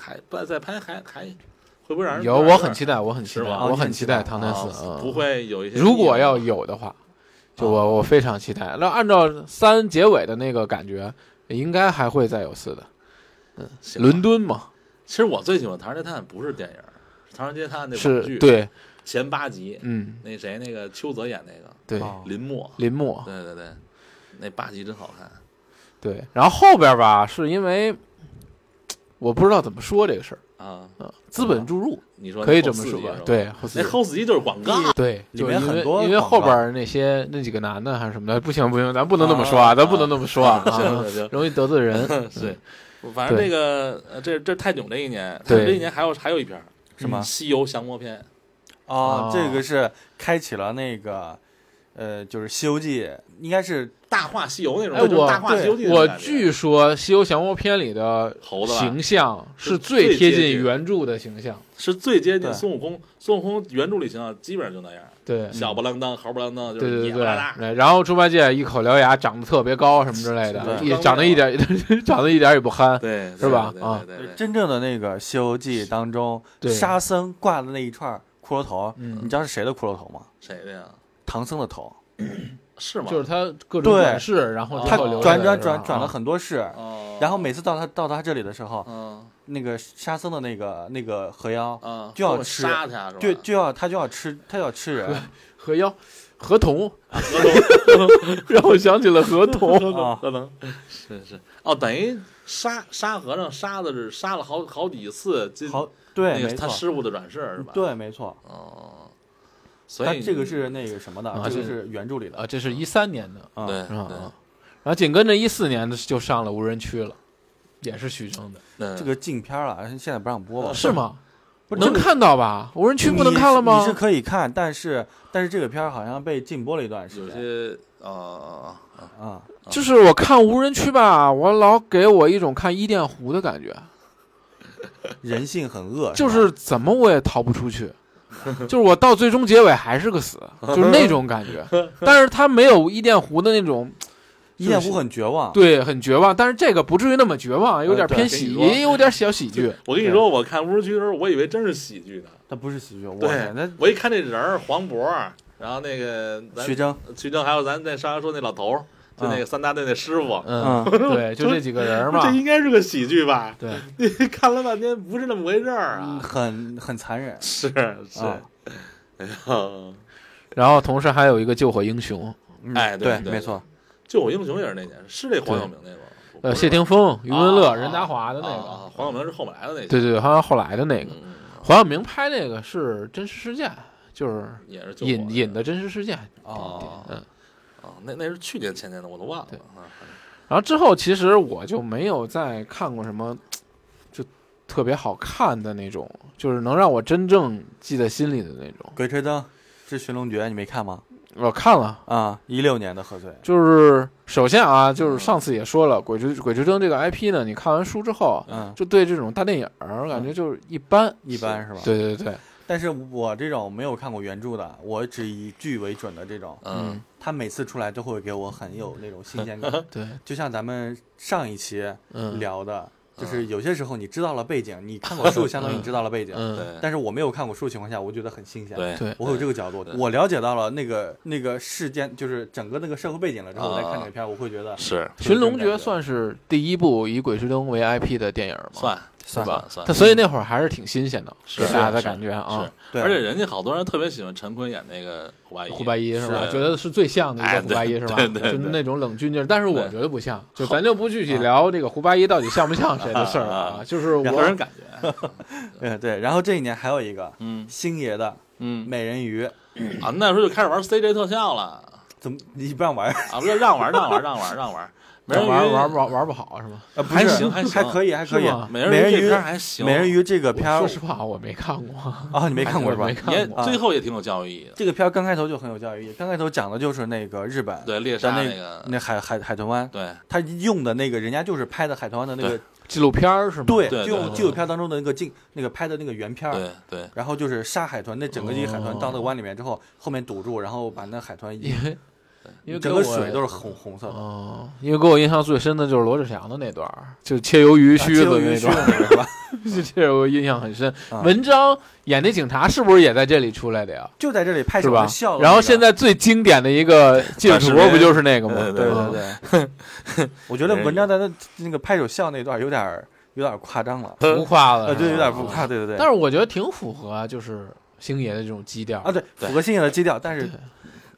S1: 还再再拍还还会不会让人
S3: 有，我很期待，我很期
S1: 是
S3: 待，
S1: 吗
S2: 哦你
S3: 我很
S2: 很
S3: 期
S2: 期
S3: 待《
S2: 待
S3: 唐
S1: 待啊哦
S3: 探四》嗯。
S1: 不会哦有一些。
S3: 如果要有的话，就我我非常期待。那按照三结尾的那个感觉，应该还会再有四的。
S1: 行吧
S3: 伦，敦嘛，
S1: 其实我最喜欢《唐人街探案》不是电影，《唐人街探案》那网
S3: 是
S1: 剧
S3: 对，
S1: 前八集，
S3: 嗯，
S1: 那谁那个邱泽演那个
S3: 对，
S2: 哦
S1: 林默，
S3: 林默，
S1: 对对对，那八集真好看。
S3: 对。然后后边吧，是因为我不知道怎么说这个事儿
S1: 啊，
S3: 啊，资本注入
S1: 你说
S3: 可以
S1: 那
S3: 这
S1: 嗯后
S3: 么
S1: 四
S3: 说
S1: 集
S3: 吧
S1: 是，
S3: 对，后四
S1: 那
S3: 集
S1: 后四集就是广告，
S3: 对，
S2: 里
S3: 就
S2: 面
S3: 因
S2: 很
S3: 为
S2: 多
S3: 因为
S2: 广
S3: 后
S2: 告
S3: 边儿那些那几个男的还是什么的，不行不行，咱不能那么说
S1: 啊
S3: 咱不能那么
S1: *laughs*
S3: 说啊，
S1: 行
S3: 啊
S1: 行行，
S3: 容易得罪
S1: *laughs*
S3: 人。嗯
S1: 是，反正
S3: 对
S1: 这个呃，这这泰囧这一年，泰
S3: 对嗯
S1: 囧这一年还有还有一篇儿
S2: 是吗？
S1: 《西游降魔篇
S2: 哦
S3: 哦，
S2: 这个是开启了那个，呃，就是《西游记》，应该是》，
S1: 大话西游那种，
S3: 哎
S1: 对就是
S3: 我
S1: 大话西游记那种
S3: 我
S1: 感觉
S3: 据说《西游降魔篇》里的
S1: 猴子吧
S3: 形象是
S1: 是
S3: 最
S1: 最
S3: 贴
S1: 接
S3: 近
S1: 近
S3: 原著的形象，
S1: 是最接近
S2: 对
S1: 孙悟空，孙悟空原著里形象基本上就那样，
S3: 对。
S1: 小不啷当，猴不啷当，就
S3: 嗯对
S1: 是
S3: 对
S1: 野不
S3: 对
S1: 拉拉，
S3: 对，然后猪八戒一口獠牙，长得特别高什么之类的，
S2: 对
S3: 也长得一点 *laughs* 长得一点也不憨。
S1: 对，
S3: 是吧
S1: 对
S3: 啊
S1: 对对对，
S2: 真正的那个《西游记》当中，
S3: 对
S2: 沙僧挂的那一串骷髅头，
S3: 嗯
S2: 你知道是谁的骷髅头吗？
S1: 谁的呀？
S2: 唐僧的头，
S1: 是吗？
S3: 就是他各种
S2: 对
S3: 转世，然后
S1: 哦
S2: 他
S3: 最后留
S2: 转
S3: 下
S2: 转
S3: 的
S2: 转
S3: 是
S2: 转了
S3: 吧啊
S2: 很多世，
S1: 哦，
S2: 然后每次到他到他这里的时候，
S1: 嗯
S2: 那个沙僧的那个那个河妖，
S1: 嗯，
S2: 就要
S1: 后面
S2: 吃
S1: 杀他是吧？
S2: 就就要他就要吃他就要吃人
S3: 河妖河童，
S1: 河童
S3: 让我想起了河童。
S2: *laughs* 啊，
S1: 河
S3: *laughs*
S1: 童，是是哦，等于杀杀和尚杀的是杀了好好几次，这
S2: 好
S1: 那
S2: 对，
S1: 个
S2: 没
S1: 是他
S2: 错，
S1: 师傅的转世是吧？
S2: 对，没错，
S1: 哦，所
S2: 他
S1: 以
S2: 这个是那个什么的
S3: 啊，
S2: 这
S3: 这
S2: 个是原著里的
S3: 啊，这是一三年 *laughs* 的，
S2: 啊，
S1: 对
S3: 啊
S1: 对，
S3: 然后紧跟着一四年的就上了无人区了，也是徐峥的，
S1: 那
S2: 这个禁片儿了，现在不让播吧？
S3: 呃是吗？
S2: 哦不是
S3: 能
S2: 这个
S3: 看到吧？无人区不能看了
S2: 你
S3: 吗
S2: 是？可以看，但是但是这个片儿好像被禁播了一段时
S1: 有
S2: 间
S1: 些啊，啊
S2: 啊。
S3: 就是我看无人区吧，我老给我一种看伊甸湖的感
S2: 啊
S3: 觉，
S2: 人性很恶，
S3: 就是是怎么我也逃不出
S2: *laughs*
S3: 去，就是我到最终结尾还是个死，就是那种感
S2: *laughs*
S3: 觉。但是它没有伊甸湖的那种，
S2: 伊甸湖很绝望。
S3: 对，很绝望，但是这个不至于那么绝望，啊有点
S2: 呃对
S3: 偏喜
S1: 跟哎你说
S3: 也有点小喜
S1: *laughs*
S3: 剧。
S1: 我跟你说，我看无人区的时候，我以为真是喜剧呢。
S2: 它不是喜剧，我
S1: 对
S2: 那，
S1: 我一看这人儿黄渤儿，然后那个咱
S2: 徐峥，
S1: 徐峥，还有咱那上回说那老头儿，就那个三大队那师傅， *laughs*
S3: 嗯，对，啊就这几个人儿嘛
S1: 这。应该是个喜剧吧？ *laughs*
S3: 对，
S1: 你看了半天不是那么回事儿啊！
S2: 嗯
S3: 嗯
S2: 很很残忍
S1: 是是，
S2: 啊。
S1: 哎呀，
S3: 然后同时还有一个救火英雄，
S2: 嗯
S1: 哎对
S2: 对，
S1: 对
S2: 没错，
S1: 救火英雄也是那年，是这黄晓明那个吗？不
S3: 呃，
S1: 是吧
S3: 谢霆锋、余文
S1: 啊
S3: 乐、任达华的那
S1: 啊啊
S3: 个，
S1: 黄晓明是后面来的那些
S3: 对对，对好像后来的那个。
S1: 嗯，
S3: 黄晓明拍那个是真实事件，就是
S1: 也是救火
S3: 引引的
S1: 的
S3: 真实事件。
S1: 哦
S3: 嗯，
S1: 啊，那那是去年前年的我都忘了
S3: 对
S1: 啊。
S3: 然后之后其实我就没有再看过什么就特别好看的那种，就是能让我真正记在心里的那种。
S2: 鬼吹灯之寻龙诀你没看吗？
S3: 我看了，
S2: 啊，一六年的贺岁，
S3: 就是首先啊，就是上次也
S1: 嗯
S3: 说了，《鬼吹鬼吹灯》这个 IP 呢，你看完书之后，啊
S2: 嗯，
S3: 就对这种大电影儿感觉就是一
S1: 嗯
S3: 般。
S2: 一般是吧？。
S3: 对对对，
S2: 但是我这种没有看过原著的，我只以剧为准的这种，
S1: 嗯，
S2: 他每次出来都会给我很有那种新鲜感。
S3: 对，
S1: 嗯
S2: 就像咱们上一期
S3: 嗯，
S2: 聊的，就是有些时候你知道了背景，你看过
S1: *laughs*
S2: 书，相当于你知道了背景。
S3: 嗯，
S1: 对
S2: 但是我没有看过书的情况下，我觉得很新鲜。
S1: 对
S3: 对
S2: 我会有这个角度
S1: 对，
S2: 我了解到了那个那个事件，就是整个那个社会背景了之后，我再看这个片儿，我会觉得
S1: 是
S3: 《寻龙诀》算是第一部以《鬼吹灯》为 IP 的电影吗？
S1: 算
S2: 算
S1: 吧算
S3: 他，所以那会儿还是挺新鲜的，
S1: 是
S3: 给大家的
S1: 是
S3: 感觉啊
S1: 是。
S2: 对，
S1: 而且人家好多人特别喜欢陈坤演那个胡八一，
S3: 胡八一是吧？
S1: 哎是
S3: 觉得是最像的一
S1: 哎
S3: 个胡八一是吧？
S1: 对对对
S3: 就
S1: 对
S3: 那种冷峻劲儿，但是我
S1: 对
S3: 觉得不像。就咱就不具体聊这个胡八一到底像不像谁的事儿
S1: 啊
S3: 啊，就是
S1: 个人
S3: 我
S1: 感觉，
S2: 嗯对。然后这一年还有一个
S1: 嗯
S2: 星爷的
S1: 嗯
S2: 美人鱼，
S1: 啊，那时候就开始玩 CJ 特效了
S2: 怎么你不让玩儿？ *laughs*
S1: 啊，不是让玩让玩让玩让玩，美人
S3: 玩
S1: 鱼
S3: 玩玩玩不好是吗？
S2: 呃不是
S1: 还行还
S2: 还
S1: 行
S2: 可以还可以
S3: 是。吗
S1: 美
S2: 美
S1: 人鱼
S2: 人
S1: 这
S2: 鱼
S1: 片儿还行，
S2: 美人鱼这个片
S3: 我
S2: 儿
S3: 说实话，我没看过，
S2: 啊， *laughs* 你没看过是吧啊
S3: 我没？
S1: 也
S3: 看过。
S1: 最后也挺有教育意义的，
S2: 这个片儿刚开头就很有教育意义，刚开头讲的就是那个日本
S1: 对猎
S2: 在
S1: 杀
S2: 那
S1: 个，
S2: 那海海海豚湾，
S1: 对
S2: 他用的那个人家就是拍的海豚湾的那个
S3: 纪录片儿是吗？
S2: 对，
S1: 对
S2: 就用
S1: 对
S2: 纪录片当中的那个镜，那个拍的那个原片儿。
S1: 对对，
S2: 然后就是杀海豚，那整个一个海豚到那个湾里面之后，后面堵住，然后把那海豚一
S3: 因为因为
S2: 整
S3: 给
S2: 个
S3: 我
S2: 水都是红红色的，
S3: 哦，因为给我印象最深的就是罗志祥的那段儿，就切鱿鱼须
S2: 啊
S3: 子
S2: 就有
S3: 那
S2: 一
S3: 段儿，
S2: 须
S3: *laughs*
S2: 子是吧？
S3: 就这我印象很深。
S2: 啊
S3: 文章演那警察是不是也在这里出来的呀？
S2: 就在这里拍
S3: 是
S2: 手
S3: 吧
S2: 就笑了那？个。
S3: 然后现在最经典的
S2: *laughs*
S3: 一个镜头不就是那个吗？
S1: 对
S2: 对
S3: 嗯
S2: 对对， *laughs* 我觉得文章在那那个拍手笑那段有点儿有点儿夸张了，
S3: *laughs* 浮夸了，
S2: 呃，对，有点儿
S3: 是吧
S1: 嗯
S2: 浮夸，。对对对。
S3: 嗯但是我觉得挺符合就是星爷的这种基调
S2: 啊，对，
S1: 对
S2: 符合星爷的基调，但是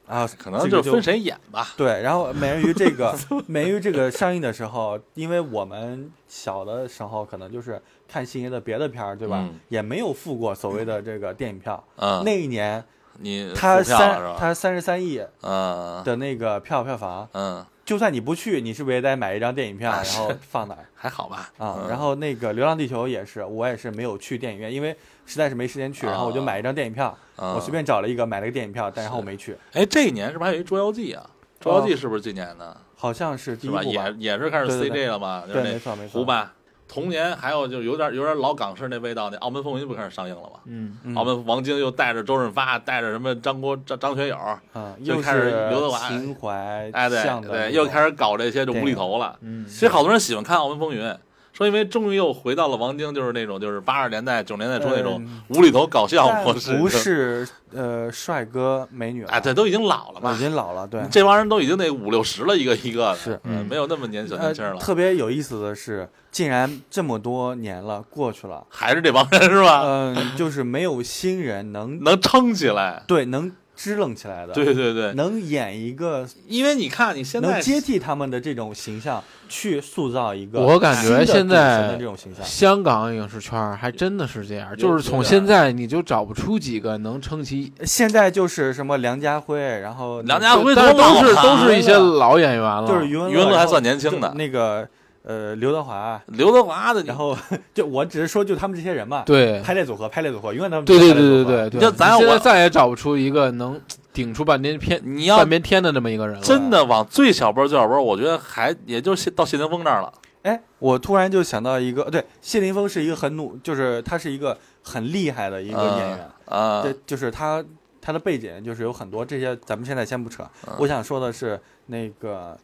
S2: 啊，
S1: 可能
S2: 这个
S1: 就
S2: 就
S1: 分谁演吧，
S2: 对，然后美人鱼这个美人鱼这个上映的时候，因为我们小的时候可能就是看星爷的别的片儿，对吧？
S1: 嗯
S2: 也没有付过所谓的这个电影票。
S1: 嗯，
S2: 那一年
S1: 你
S2: 他
S1: 付票了
S2: 三
S1: 是吧？
S2: 他三十三亿
S1: 嗯
S2: 的那个票票房，
S1: 嗯，
S2: 就算你不去，你是不是也得买一张电影票，
S1: 啊
S2: 然后放哪儿？
S1: 还好吧，
S2: 啊，
S1: 嗯
S2: 然后那个《流浪地球》也是，我也是没有去电影院，因为实在是没时间去，然
S1: 啊
S2: 后我就买一张电影票，
S1: 嗯
S2: 啊我随便找了一个买了个电影票，但然后我没去，
S1: 哎，这一年是不是还有一《捉妖记》啊？《捉妖记》是不是今年的？
S2: 好像是哦
S1: 是
S2: 第一
S1: 吧？
S2: 部吧
S1: 也，也是开始
S2: 对对
S1: CJ 了嘛，就
S2: 对，没
S1: 是
S2: 错没
S1: 那
S2: 错，
S1: 胡吧。童年还有就有点有点老港式那味道，那《澳门风云》不开始上映了吗？
S3: 嗯，
S2: 嗯
S1: 澳门王晶又带着周润发，带着什么张国张张学友，
S2: 嗯，
S1: 就
S2: 又
S1: 开始
S2: 是
S1: 刘德华
S2: 情怀
S1: 哎，对
S2: 向的那
S1: 对，
S2: 种，
S1: 又开始搞这些就无厘头了。
S3: 嗯
S1: 其实好多人喜欢看《澳门风云》，说因为终于又回到了王晶就是那种就是八十年代九十年代初那种
S2: 嗯
S1: 无厘头搞笑
S2: 但
S1: 模式，
S2: 不是呃帅哥美女了
S1: 啊，对，都已经老了嘛
S2: 已，经老了，对，
S1: *laughs* 这帮人都已经得五六十了，一个一个的，
S2: 是
S1: 嗯
S3: 嗯
S1: 没有那么年小年轻
S2: 呃
S1: 了，
S2: 特别有意思的是，竟然这么多年了过去了，
S1: 还是这帮人是吧？
S2: 嗯，就是没有新人能
S1: 啊能撑起来，
S2: 对能支棱起来的，
S1: 对对对，
S2: 能演一个
S1: 因为你看你现在
S2: 能接替他们的这种形象，去塑造一个
S3: 我感觉
S2: 新的主
S3: 现在
S2: 持人的这种形象，
S3: 香港影视圈儿还真的是这样，
S1: 有
S3: 就是从现在你就找不出几个能撑起。
S2: 现在就是什么梁家辉，然后
S1: 梁家辉
S3: 但是
S1: 多
S3: 都是
S1: 老啊
S3: 都是一些老演员了，
S2: 就是余文
S1: 余文乐
S2: 然
S1: 还
S2: 后
S1: 算年轻的
S2: 就那个呃刘德华，
S1: 刘德华的，你
S2: 然后就我只是说就他们这些人嘛，
S3: 对
S2: 拍类组合，拍类组合，永远他们
S3: 对
S2: 就是
S3: 对
S2: 拍类
S3: 对对
S2: 组合
S3: 对对，
S1: 你就咱
S3: 你现在
S1: 我
S3: 再也找不出一个能顶出半边天
S1: 你要
S3: 半边天的那么一个人了。
S1: 真的往最小波儿最小波儿，我觉得还也就是谢到谢霆锋这儿了。
S2: 哎，我突然就想到一个，对，谢霆锋是一个很努，就是他是一个很厉害的一个演员，
S1: 啊，
S2: 对，就是他他的背景就是有很多这些，咱们现在先不扯。
S1: 嗯
S2: 我想说的是那个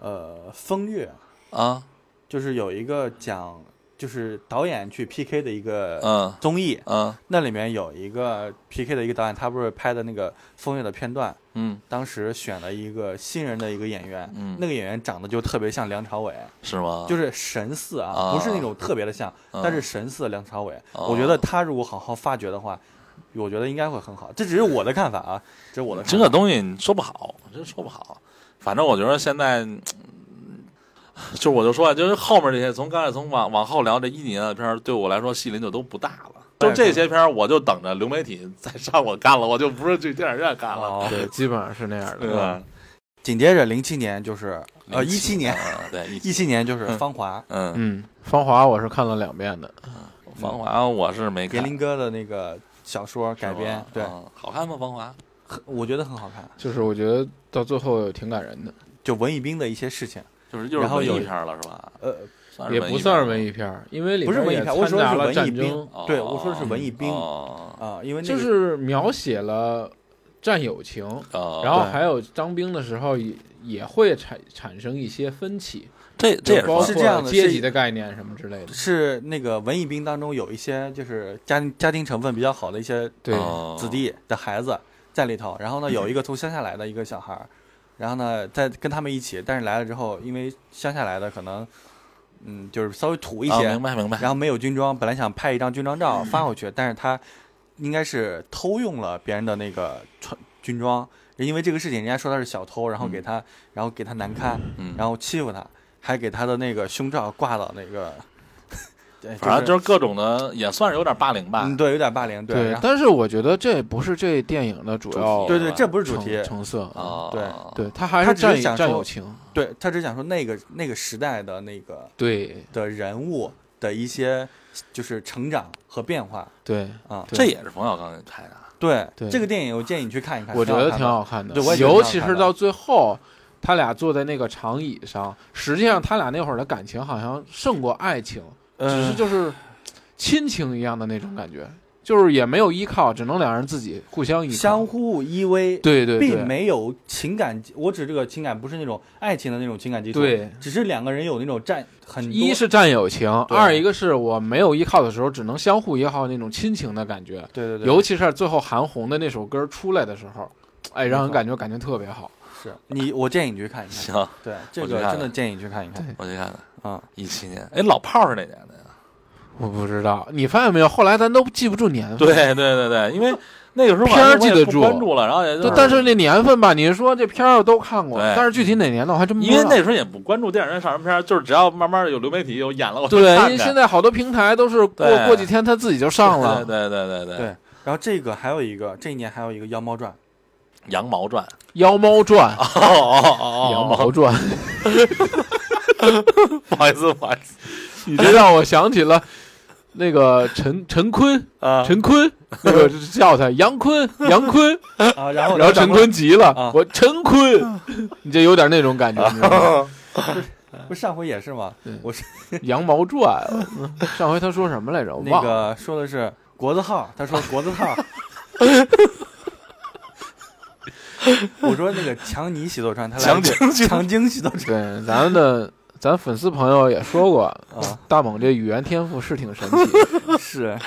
S2: 呃，风月，
S1: 啊，
S2: 就是有一个讲就是导演去 PK 的一个
S1: 嗯
S2: 综艺，
S1: 嗯
S2: 那里面有一个 PK 的一个导演，他不是拍的那个风月的片段，
S1: 嗯
S2: 当时选了一个新人的一个演员，
S1: 嗯，
S2: 那个演员长得就特别像梁朝伟。
S1: 是吗？
S2: 就是神似啊，
S1: 啊
S2: 不是那种特别的像，
S1: 嗯
S2: 但是神似梁朝伟。
S1: 哦
S2: 我觉得他如果好好发掘的话，我觉得应该会很好。这只是我的看法啊，这是我的看
S1: 这
S2: 法。
S1: 个东西你说不好，真说不好。反正我觉得现在，嗯就是我就说啊，就是后面这些，从刚才从往往后聊这一年的片儿，对我来说戏龄就都不大了。就这些片儿，我就等着流媒体再上我干了，我就不是去电影院干了，
S2: 哦，
S3: 对，基本上是那样的。
S1: 对吧？
S2: 紧接着零七年就是呃一七
S1: 17
S2: 年，
S1: 啊对一
S2: 一七年就是《
S1: 嗯
S2: 芳华》
S1: 嗯，
S3: 嗯，芳华我是看了两遍的，
S2: 嗯
S1: 芳华我是没
S2: 严
S1: 看
S2: 林哥的那个小说改
S1: 是
S2: 编
S1: 吧，
S2: 对，
S1: 嗯好看吗？芳华
S2: 很我觉得很好看，
S3: 就是我觉得到最后挺感人的，
S2: 就文艺兵的一些事情，
S1: 就是又是
S2: 然后
S1: 文
S2: 有
S1: 艺片儿了是吧？
S2: 呃，
S1: 算
S3: 也不算是文
S1: 艺
S3: 艺片儿，因为里
S2: 不是
S3: 边
S2: 文艺
S3: 也
S2: 片我
S3: 掺
S2: 说的
S3: 杂
S2: 是
S3: 了
S2: 文艺
S3: 战
S2: 兵
S3: 争，
S1: 片儿，
S2: 对我说的是文艺兵
S1: 哦
S2: 啊，因为那
S3: 就
S2: 个
S3: 是描写了战友情，
S1: 哦
S3: 然后
S2: 对
S3: 还有当兵的时候也也会产产生一些分歧，
S1: 这这也是
S3: 就包
S1: 方
S2: 是这样
S3: 括
S2: 的
S3: 阶
S2: 是
S3: 级的概念什么之类的。
S2: 是那个文艺兵当中有一些就是家庭家庭成分比较好的一些
S3: 对，
S1: 哦
S2: 子弟的孩子在里头，
S1: *laughs*
S2: 然后呢有一个从乡下来的一个小孩儿，然后呢在跟他们一起，但是来了之后，因为乡下来的可能，嗯，就是稍微土一
S1: 啊
S2: 些，
S1: 明白明白。
S2: 然后没有军装，本来想拍一张军装照发回去，但是他应该是偷用了别人的那个穿军装，因为这个事情人家说他是小偷，然后给
S3: 嗯
S2: 他，然后给他难堪，
S1: 嗯，
S2: 然后欺负他，还给他的那个胸罩挂到那个，对，
S1: 反正
S2: 就
S1: 就
S2: 是
S1: 是各种的，也算是有点霸凌吧
S2: 嗯，。对，有点霸凌，
S3: 对，
S2: 然后
S3: 但是我觉得这不是这电影的主
S1: 主
S3: 要
S1: 题
S2: 对对，这不是主
S3: 成
S2: 题，
S3: 成色，
S1: 啊，
S3: 对，他还
S2: 他只
S3: 是
S2: 是
S3: 战友
S2: 想
S3: 战
S2: 说
S3: 友情，
S2: 对他只想说那个那个时代的那个
S3: 对
S2: 的人物的一些就是成长和变化
S3: 对，
S2: 啊。
S1: 这也是冯小刚拍的啊。
S2: 对
S3: 对
S2: 这个电影，我建议你去看一看，
S3: 我觉得
S2: 看的。
S3: 挺好看的
S2: 对我也，觉得挺
S3: 尤
S2: 好
S3: 其
S2: 看
S3: 是
S2: 的
S3: 到最后。他俩坐在那个长椅上，实际上他俩那会儿的感情好像胜过爱情，只
S2: 嗯
S3: 是就是亲情一样的那种感觉，就是也没有依靠，只能两人自己互相依靠。
S2: 相互依偎，
S3: 对对对，
S2: 并没有情感基，我指这个情感不是那种爱情的那种情感基础，
S3: 对，
S2: 只是两个人有那种战很多
S3: 一是战友情，
S2: 对
S3: 二一个是我没有依靠的时候，只能相互依靠那种亲情的感觉。
S2: 对对对，
S3: 尤其是最后韩红的那首歌出来的时候，哎，让人感觉感觉特别好。
S2: 是你，我建议你去看一看，
S1: 行，
S2: 对，这
S1: 我去
S2: 个
S1: 看
S2: 真的
S1: 看
S2: 建议你去看一看
S1: 我去看看
S2: 啊。
S1: 一七年。哎，老炮儿是哪年的呀？
S3: 我不知道，你发现没有？后来咱都记不住年份。
S1: 对对对对，因为那个时候
S3: 片儿记得
S1: 我也不
S3: 住
S1: 关注了，然后也就
S3: 对，但是那年份吧，你说这片儿都看过，
S1: 对
S3: 但是具体哪年的我还真不知
S1: 因
S3: 道。
S1: 为那时候也不关注电影院上什么片儿，就是只要慢慢有流媒体有演了，我就
S3: 对，因
S1: 看
S3: 为
S1: 看
S3: 现在好多平台都是过
S1: 对
S3: 过几天它自己就上了。
S1: 对对对对
S2: 对，然后这个还有一个，这一年还有一个《妖猫
S3: *laughs*
S2: 传
S1: 《羊毛传》
S3: 妖猫传》，
S1: 哦哦哦哦，
S3: 羊毛传，
S1: *laughs* 不好意思不好意思
S3: 你这哎让我想起了那个陈陈坤，
S1: 啊，
S3: 陈坤，那个就是叫他杨坤，杨坤，》
S2: 啊，然后
S3: 然后陈坤急了
S2: 啊，
S3: 我陈坤，你这有点那种感觉，你知道吗
S2: 不是上回也是吗
S3: 对？
S2: 我是
S3: 羊毛传。上回他说什么来着？我
S2: 那
S3: 忘了。
S2: 个说的是国字号，他说国字
S3: *laughs*
S2: 号。我说那个强尼洗头船，他来
S1: 强
S2: 一句
S1: 行去
S2: 强精洗头船
S3: 对，咱们的咱粉丝朋友也说过，
S2: 啊，
S3: 大猛这语言天赋是挺神奇
S2: *laughs*
S3: 的
S2: 是
S3: 啊。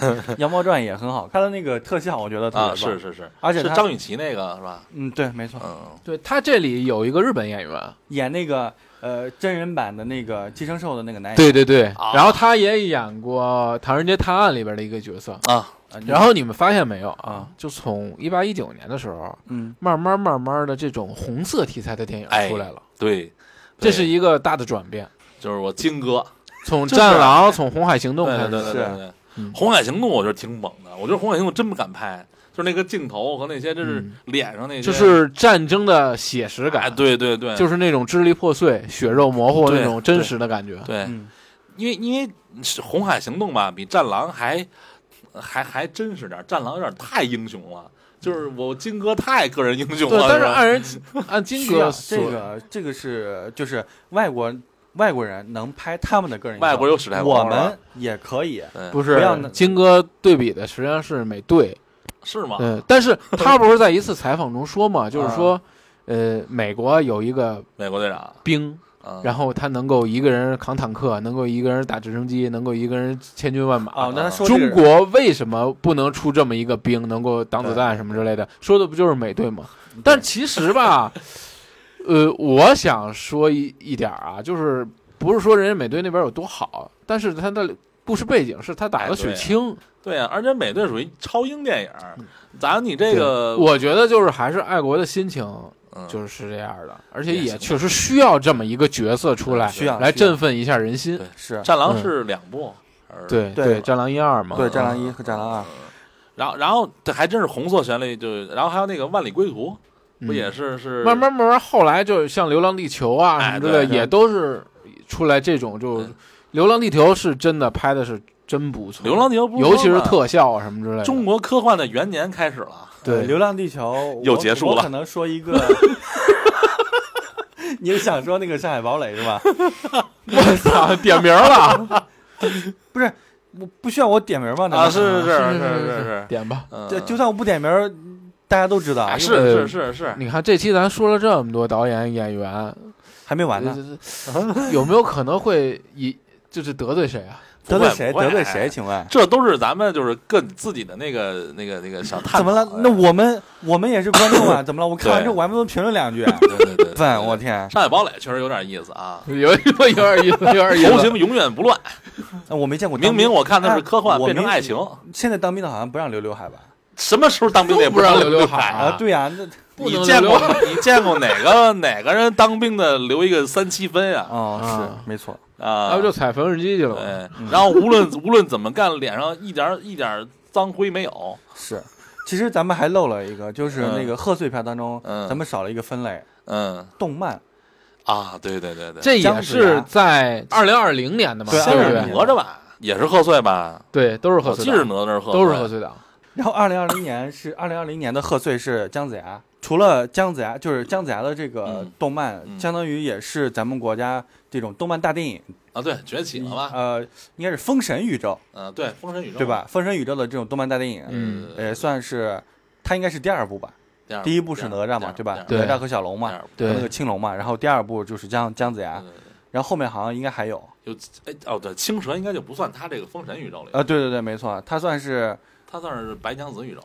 S2: 《羊毛传》也很好，它的那个特效我觉得特
S1: 啊，
S2: 别棒。
S1: 是，是是，
S2: 而且
S1: 是
S2: 他
S1: 张雨绮那个是吧？
S2: 嗯，对，没错，
S1: 嗯，
S3: 对他这里有一个日本演员，
S2: 演那个呃真人版的那个寄生兽的那个男演员。
S3: 对对对，
S1: 啊
S3: 然后他也演过《唐人街探案》里边的一个角色。
S1: 啊，
S2: 对
S3: 然后你们发现没有啊
S2: 啊？
S3: 就从一八一九年的时候，
S2: 嗯，
S3: 慢慢慢慢的这种红色题材的电影
S1: 哎
S3: 出来了，
S1: 对，
S3: 这是一个大的转变。
S1: 就是我金哥，
S3: 从《
S1: 就是
S3: 战狼》从《红海行动》开
S1: 对
S3: 始，
S1: 对对对
S2: 是
S1: 对，
S3: 嗯
S1: 红海行动》我觉得挺猛的，我觉得《红海行动》真不敢拍，就是那个镜头和那些就是
S3: 嗯
S1: 脸上那些，
S3: 就是战争的写实
S1: 哎，
S3: 感，
S1: 对对对，
S3: 就是那种支离破碎、血肉模糊
S1: 对
S3: 那种真实的感觉。
S1: 对，
S2: 嗯
S1: 因为因为是《红海行动》吧，比《战狼还》还还真实点，《战狼》有点太英雄了，就是我金哥太个人英雄
S3: 对
S1: 了，，
S3: 但是
S1: 吧
S3: 按人按金
S2: 需要
S3: 哥
S2: 这
S3: 所
S2: 个这个是就是外国外国人能拍他们的个人，
S1: 外国有史泰龙
S2: 我
S1: 啊，
S2: 们也可以，
S1: 对
S3: 不
S2: 不
S3: 是
S2: 要那
S3: 金哥对比的实际上是美队，
S1: 是吗？
S3: 嗯，但是他不是在一次采访中说嘛，就是说，呃，美国有一个
S1: 美国队长，
S3: 兵，
S1: 嗯，
S3: 然后他能够一个人扛坦克，能够一个人打直升机，能够一个人千军万马。
S2: 哦，那他说这个
S3: 中
S2: 人
S3: 国为什么不能出这么一个兵，能够挡子弹什么之类的？说的不就是美队吗？但其实吧，呃，我想说一一点啊，就是不是说人家美队那边有多好，但是他的故事背景是他打
S1: 哎
S3: 的血
S1: 对
S3: 清，
S1: 对呀、而且美队属于超英电影，咱你这个
S3: 嗯我觉得就是还是爱国的心情
S1: 呃嗯
S3: 就是是这样的，而且
S1: 也
S3: 也
S1: 是
S3: 确实需要这么一个角色出来，
S2: 需要
S3: 来
S2: 需要
S3: 振奋一下人心
S1: 对。
S2: 是
S1: 战狼
S3: 嗯
S1: 是两部，而
S3: 对
S2: 对
S3: 战狼一二嘛，
S2: 对战狼一和战狼二，
S1: 然后，然后这还真是红色旋律，就然后还有那个万里归途，
S3: 嗯
S1: 不也是是
S3: 慢慢慢慢，后来就像《流浪地球》啊
S1: 哎
S3: 什么之类
S1: 对
S3: 的，也都是出来这种就，
S1: 嗯
S3: 流浪地球》是真的拍的是真不错，
S1: 流浪地球不说
S3: 尤其是
S1: 嘛
S3: 特效啊什么之类的，
S1: 中国科幻的元年开始了，
S2: 呃
S3: *laughs* 对
S2: 流浪地球》
S1: 又
S2: 我
S1: 结束
S2: 我
S1: 了
S2: 可能
S1: *laughs*
S2: 说一个，你是想说那个《上海堡垒》是吧？ *laughs*
S3: 我操，啊点名了
S2: 我不需要我点名吗？难道
S1: 啊， *laughs* 是是
S3: 是
S1: 是
S3: 是
S1: 是，
S3: 点吧。
S1: 嗯
S2: 这就算我不点名，大家都知道，
S1: 啊
S2: 因
S1: 是
S2: 为
S1: 是是是，
S3: 你看这期咱说了这么多导演演员，
S2: 还没完呢。
S3: 呃有没有可能会以就是得罪谁啊？
S1: 不会
S2: 得罪谁？
S1: 不会哎
S2: 得罪谁？请问
S1: 这都是咱们就是各自己的那个那个那个小探
S2: 怎么了
S1: 讨？
S2: 那我们我们也是观
S1: *laughs*
S2: 众啊，怎么了？我看完
S1: 对
S2: 之后我还不能评论两句？
S1: *laughs* 对对
S3: *laughs*
S1: 对，对
S2: 问我天，
S1: 上海堡垒确实有点意思啊，
S3: 有有点意思，有点意
S1: 头
S3: 思。
S1: 型永远不乱。
S2: 那我没见过当
S1: 明
S2: 兵。
S1: 明我看的是科幻
S2: 哎我
S1: 变成
S2: 明
S1: 爱情，
S2: 现在当兵的好像不让留刘海吧？
S1: 什么时候当兵的也
S3: 都不让
S1: 留
S3: 留刘海
S1: 海。
S3: 啊
S2: 啊，对呀，那
S3: 不
S1: 你
S3: 能
S1: 见
S3: 留
S1: 过
S3: 刘海
S1: 你见过哪个哪个人当兵的留一个三七分呀？
S2: 哦
S3: 啊
S2: 是没错，
S1: 啊，
S3: 要不就踩缝纫机去了吧？
S1: 对，然后无论 *laughs* 无论怎么干，脸上一点一点脏灰没有。
S2: 是。其实咱们还漏了一个，就是
S1: 嗯
S2: 那个贺岁片当中，
S1: 嗯
S2: 咱们少了一个分类，
S1: 嗯
S2: 动漫。
S1: 啊，对对对对，
S3: 这
S2: 姜
S3: 也
S2: 子牙
S3: 是在二零二零年的嘛，
S2: 对
S3: 对不
S1: 是
S2: 2020
S3: 对
S2: 年？
S1: 哪吒吧？也是贺岁吧？
S3: 对，都是贺
S1: 我
S3: 岁
S1: 哦记着
S3: 档，
S1: 哪吒是贺岁，
S3: 都是贺岁档。
S2: 然后二零二零年是二零二零年的贺岁是姜子牙，除了姜子牙，就是姜子牙的这个
S1: 嗯
S2: 动漫，
S1: 嗯
S2: 相当于也是咱们国家这种动漫大电影，
S1: 啊，对，崛起了
S3: 嗯
S1: 吧？
S2: 呃，应该是封神宇宙
S1: 嗯，对，封神宇宙
S2: 对？吧？封神宇宙的这种动漫大电影，
S3: 嗯
S1: 呃
S2: 也算是它应该是第二部吧，
S1: 啊第二
S2: 第一部是哪吒嘛，对吧？
S1: 第
S3: 对
S2: 哪吒和小龙
S1: 二部
S2: 嘛，和
S1: 第
S3: 对
S1: 二部
S2: 那个青龙嘛，然后第二部就是姜姜子牙
S1: 对，对对
S2: 然后后面好像应该还有，
S1: 哎，哦，对，青蛇应该就不算他这个封神宇宙里，
S2: 呃，对对对，没错，它算是 *laughs*
S1: 他算是白娘子宇宙。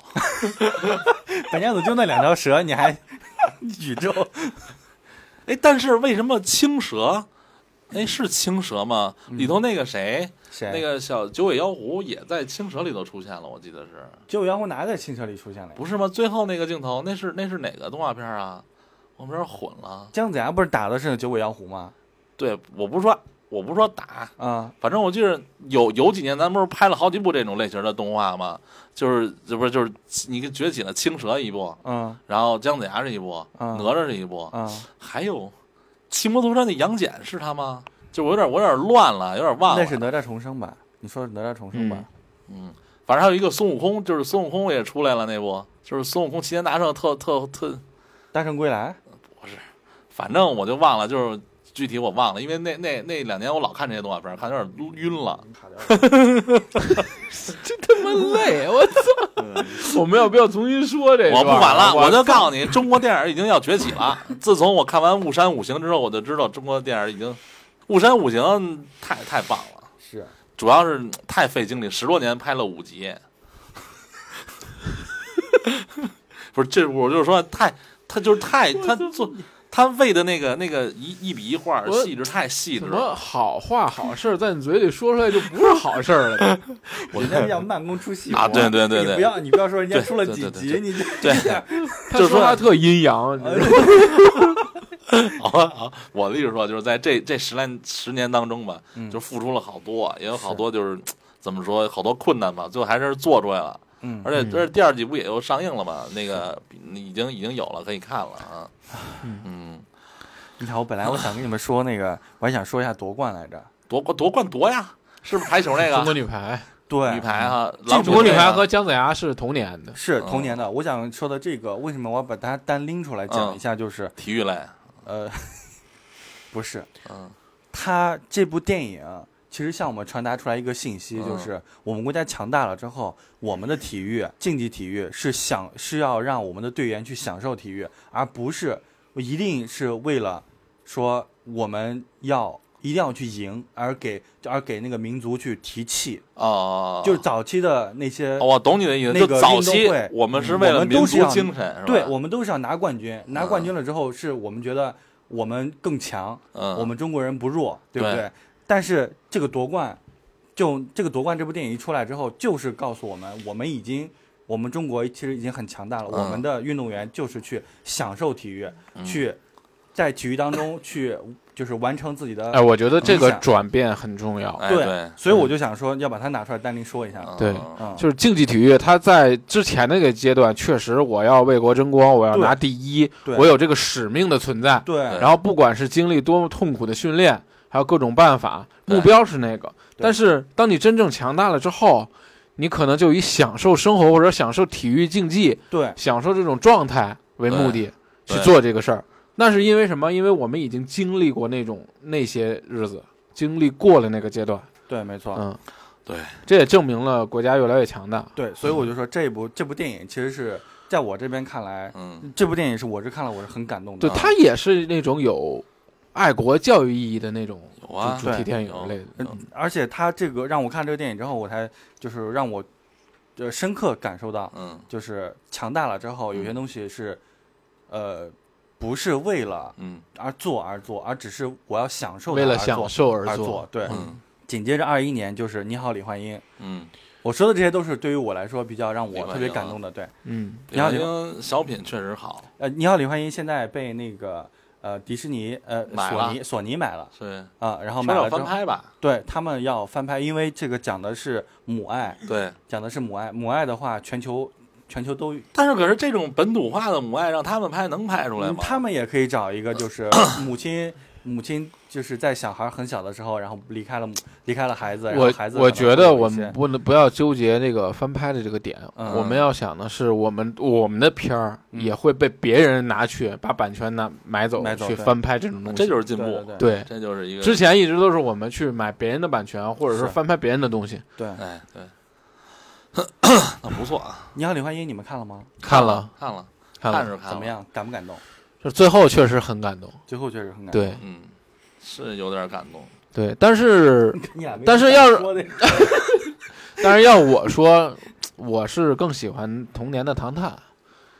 S2: 本娘子就那两条蛇，你还 *laughs* 宇宙
S1: 哎，但是为什么青蛇？哎，是青蛇吗？里头那个嗯谁，*laughs*
S2: 谁
S1: 那个小九尾妖狐也在青蛇里头出现了，我记得是
S2: 九尾妖狐哪个在青蛇里出现了呀？
S1: 不是吗？最后那个镜头，那是那是哪个动画片啊？我们有点混了。
S2: 姜子牙不是打的是九尾妖狐吗？
S1: 对，我不是说我不是说打，
S2: 啊、
S1: 反正我记得有有几年，咱不是拍了好几部这种类型的动画吗？就是这不是就是你给崛起了青蛇一部，
S2: 嗯
S1: 然后姜子牙是一部，
S2: 嗯
S1: 哪吒是一部，
S2: 嗯，
S1: 还有骑摩托车那杨戬是他吗？就我有点我有点乱了，有点忘了。
S2: 那是哪吒重生吧？你说是哪吒重生吧？
S1: 嗯，反正还有一个孙悟空，就是孙悟空也出来了那部，就是孙悟空齐天大圣特特特，
S2: 大圣归来，
S1: 反正我就忘了，就是具体我忘了，因为那那那两年我老看这些动画片，看得有点晕了。
S3: 这么累，我操！我们要不要重新说这？啊
S1: 我不管了，我就告诉你，中国电影已经要崛起了。自从我看完《雾山五行》之后，我就知道中国电影已经，《雾山五行》太太棒了，
S2: 是
S1: 主要是太费精力，十多年拍了五集。 *laughs* 不是，这我就是说太，他就是太他做他喂的那个那个一一笔一画儿
S3: 我
S1: 细致太细致
S3: 什么
S1: 了，
S3: 好话好事儿，在你嘴里说出来就不是好事儿了。
S2: 人家要慢工出 *laughs* 细活
S1: 啊对对对对
S2: 你不要你不要说人家
S1: 对
S2: 出了
S1: 对
S2: 几
S1: 对对
S2: 集，你就嗯
S1: 对，
S2: *laughs*
S3: 他
S1: 就
S3: 说
S1: 说
S3: 话特阴阳，
S1: 好吧好，啊我的意思说就是在这这十来十年当中吧，
S2: 嗯
S1: 就付出了好多，也有好多就是怎么说好多困难吧，最后还是做出来了。
S2: 嗯，
S1: 而且
S3: 嗯
S1: 而且第二季不也又上映了嘛？那个已经已经有了，可以看了啊。嗯，
S2: 你看，我本来我想跟你们说那个，我还想说一下夺冠来着。
S1: 夺冠夺冠夺呀，是不是排球那
S3: 中国
S1: 个
S3: 女排，啊嗯
S2: 对，
S1: 女排哈？
S2: 这
S1: 郎
S3: 中国女
S1: 平那
S3: 排
S1: 个
S3: 和姜子牙是同年的，
S2: 是同年的。我想说的这个，为什么我要把它单拎出来讲一下？就是、
S1: 体育类，
S2: 呃，不是，
S1: 嗯
S2: 它这部电影其实向我们传达出来一个信息，
S1: 嗯
S2: 就是我们国家强大了之后，我们的体育竞技体育是享是要让我们的队员去享受体育，而不是一定是为了说我们要。一定要去赢，而给而给那个民族去提气，
S1: 哦，
S2: 就是早期的那些
S1: 哦我懂你的意思，
S2: 那
S1: 就
S2: 个
S1: 早
S2: 运动
S1: 期
S2: 会嗯
S1: 我们是为
S2: 我
S1: 了
S2: 们
S1: 民
S2: 都是
S1: 族
S2: 要
S1: 精神，是吧？
S2: 对，我们都是要拿冠军，拿冠
S1: 嗯
S2: 军了之后，是我们觉得我们更强，
S1: 嗯，
S2: 我们中国人不弱，对不
S1: 对
S2: 对？但是这个夺冠，就这个夺冠这部电影一出来之后，就是告诉我们，我们已经，我们中国其实已经很强大了，
S1: 嗯
S2: 我们的运动员就是去享受体育，
S1: 嗯
S2: 去在体育当中去就是完成自己的。
S3: 哎，我觉得这个
S2: 影响
S3: 转变很重要。
S1: 哎
S2: 对，
S1: 对
S2: 所以我就想说，要把它拿出来单拎说一下。
S1: 嗯
S3: 对
S2: 嗯，
S3: 就是竞技体育，它在之前那个阶段，确实我要为国争光，我要
S2: 对
S3: 拿第一，
S2: 对
S3: 我有这个使命的存在。
S2: 对，
S1: 对
S3: 然后不管是经历多么痛苦的训练，还有各种办法，
S1: 对
S3: 目标是那个。
S2: 对
S3: 但是当你真正强大了之后，你可能就以享受生活或者享受体育竞技、
S2: 对，
S3: 享受这种状态为目的
S1: 对
S3: 去做这个事儿。那是因为什么？因为我们已经经历过那种那些日子，经历过了那个阶段。
S2: 对，没错。
S3: 嗯，
S1: 对，
S3: 这也证明了国家越来越强大。
S2: 对，所以我就说这部这部电影其实是在我这边看来，
S1: 嗯
S2: 这部电影是我是看了我是很感动的。
S3: 对，它也是那种有爱国教育意义的那种
S1: 有
S3: 主
S1: 啊
S3: 主题电影类的。
S1: 有
S2: 嗯而且他这个让我看这个电影之后，我才就是让我呃深刻感受到，
S1: 嗯
S2: 就是强大了之后，有些东西是呃不是为了
S1: 嗯
S2: 而做而做，而只是我要享受它
S3: 为了
S2: 而
S3: 享
S2: 做
S3: 受而
S2: 而做。对，
S1: 嗯
S2: 紧接着二一年就是《你好，李焕英》，
S1: 嗯，
S2: 我说的这些都是对于我来说比较让
S1: 李
S2: 我
S1: 焕
S2: 特别
S1: 英
S2: 感
S1: 啊
S2: 动的。对，
S3: 嗯，
S1: 李焕
S2: 你好
S1: 英小品确实好，
S2: 呃，《你好，李焕英》现在被那个呃迪士尼呃
S1: 买
S2: 索
S1: 了
S2: 尼索尼买了
S1: 是
S2: 啊，然后
S1: 说
S2: 买了
S1: 要
S2: 之
S1: 翻
S2: 后，
S1: 拍
S2: *laughs*
S1: 吧？
S2: 对他们要翻拍，因为这个讲的是母爱。
S1: 对，
S2: 讲的是母爱，母爱的话，全球全球都，
S1: 但是可是这种本土化的母爱让他们拍能拍出来吗？
S2: 嗯他们也可以找一个，就是
S3: *coughs*
S2: 母亲，母亲就是在小孩很小的时候，然后离开了母离开了孩子，然后
S3: 我
S2: 孩子
S3: 我
S2: 可能
S3: 觉得
S2: 会有
S3: 我
S2: 一些
S3: 们不能不要纠结这个翻拍的这个点，
S2: 嗯
S3: 我们要想的是，我们我们的片儿
S2: 嗯
S3: 也会被别人拿去把版权拿买走，
S2: 买走
S3: 去
S2: 对啊
S3: 翻拍这种东西。
S1: 这就是进
S2: 对对
S1: 步，
S2: 对
S3: 对，
S1: 这就是一个
S3: 之前一直都是我们去买别人的版权，或者说
S2: 是
S3: 翻拍别人的东西。
S2: 对。
S1: 哎对， *coughs* 那不错啊，
S2: 你好，李焕英，你们 *clears throat* 看了吗？
S3: 看了，
S1: 看了
S3: 看
S1: 看
S3: 了，
S1: 是看了，
S2: 怎么？样？感不感动？
S3: 就最后确实很感动。
S2: 最后确实很感动。
S3: 对
S1: 嗯，是有点感动，
S3: 对，但是
S2: 对，你俩没
S3: 但是
S2: 事
S3: 要是
S2: 说的
S3: *laughs* 但是要我说，我是更喜欢童年的《唐探》，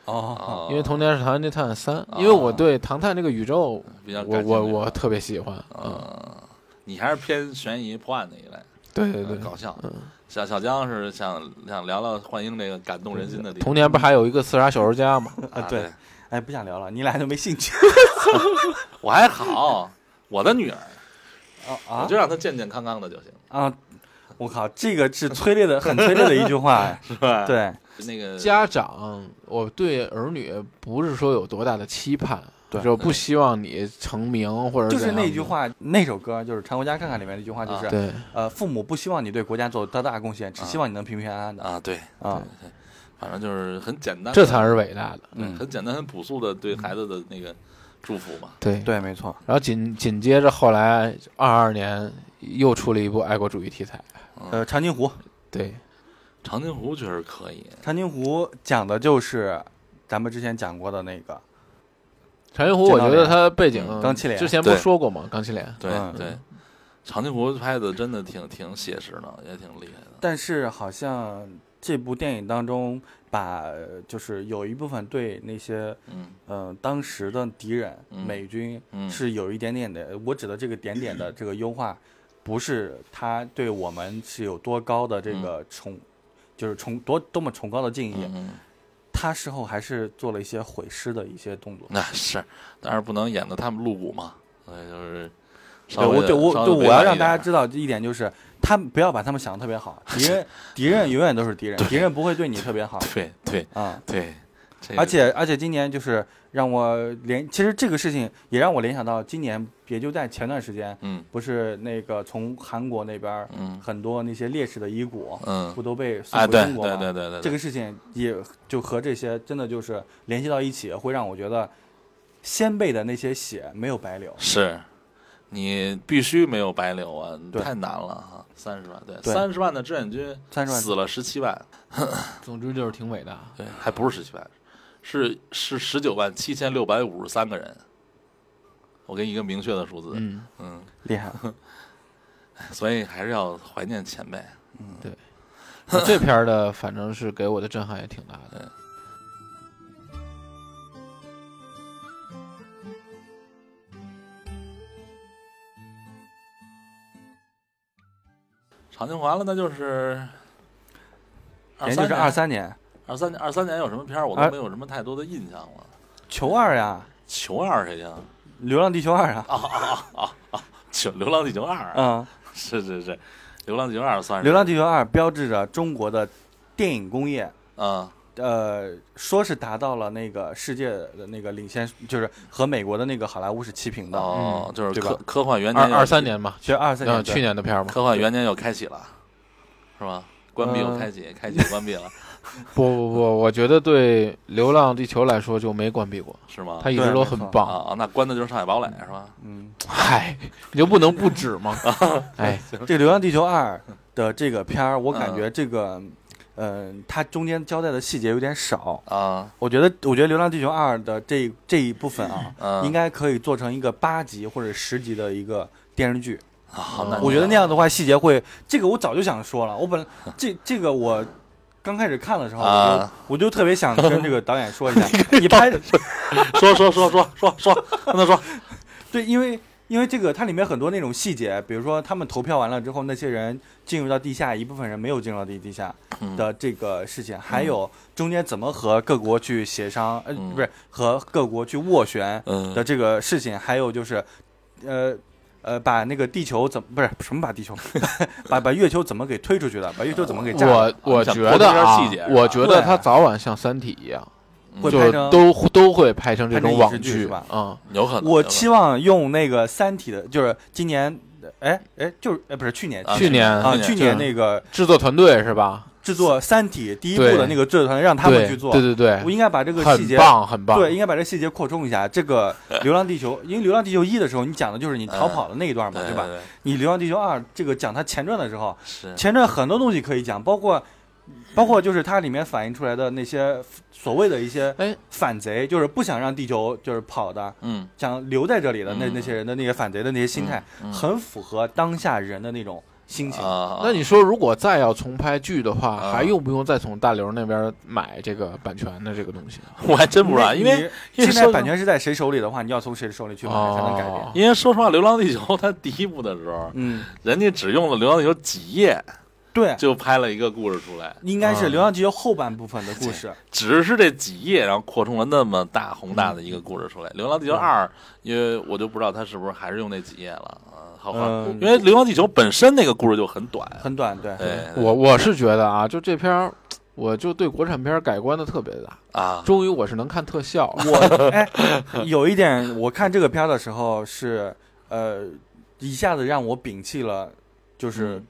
S2: 哦，
S1: 啊，
S3: 因为童年是《唐探三》，因为我对《唐探》这个宇宙，
S1: 比较
S3: 我
S1: 感
S3: 我
S1: 兴趣
S3: 我特别喜欢。
S2: 哦
S3: 嗯，
S1: 嗯，你还是偏悬疑破案那一类，
S3: 对对
S1: 嗯
S3: 对，
S1: 搞笑
S3: 嗯。
S1: 小小江是想想聊聊幻英这个感动人心的地方。
S3: 童年不还有一个刺杀小说家吗？
S1: 啊，
S2: 对，哎，不想聊了，你俩都没兴
S3: *laughs*
S2: 趣
S1: 我还好，我的女儿，
S2: 啊
S1: 我
S2: 啊
S1: 就让她健健康康的就行，
S2: 啊！我靠，这个是催泪的，很催泪的一句话。
S3: *laughs*
S2: 哎
S1: 是吧？，
S2: 对
S1: 那个
S3: 家长，我对儿女不是说有多大的期盼，
S2: 对
S3: 就是不希望你成名或者
S2: 就是
S3: 怎样
S2: 那句，话，那首歌就是《常回家看看》里面那句话，就
S1: 啊
S2: 是
S3: 对，
S2: 呃，父母不希望你对国家做多大的贡献，只
S1: 啊
S2: 希望你能平平安安的
S1: 啊，对，
S2: 啊。
S1: 反正就是很简单的，
S3: 这才是伟大的。
S1: 对
S2: 嗯
S1: 很简单、很朴素的对孩子的那个祝福嘛。
S3: 对，
S2: 对，没错。
S3: 然后紧紧接着后来二二年又出了一部爱国主义题材，
S1: 嗯
S2: 呃，长津湖，
S3: 对，
S1: 长津湖确实可以，
S2: 长津湖讲的就是咱们之前讲过的那个，
S3: 长津湖，我觉得它背景
S2: 嗯钢七连
S3: 之前不
S1: 对
S3: 说过吗？钢七连，
S1: 对、
S2: 嗯
S1: 对，长津湖拍的真的挺挺写实的，也挺厉害的。
S2: 但是好像这部电影当中把呃就是有一部分对那些
S1: 嗯
S2: 呃当时的敌人
S1: 嗯
S2: 美军
S1: 嗯，
S2: 是有一点点的，我指的这个点点的这个优化，不是他对我们是有多高的这个崇，就是崇多多么崇高的敬意，
S1: 嗯嗯，
S2: 他事后还是做了一些毁尸的一些动作。
S1: *laughs* 那是，但是不能演的他们露骨嘛，所以就是稍
S2: 对，
S1: 微
S2: 我
S1: 的。
S2: 对我
S1: 稍微
S2: 对
S1: 委
S2: 我要
S1: 婉
S2: 让
S1: 一
S2: 大家
S1: 点
S2: 知道这一点，就是他们不要把他们想的特别好，
S1: *laughs*
S2: 敌人敌人永远都是敌人，
S1: 对
S2: 敌人不会对你特别好
S1: 对对
S2: 啊。
S1: 对，这个
S2: 而且而且今年就是让我联，其实这个事情也让我联想到今年，也就在前段时间，
S1: 嗯
S2: 不是那个从韩国那边儿
S1: 嗯
S2: 很多那些烈士的遗骨
S1: 嗯
S2: 不都被送
S1: 啊，
S2: 回
S1: 对
S2: 中
S1: 对
S2: 国吗？
S1: 对对对对，
S2: 这个事情也就和这些真的就是联系到一起，会让我觉得先辈的那些血没有白流。
S1: 是，你必须没有白流啊，
S2: 对
S1: 太难了哈，三十万，对，
S2: 对
S1: 三十万的志愿军
S2: 30万
S1: 死了十七万，
S3: 总之就是挺伟大。
S1: 对，还不是十七万，是是十九万七千六百五十三个人。我给你一个明确的数字，嗯
S3: 嗯，
S2: 厉害，
S1: 所以还是要怀念前辈。
S3: 这片儿的反正是给我的震撼也挺大的。
S1: 长清完了，那就是二
S2: 人
S1: 三
S2: 就是二
S1: 年
S2: 三啊年
S1: 二三年二三年有什么片儿，我
S2: 二
S1: 都没有什么太多的印象了。
S2: 球二呀，
S1: 球二谁呀？
S2: 《流浪地球二》啊，
S1: 哦球《流浪地球二》啊，
S2: 嗯，
S1: 是是是，《流浪地球二》算
S2: 《
S1: 是
S2: 流浪地球二》标志着中国的电影工业，
S1: 啊，
S2: 呃，说是达到了那个世界的那个领先，就是和美国的那个好莱坞是齐平的。
S1: 哦，就是
S2: 嗯对吧
S1: 科科幻元年
S3: 二
S1: 又
S3: 二三年吧，
S2: 其实二三
S3: 嗯，
S2: 年，
S3: 去年的片儿嘛。
S1: 科幻元年又开启了，是吧？关闭又
S2: 呃
S1: 开启，开启又关闭
S2: *laughs*
S1: 了，
S3: 不不不，我觉得对《流浪地球》来说就没关闭过，
S1: 是
S2: 啊
S1: 吗
S3: 它？一直都很棒。
S1: 啊，那关的就是上海堡垒，是吧？
S2: 嗯，
S3: 嗨，你就不能不止吗？
S1: 啊
S3: 哎，
S2: 这个《流浪地球二》的这个片儿，我感觉这个，
S1: 嗯
S2: 呃，它中间交代的细节有点少。
S1: 啊，
S2: 我觉得，我觉得《流浪地球二》的这这一部分啊，
S1: 嗯，
S2: 应该可以做成一个八集或者十集的一个电视剧。
S1: 好，那
S2: 我觉得那
S1: 样
S2: 样的话，细节会这个我早就想说了。我本来这这个我刚开始看的时候，我就
S1: 啊
S2: 我就特别想跟这个导演说一
S1: *laughs*
S2: 下，你拍
S1: *laughs* 说说说说说说，跟他说，
S2: 对，因为因为这个它里面很多那种细节，比如说他们投票完了之后，那些人进入到地下，一部分人没有进入到地地下
S1: 嗯
S2: 的这个事情，还有中间怎么和各国去协商，呃，
S1: 嗯
S2: 不是和各国去斡旋的
S1: 嗯
S2: 这个事情，还有就是，呃。呃，把那个地球怎么不是什么把地球， *laughs* 把把月球怎么给推出去的，把月球怎么 *laughs* 给炸了
S3: 我我
S1: 想
S3: 觉
S1: 多留
S3: 得
S1: 点
S3: 啊
S1: 细节是吧，
S3: 我觉得
S2: 对
S3: 它早晚像《三体》一样，
S2: 会
S3: 就
S2: 拍
S3: 是
S2: 成
S3: 都都会拍成这
S2: 拍成
S3: 种
S2: 影视
S3: 网
S2: 剧
S3: 剧
S2: 是吧
S3: 嗯，
S1: 有可能。
S2: 我
S1: 有可能
S2: 期望用那个《三体》的，就是今年，哎哎，就是哎不是去年
S1: 啊
S3: 去年
S2: 啊
S1: 去
S2: 去
S1: 年
S2: 年
S3: 就是
S2: 那个
S3: 制作团队是吧？
S2: 制作《三体》第一部
S3: 对
S2: 的那个制作团队让他们
S3: 对
S2: 去做，
S3: 对对对
S2: 我，应该把这个细
S3: 很
S2: 节，
S3: 棒很棒。
S2: 对，应该把这个细节扩充一下。这个《流浪地球》，因为《流浪地球一》的时候，你讲的就是你逃跑的那一段嘛，
S1: 对
S2: 对吧？
S1: 对
S2: 你《流浪地球二》这个讲它前传的时候，
S1: 是
S2: 前传很多东西可以讲，包括。包括就是它里面反映出来的那些所谓的一些
S3: 哎
S2: 反贼，就是不想让地球就是跑的，
S1: 嗯
S2: 想留在这里的那
S1: 嗯
S2: 那些人的那些反贼的那些心态，
S1: 嗯
S2: 很符合当下人的那种心情。
S1: 啊，
S3: 那你说，如果再要重拍剧的话，
S1: 啊
S3: 还用不用再从大刘那边买这个版权的这个东西？
S1: 我还真不知道，因为
S2: 你
S1: 因为
S2: 现在
S1: 说
S2: 版权是在谁手里的话，你要从谁手里去买才能改变
S3: 哦。
S1: 因为说实话，《流浪地球》它第一部的时候， *laughs*
S2: 嗯，
S1: 人家只用了《流浪地球》几页
S2: 对，
S1: 就拍了一个故事出来，
S2: 应该是
S3: 啊
S2: 《流浪地球》后半部分的故事。
S1: 只嗯是这几页，然后扩充了那么大宏大的一个故事出来。流浪地球二》，因为我就不知道他是不是还是用那几页了，啊，好好，
S2: 嗯
S1: 因为《流浪地球》本身那个故事就很短，哎
S2: 很短，对，
S1: 对，
S3: 嗯我我是觉得啊，就这片儿，我就对国产片儿改观的特别大。
S1: 啊，
S3: 终于我是能看特效了，
S2: 我哎，有一点，我看这个片儿的时候是，呃，一下子让我摒弃了，就是
S1: 嗯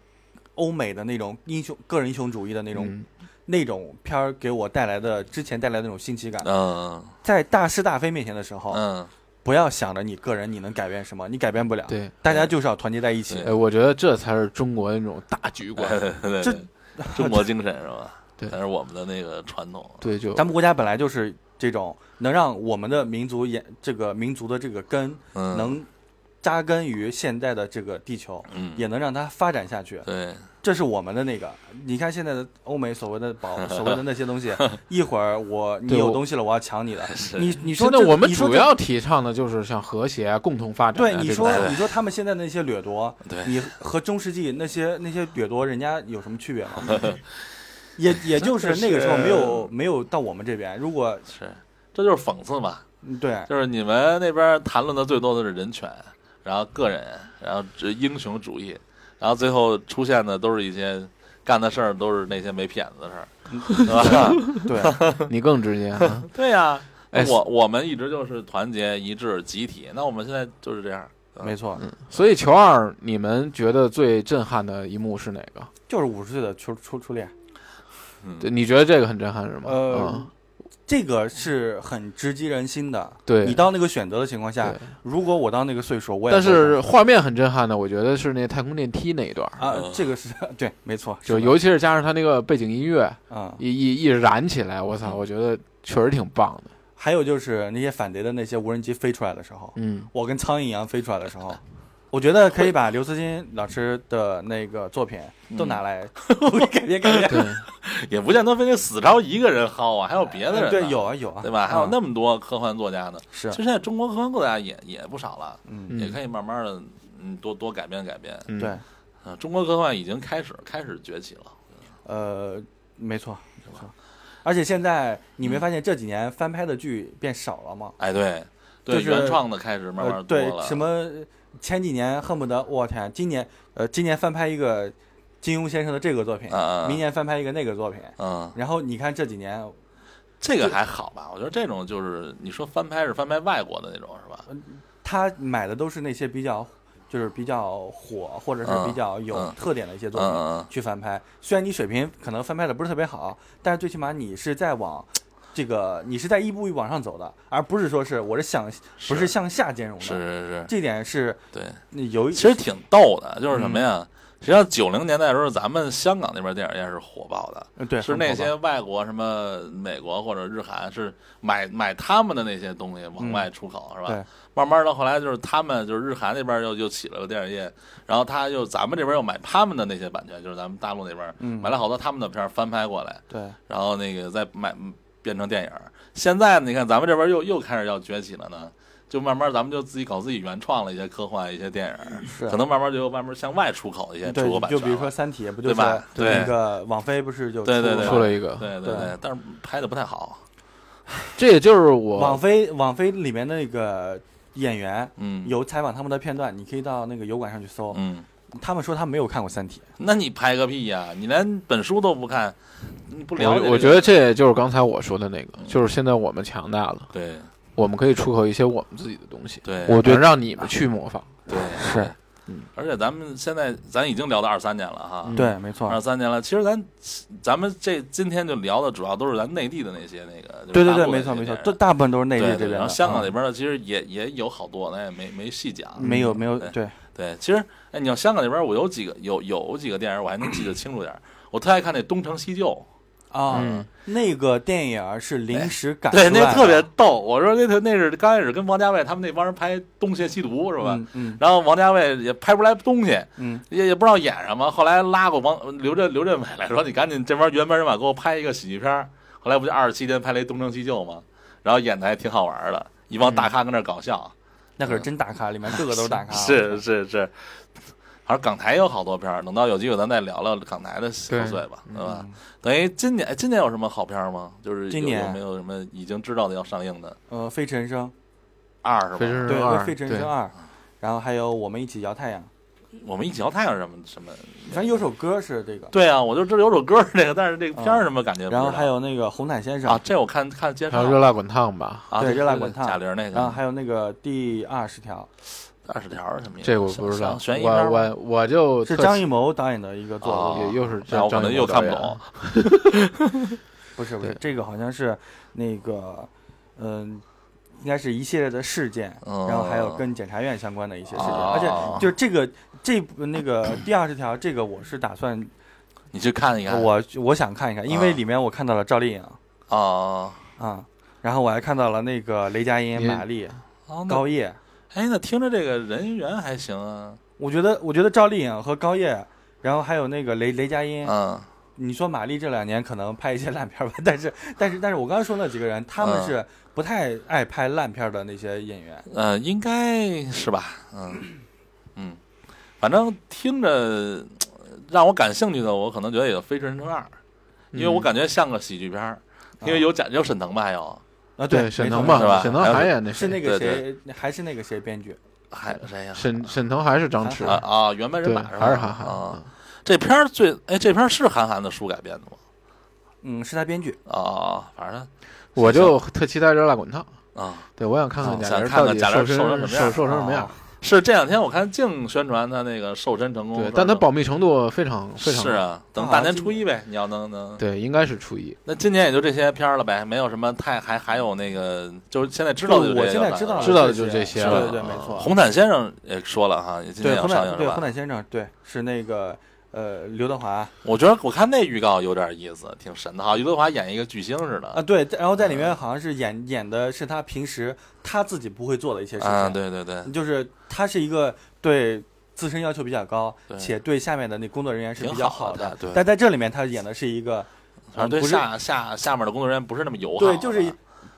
S2: 欧美的那种英雄、个人英雄主义的那
S3: 那
S2: 种、那种片儿给我带来的之前带来的那种新奇感。
S1: 嗯
S2: 在大是大非面前的时候，
S1: 嗯，
S2: 不要想着你个人你能改变什么，你改变不了。
S3: 对。
S2: 大家就是要团结在一起
S1: 对。
S3: 哎，我觉得这才是中国的那种大局
S2: *laughs*
S3: 观。
S1: 对对
S2: 这
S1: 对，中国精神是 *laughs* 吧？
S3: 对
S1: 但是我们的那个传统，
S3: 对，就
S2: 咱们国家本来就是这种能让我们的民族也这个民族的这个根
S1: 嗯，
S2: 能扎根于现在的这个地球，
S1: 嗯，
S2: 也能让它发展下去。
S1: 对，
S2: 这是我们的那个，你看现在的欧美所谓的保
S1: *laughs*
S2: 所谓的那些东西，一会儿我你
S3: 对
S2: 有
S3: 我
S2: 东西了，我要抢你的。
S1: *laughs* 是
S2: 你你说
S3: 现在
S2: 这
S3: 我们
S2: 你说
S3: 主
S2: 这
S3: 要提倡的就是像和谐啊、共同发展啊。
S2: 对你
S3: 这种
S2: 说
S1: 对对
S2: 你说他们现在那些掠夺，
S1: *laughs* 对
S2: 你和中世纪那些那些掠夺人家有什么区别
S1: *laughs*
S2: 吗？也也就是那个时候没有没有到我们这边，如果嗯
S1: 是，这就是讽刺嘛。
S2: 对
S1: 就是你们那边谈论的最多的是人权，然后个人，然后这英雄主义，然后最后出现的都是一些干的事儿，都是那些没骗子的事儿，对吧？ *laughs*
S2: 对，
S3: 你更直接啊，
S1: 对呀、
S3: 哎
S1: 我我们一直就是团结一致、集体，那我们现在就是这样。
S2: 没错，
S1: 嗯
S3: 所以球二，你们觉得最震撼的一幕是哪个？
S2: 就是五十岁的初初初恋，
S1: 嗯，
S3: 对，你觉得这个很震撼是吗？
S2: 呃
S3: 嗯、
S2: 这个是很直击人心的。
S3: 对
S2: 你到那个选择的情况下
S3: 对，
S2: 如果我到那个岁数，我也
S3: 但
S2: 会
S3: 是画面很震撼的，我觉得是那太空电梯那一段，
S2: 啊
S1: 嗯，
S2: 这个是 *laughs* 对，没错，
S3: 就是
S2: 的
S3: 尤其是加上它那个背景音乐
S2: 嗯，
S3: 一一一燃起来，我操，我觉得确实挺棒的。
S2: 还有就是那些反贼的那些无人机飞出来的时候，
S3: 嗯，
S2: 我跟苍蝇一样飞出来的时候， *laughs* 我觉得可以把刘慈欣老师的那个作品都拿来
S1: 嗯
S2: *laughs* 改编改编。
S3: 对，
S1: 也不见得非得死着一个人薅啊，还有别的人呢、
S2: 对，有啊有啊，
S1: 对吧？还有
S2: 嗯
S1: 那么多科幻作家呢。
S2: 是啊
S1: 其实现在中国科幻作家也也不少了，
S2: 嗯
S3: 嗯
S1: 也可以慢慢的，嗯，多多改变改变。
S3: 嗯
S2: 对，
S1: 嗯，中国科幻已经开始开始崛起了。嗯
S2: 呃，没错没错。而且现在你
S1: 嗯
S2: 没发现这几年翻拍的剧变少了吗？
S1: 哎，对，对，
S2: 就是
S1: 原创的开始慢
S2: 呃，
S1: 慢多
S2: 对
S1: 了。，
S2: 什么前几年恨不得我天，今年呃今年翻拍一个金庸先生的这个作品，
S1: 嗯嗯
S2: 明年翻拍一个那个作品，
S1: 嗯，
S2: 然后你看这几年
S1: 这个还好吧？我觉得这种就是你说翻拍是翻拍外国的那种是吧？
S2: 嗯他买的都是那些比较就是比较火或者是比较有
S1: 嗯
S2: 特点的一些作品。
S1: 嗯嗯
S2: 去翻拍，虽然你水平可能翻拍的不是特别好，但是最起码你是在往这个你是在一步一步往上走的，而不是说是我是想不是
S1: 是
S2: 向下兼容的。
S1: 是是是，
S2: 这嗯点是
S1: 对，
S2: 有一
S1: 其实挺逗的，就是什么呀？实际上九零年代的时候，咱们香港那边电影业是火爆的，
S2: 呃对
S1: 是那些外国什么美国或者日韩是买买他们的那些东西往外出口、是
S2: 嗯对
S1: 吧？慢慢到后来就是他们就是日韩那边又又起了个电影业，然后他又咱们这边又买他们的那些版权，就是咱们大陆那边、
S2: 嗯
S1: 买了好多他们的片儿翻拍过来，
S2: 对
S1: 然后那个再买变成电影儿。现在呢你看咱们这边又又开始要崛起了呢，就慢慢咱们就自己搞自己原创了一些科幻一些电影儿，
S2: 是
S1: 可能慢慢就慢慢向外出口一些出口
S2: 对，
S1: 呃版
S2: 就
S1: 权
S2: 比如
S1: 了
S2: 说《三体》，不就
S1: 对
S2: 是
S1: 吧对
S2: 那个网飞不是就
S1: 对对
S2: 出
S1: 对
S3: 出
S2: 吗
S3: 了一个，
S1: 对对
S2: 对，
S1: 但是拍的不太好，
S3: 这也就是
S2: 网
S3: 我
S2: 飞网飞里面那个演员
S1: 嗯，
S2: 有采访他们的片段，你可以到那个油管上去搜，
S1: 嗯。
S2: 他们说他没有看过《三体》，
S1: 那你拍个屁呀、你连本书都不看，你不了解这
S3: 我
S1: 个、
S3: 我觉得这也就是刚才我说的那个，
S1: 嗯
S3: 就是现在我们强大了，
S1: 对
S3: 我们可以出口一些我们自己的东西，
S1: 对，
S3: 我能让你们去模仿。
S1: 对
S2: 是
S3: 嗯，
S1: 而且咱们现在咱已经聊到二三年了哈，
S3: 嗯
S2: 对，没错
S1: 二，三年了。其实咱咱们这今天就聊的主要都是咱内地的那些那个，就是
S2: 对对
S1: 大
S2: 对，
S1: 陆的
S2: 没错
S1: 那
S2: 没
S1: 些电
S2: 错，
S1: 影
S2: 都大部分都是内地
S1: 对
S2: 这
S1: 对
S2: 边的，
S1: 然后香港
S2: 嗯
S1: 那边的其实也也有好多，咱也没没细讲。嗯
S2: 没有没有
S1: 对啊
S2: 对，
S1: 对，其实哎，你要香港那边，我有几个有有几个电影我还能记得清楚点儿。我特爱看那《东成西就
S2: 啊、
S3: 嗯
S2: 那个电影儿是临时》，赶出
S1: 对，
S2: 来的，嗯
S1: 那特别逗。我说那特那是刚开始跟王家卫他们那帮人拍《东邪西毒》是吧？
S2: 嗯嗯
S1: 然后王家卫也拍不出来东西，
S2: 嗯，
S1: 也也不知道演什么。后来拉过王刘镇刘镇伟来说：“你赶紧这边原班人马给我拍一个喜剧片儿。”后来不就二十七天拍了一《东成西就》吗？然后演的还挺好玩的，一帮
S2: 嗯
S1: 大咖跟那儿搞
S2: 啊
S1: 笑，
S2: 那可是真大咖，里面个个都是啊大咖，
S1: 是是是。好像港台也有好多片儿，等到有机会咱再聊聊港台的贺岁吧，对吧？等于今年哎今年有什么好片儿吗？就是有
S2: 嗯今年
S1: 有没有什么已经知道的要上映的
S2: 呃，飞驰人生，
S1: 二是吧？
S3: 飞驰人
S2: 对，
S3: 生二，
S2: 飞驰人
S3: 对
S2: 生二，然后还有我们一起摇太阳，
S1: 我们一起摇太阳什么什么？
S2: 反正有首歌是这个，
S1: 对啊，我就知道有首歌是这个，但是这个片儿 *laughs* 什么感觉不知道？
S2: 然后还有那个红毯先生
S1: 嗯啊，，这我看看介
S3: 还有
S1: 绍
S3: 热辣滚烫吧，
S1: 啊，
S2: 对
S1: 这
S2: 热辣
S1: 这
S2: 滚烫
S1: 贾玲那
S2: 然后
S1: 个
S2: 还有那个第二十条，
S1: 二十条儿什么意思？
S3: 这个我不知
S1: 想想，
S3: 道
S1: 悬疑片
S3: 我
S1: 儿吗
S3: 我我就是特
S2: 张艺谋导演的一个作
S1: 啊
S2: 品，
S3: 也又是
S1: 那我可
S3: 张
S1: 能
S3: 艺
S1: 又
S3: 谋
S1: 看不
S3: 导演
S1: 懂。啊
S2: 不是不是
S3: 对，
S2: 这个好像是那个嗯。应该是一系列的事件，
S1: 嗯
S2: 然后还有跟检察院相关的一些事情，
S1: 啊
S2: 而且就是这个这那个第二十条，这个我是打算
S1: 你啊去看一看
S2: 我我想看一看，因为里面我看到了赵丽颖
S1: 啊
S2: 啊，然后我还看到了那个雷佳音、
S3: 你
S2: 马丽、
S1: 啊那
S2: 高叶。
S1: 哎，那听着这个人缘还行啊，
S2: 我觉得，我觉得赵丽颖和高叶，然后还有那个雷雷佳音，
S1: 嗯
S2: 你说马丽这两年可能拍一些烂片儿吧， *laughs* 但是但是但是我刚才说那几个人，他们
S1: 嗯
S2: 是不太爱拍烂片儿的那些演员。
S1: 呃，应该是吧，嗯嗯，反正听着呃让我感兴趣的，我可能觉得也就《飞驰人生二》，因为我感觉像个喜剧片儿，因为有贾有沈腾吧，还有
S2: 啊，
S3: 对
S2: 没
S3: 沈
S2: 错
S3: 腾
S1: 是吧
S3: 吧，沈腾
S1: 还有
S3: 还演那
S2: 是
S3: 谁
S2: 那
S1: 对
S2: 个谁，还是那个谁编剧
S1: 还谁呀？
S3: 沈沈腾还是张弛
S1: 啊，啊，原班人
S3: 对，
S1: 马吧
S3: 还是韩寒嗯
S1: 啊。。这片儿最哎，这片儿是韩寒的书改编的吗？
S2: 嗯，是他编剧。
S1: 啊，反正
S3: 我就特期待《热辣滚烫》，
S1: 啊，
S3: 对我想看看
S1: 哦
S3: 贾
S1: 想
S3: 玲
S1: 看
S3: 到
S1: 看
S3: 底
S1: 贾
S3: 瘦
S1: 玲
S3: 身
S1: 瘦成什么样
S3: 瘦瘦成什么样
S2: 哦。
S1: 是这两天我看净宣传他那个瘦身成功，
S3: 对，但他保密程度非常非常
S1: 是
S3: 高，
S1: 啊，等大年初一呗，你要能能。
S3: 对，应该是初一。
S1: 那今年也就这些片儿了呗，没有什么太还还有那个，就是现在知道的就
S2: 我
S1: 这些
S2: 现
S1: 了
S2: 在
S1: 吧
S2: 知道
S3: 知道的
S2: 就
S3: 就是这些
S2: 对
S3: 了
S2: 对对，没错。
S1: 红毯先生也说了哈，也今
S2: 对
S1: 天
S2: 红
S1: 要上映
S2: 毯对
S1: 是
S2: 红
S1: 吧？啊
S2: 毯先生，对是那个呃刘德华
S1: 我觉得我看那预告有点意思，挺神的哈，刘德华演一个巨星似
S2: 啊，
S1: 的。
S2: 对，然后在里面好像是演演的是他平时他自己不会做的一些事
S1: 啊，
S2: 情，嗯
S1: 对对对，
S2: 就是他是一个对自身要求比较高，
S1: 对
S2: 且对下面的那工作人员是
S1: 挺
S2: 比较
S1: 好的
S2: 的。
S1: 对
S2: 但在这里面，他演的是一个，
S1: 反
S3: 嗯
S1: 正啊对
S2: 呃不是
S1: 下下下面的工作人员不是那么友好的。啊
S2: 对，就是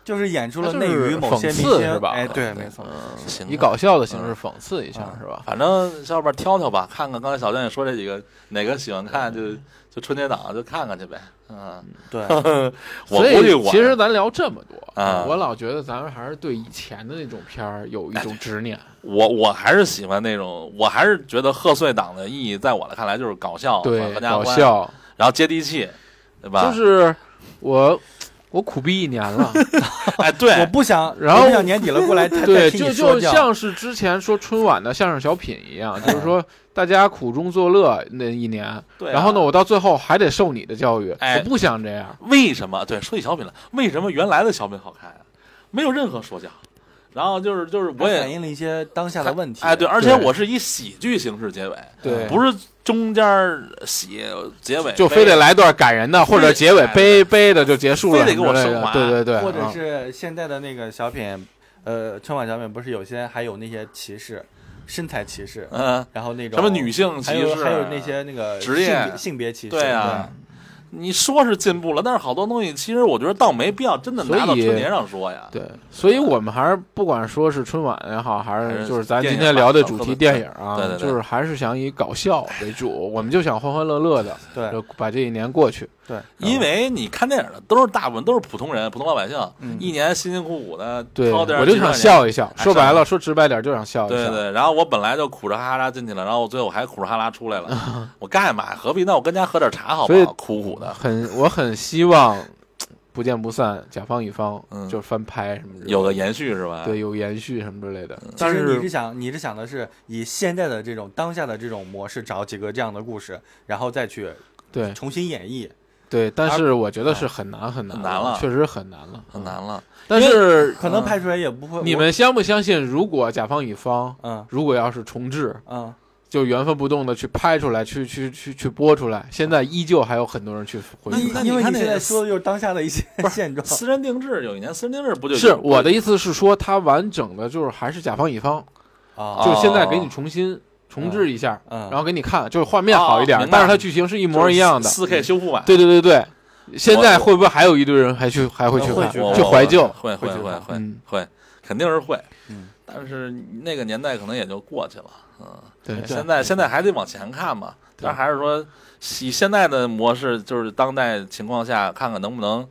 S2: 就是演出了
S3: 他就
S2: 内
S3: 是
S2: 娱某些明
S3: 讽刺
S2: 星，
S3: 是吧
S2: 哎，对，
S1: 对
S2: 没错。
S1: 行吧
S3: 嗯以搞笑的形式讽刺一下
S2: 嗯，
S3: 是吧？
S1: 反正小伙伴挑挑吧，看看刚才小郑也说这几个，哪个喜欢看就
S3: 嗯
S1: 就春节档就看看去呗。嗯，
S2: 对，
S1: *laughs* 我
S3: 所以
S1: 估计我
S3: 其实咱聊这么多
S1: 啊
S3: 我老觉得咱们还是对以前的那种片儿有一种执念。
S1: 我我还是喜欢那种，我还是觉得贺岁档的意义，在我来看来就是搞笑，
S3: *laughs* 对，
S1: 合家
S3: 搞
S1: 欢，
S3: 笑，
S1: 然后接地气，对吧？
S3: 就是我我苦逼一年了，
S1: 哎，对，
S2: 我不想，
S3: 然后
S2: 我不想年底了过来
S3: *laughs*
S2: 再再
S3: 对，
S2: 听
S3: 就
S2: 你说
S3: 就
S2: 教
S3: 像是之前说春晚的相声小品一样，就是说大家苦中作乐那一年，
S1: 对啊
S3: 然后呢，我到最后还得受你的教育，
S1: 哎
S3: 我不想这样。
S1: 为什么？对，说起小品了，为什么原来的小品好看啊？没有任何说教，然后就是就是我
S2: 反
S1: 也
S2: 映了一些当下的问题。
S1: 哎对，而且
S3: 对
S1: 我是以喜剧形式结尾，
S3: 对
S1: 不是中间儿喜结尾，
S3: 就非得来段感人的，或者结尾悲悲的就结束了，
S1: 非得给我
S3: 什么之类
S1: 升
S3: 的
S1: 华
S3: 对对对，
S2: 或者
S3: 啊
S2: 是现在的那个小品，呃，春晚小品不是有些还有那些歧视，身材歧视，
S1: 嗯。
S2: 然后那种
S1: 什么女性歧
S2: 还有
S1: 视，
S2: 还有那些那个
S1: 职业
S2: 性别性别歧视，
S1: 对啊，你说是进步了，但是好多东西其实我觉得倒没必要真的拿到
S3: 所以
S1: 春节上说呀。
S3: 对，所以我们还是不管说是春晚也好，还
S1: 还
S3: 是
S1: 是
S3: 就是咱
S1: 电
S3: 今
S1: 影
S3: 天
S1: 吧
S3: 聊的
S1: 搞
S3: 主
S1: 搞
S3: 题
S1: 的
S3: 电影啊，
S1: 对对对
S3: 就是还是想以搞笑为主，我们就想欢欢乐乐的，
S2: 对
S3: 就把这一年过去。
S2: 对
S1: 因为你看电影的都是大部分都是普通人、普通老百姓，
S2: 嗯
S1: 一年辛辛苦苦的
S3: 对，
S1: 掏点儿
S3: 我就
S1: 几
S3: 想
S1: 万
S3: 笑一笑。
S1: 哎
S3: 说白
S1: 上
S3: 了，说直白点，就想笑一
S1: 对
S3: 笑。
S1: 对，然后我本来就苦着哈哈进去了，然后我最后还苦着哈哈出来
S3: *laughs*
S1: 了，我干嘛？何必？那我跟家喝点茶好不
S3: 所以
S1: 好？苦苦的，
S3: 很，我很希望不见不散，甲方乙方
S1: 嗯
S3: 就是翻拍什么之类的
S1: 有个延续是吧？
S3: 对有延续什么之类的。
S2: 其
S3: 但
S2: 实你是
S3: 是
S2: 想，你是想的是以现在的这种当下的这种模式，找几个这样的故事，然后再去
S3: 对
S2: 重新演绎。
S3: 对，但
S1: 而
S3: 是我觉得是很难很难
S1: 啊很难了
S3: 确实很难了，
S1: 很难了。
S3: 但
S1: 因为
S3: 是
S2: 可能拍出来也不会。
S3: 你
S2: 我
S3: 们相不相信，如果甲方乙方
S2: 嗯
S3: 如果要是重置，
S2: 嗯，
S3: 就原封不动的去拍出来，去去去去播出来，现在依旧还有很多人去回
S1: 那
S3: 去
S1: 你
S3: 看。
S2: 因为
S1: 看
S2: 你
S1: 那
S2: 现在
S1: 个
S2: 说的就是当下的一 *laughs* 些现状。
S1: 私人定制有一年私人定制不就是
S3: 我的意思是说，它完整的就是还是甲方乙方，
S2: 啊
S3: 就是现在给
S1: 哦
S3: 你重新重置一下，
S2: 嗯
S3: 然后给你看，就是画面好一点
S1: 哦，明白
S3: 但是它剧情是一模一样的。嗯
S1: 四 K 修复版？
S3: 对对对对，现在会不会还有一堆人还去还会去
S2: 会
S3: 看
S2: 去
S1: 我
S3: 去
S1: 我
S3: 怀旧？
S1: 会会
S2: 会觉
S1: 会
S2: 得
S1: 会
S3: 嗯
S1: 会，肯定是会。
S2: 嗯
S1: 但是那个年代可能也就过去了，嗯，
S3: 对
S1: 现在现在还得往前看嘛。
S3: 对
S1: 但还是说，以现在的模式，就是当代情况下，看看能不能，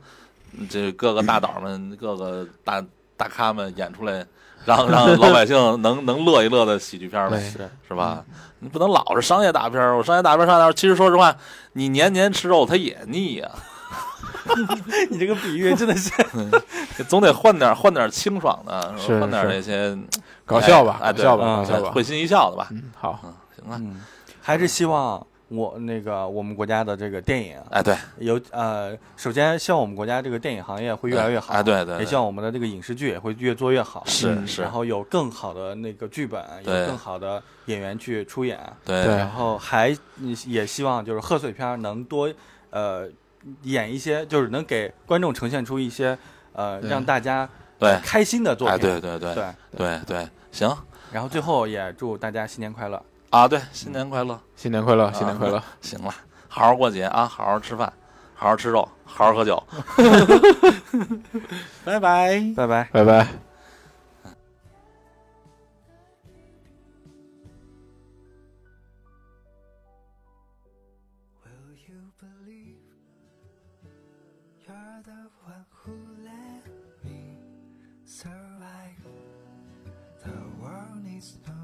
S1: 嗯这各个大导们、各个大大咖们演出来，
S3: *laughs*
S1: 让让老百姓能能乐一乐的喜剧片儿呗，
S3: 对嗯
S2: 是
S1: 是吧？你不能老是商业大片儿，我商业大片儿、商业大片儿，其实说实话，你年年吃肉，它也腻呀、
S2: 你这个比喻真的是
S1: *laughs* 总得换点换点清爽的，
S3: 是是
S1: 换点那些
S3: 搞笑吧，
S1: 哎
S3: 搞笑吧，
S2: 嗯
S3: 搞笑吧
S1: 会。心一笑的吧。
S3: 嗯，好，
S1: 嗯，行吧。
S2: 嗯，还是希望我那个我们国家的这个电影
S1: 哎，对，
S2: 有呃，首先希望我们国家这个电影行业会越来越好，
S1: 哎，对对
S2: 也希
S1: 对，
S2: 望我们的这个影视剧也会越做越好，
S1: 是
S3: 嗯
S1: 是
S2: 然，后有更好的那个剧本，有
S1: 对
S2: 更好的演员去出演，
S1: 对
S3: 对
S2: 然后还也希望就是贺岁片儿能多呃演一些，就是能给观众呈现出一些呃
S3: 对
S2: 让大家
S1: 对，
S2: 开心的作
S1: 哎，
S2: 品，
S1: 对对对
S2: 对
S1: 对对，行
S2: 然后最后也祝大家新年快乐，
S1: 啊，对，新年快乐，
S3: 新年快乐，新年
S1: 啊
S3: 快乐。
S1: 行了，好好过节啊，好好吃饭，好好吃肉，好好喝酒，拜拜。
S2: 拜拜。
S3: 拜拜。
S5: Will you believe you're the one who let me survive? The world needs no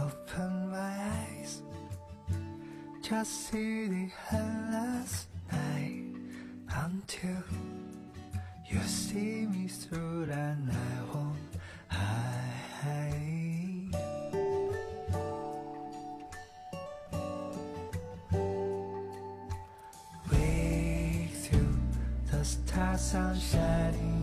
S5: Open my eyes, just see the endless night until you see me through the night. Won't I? Wake through the stars, sun shining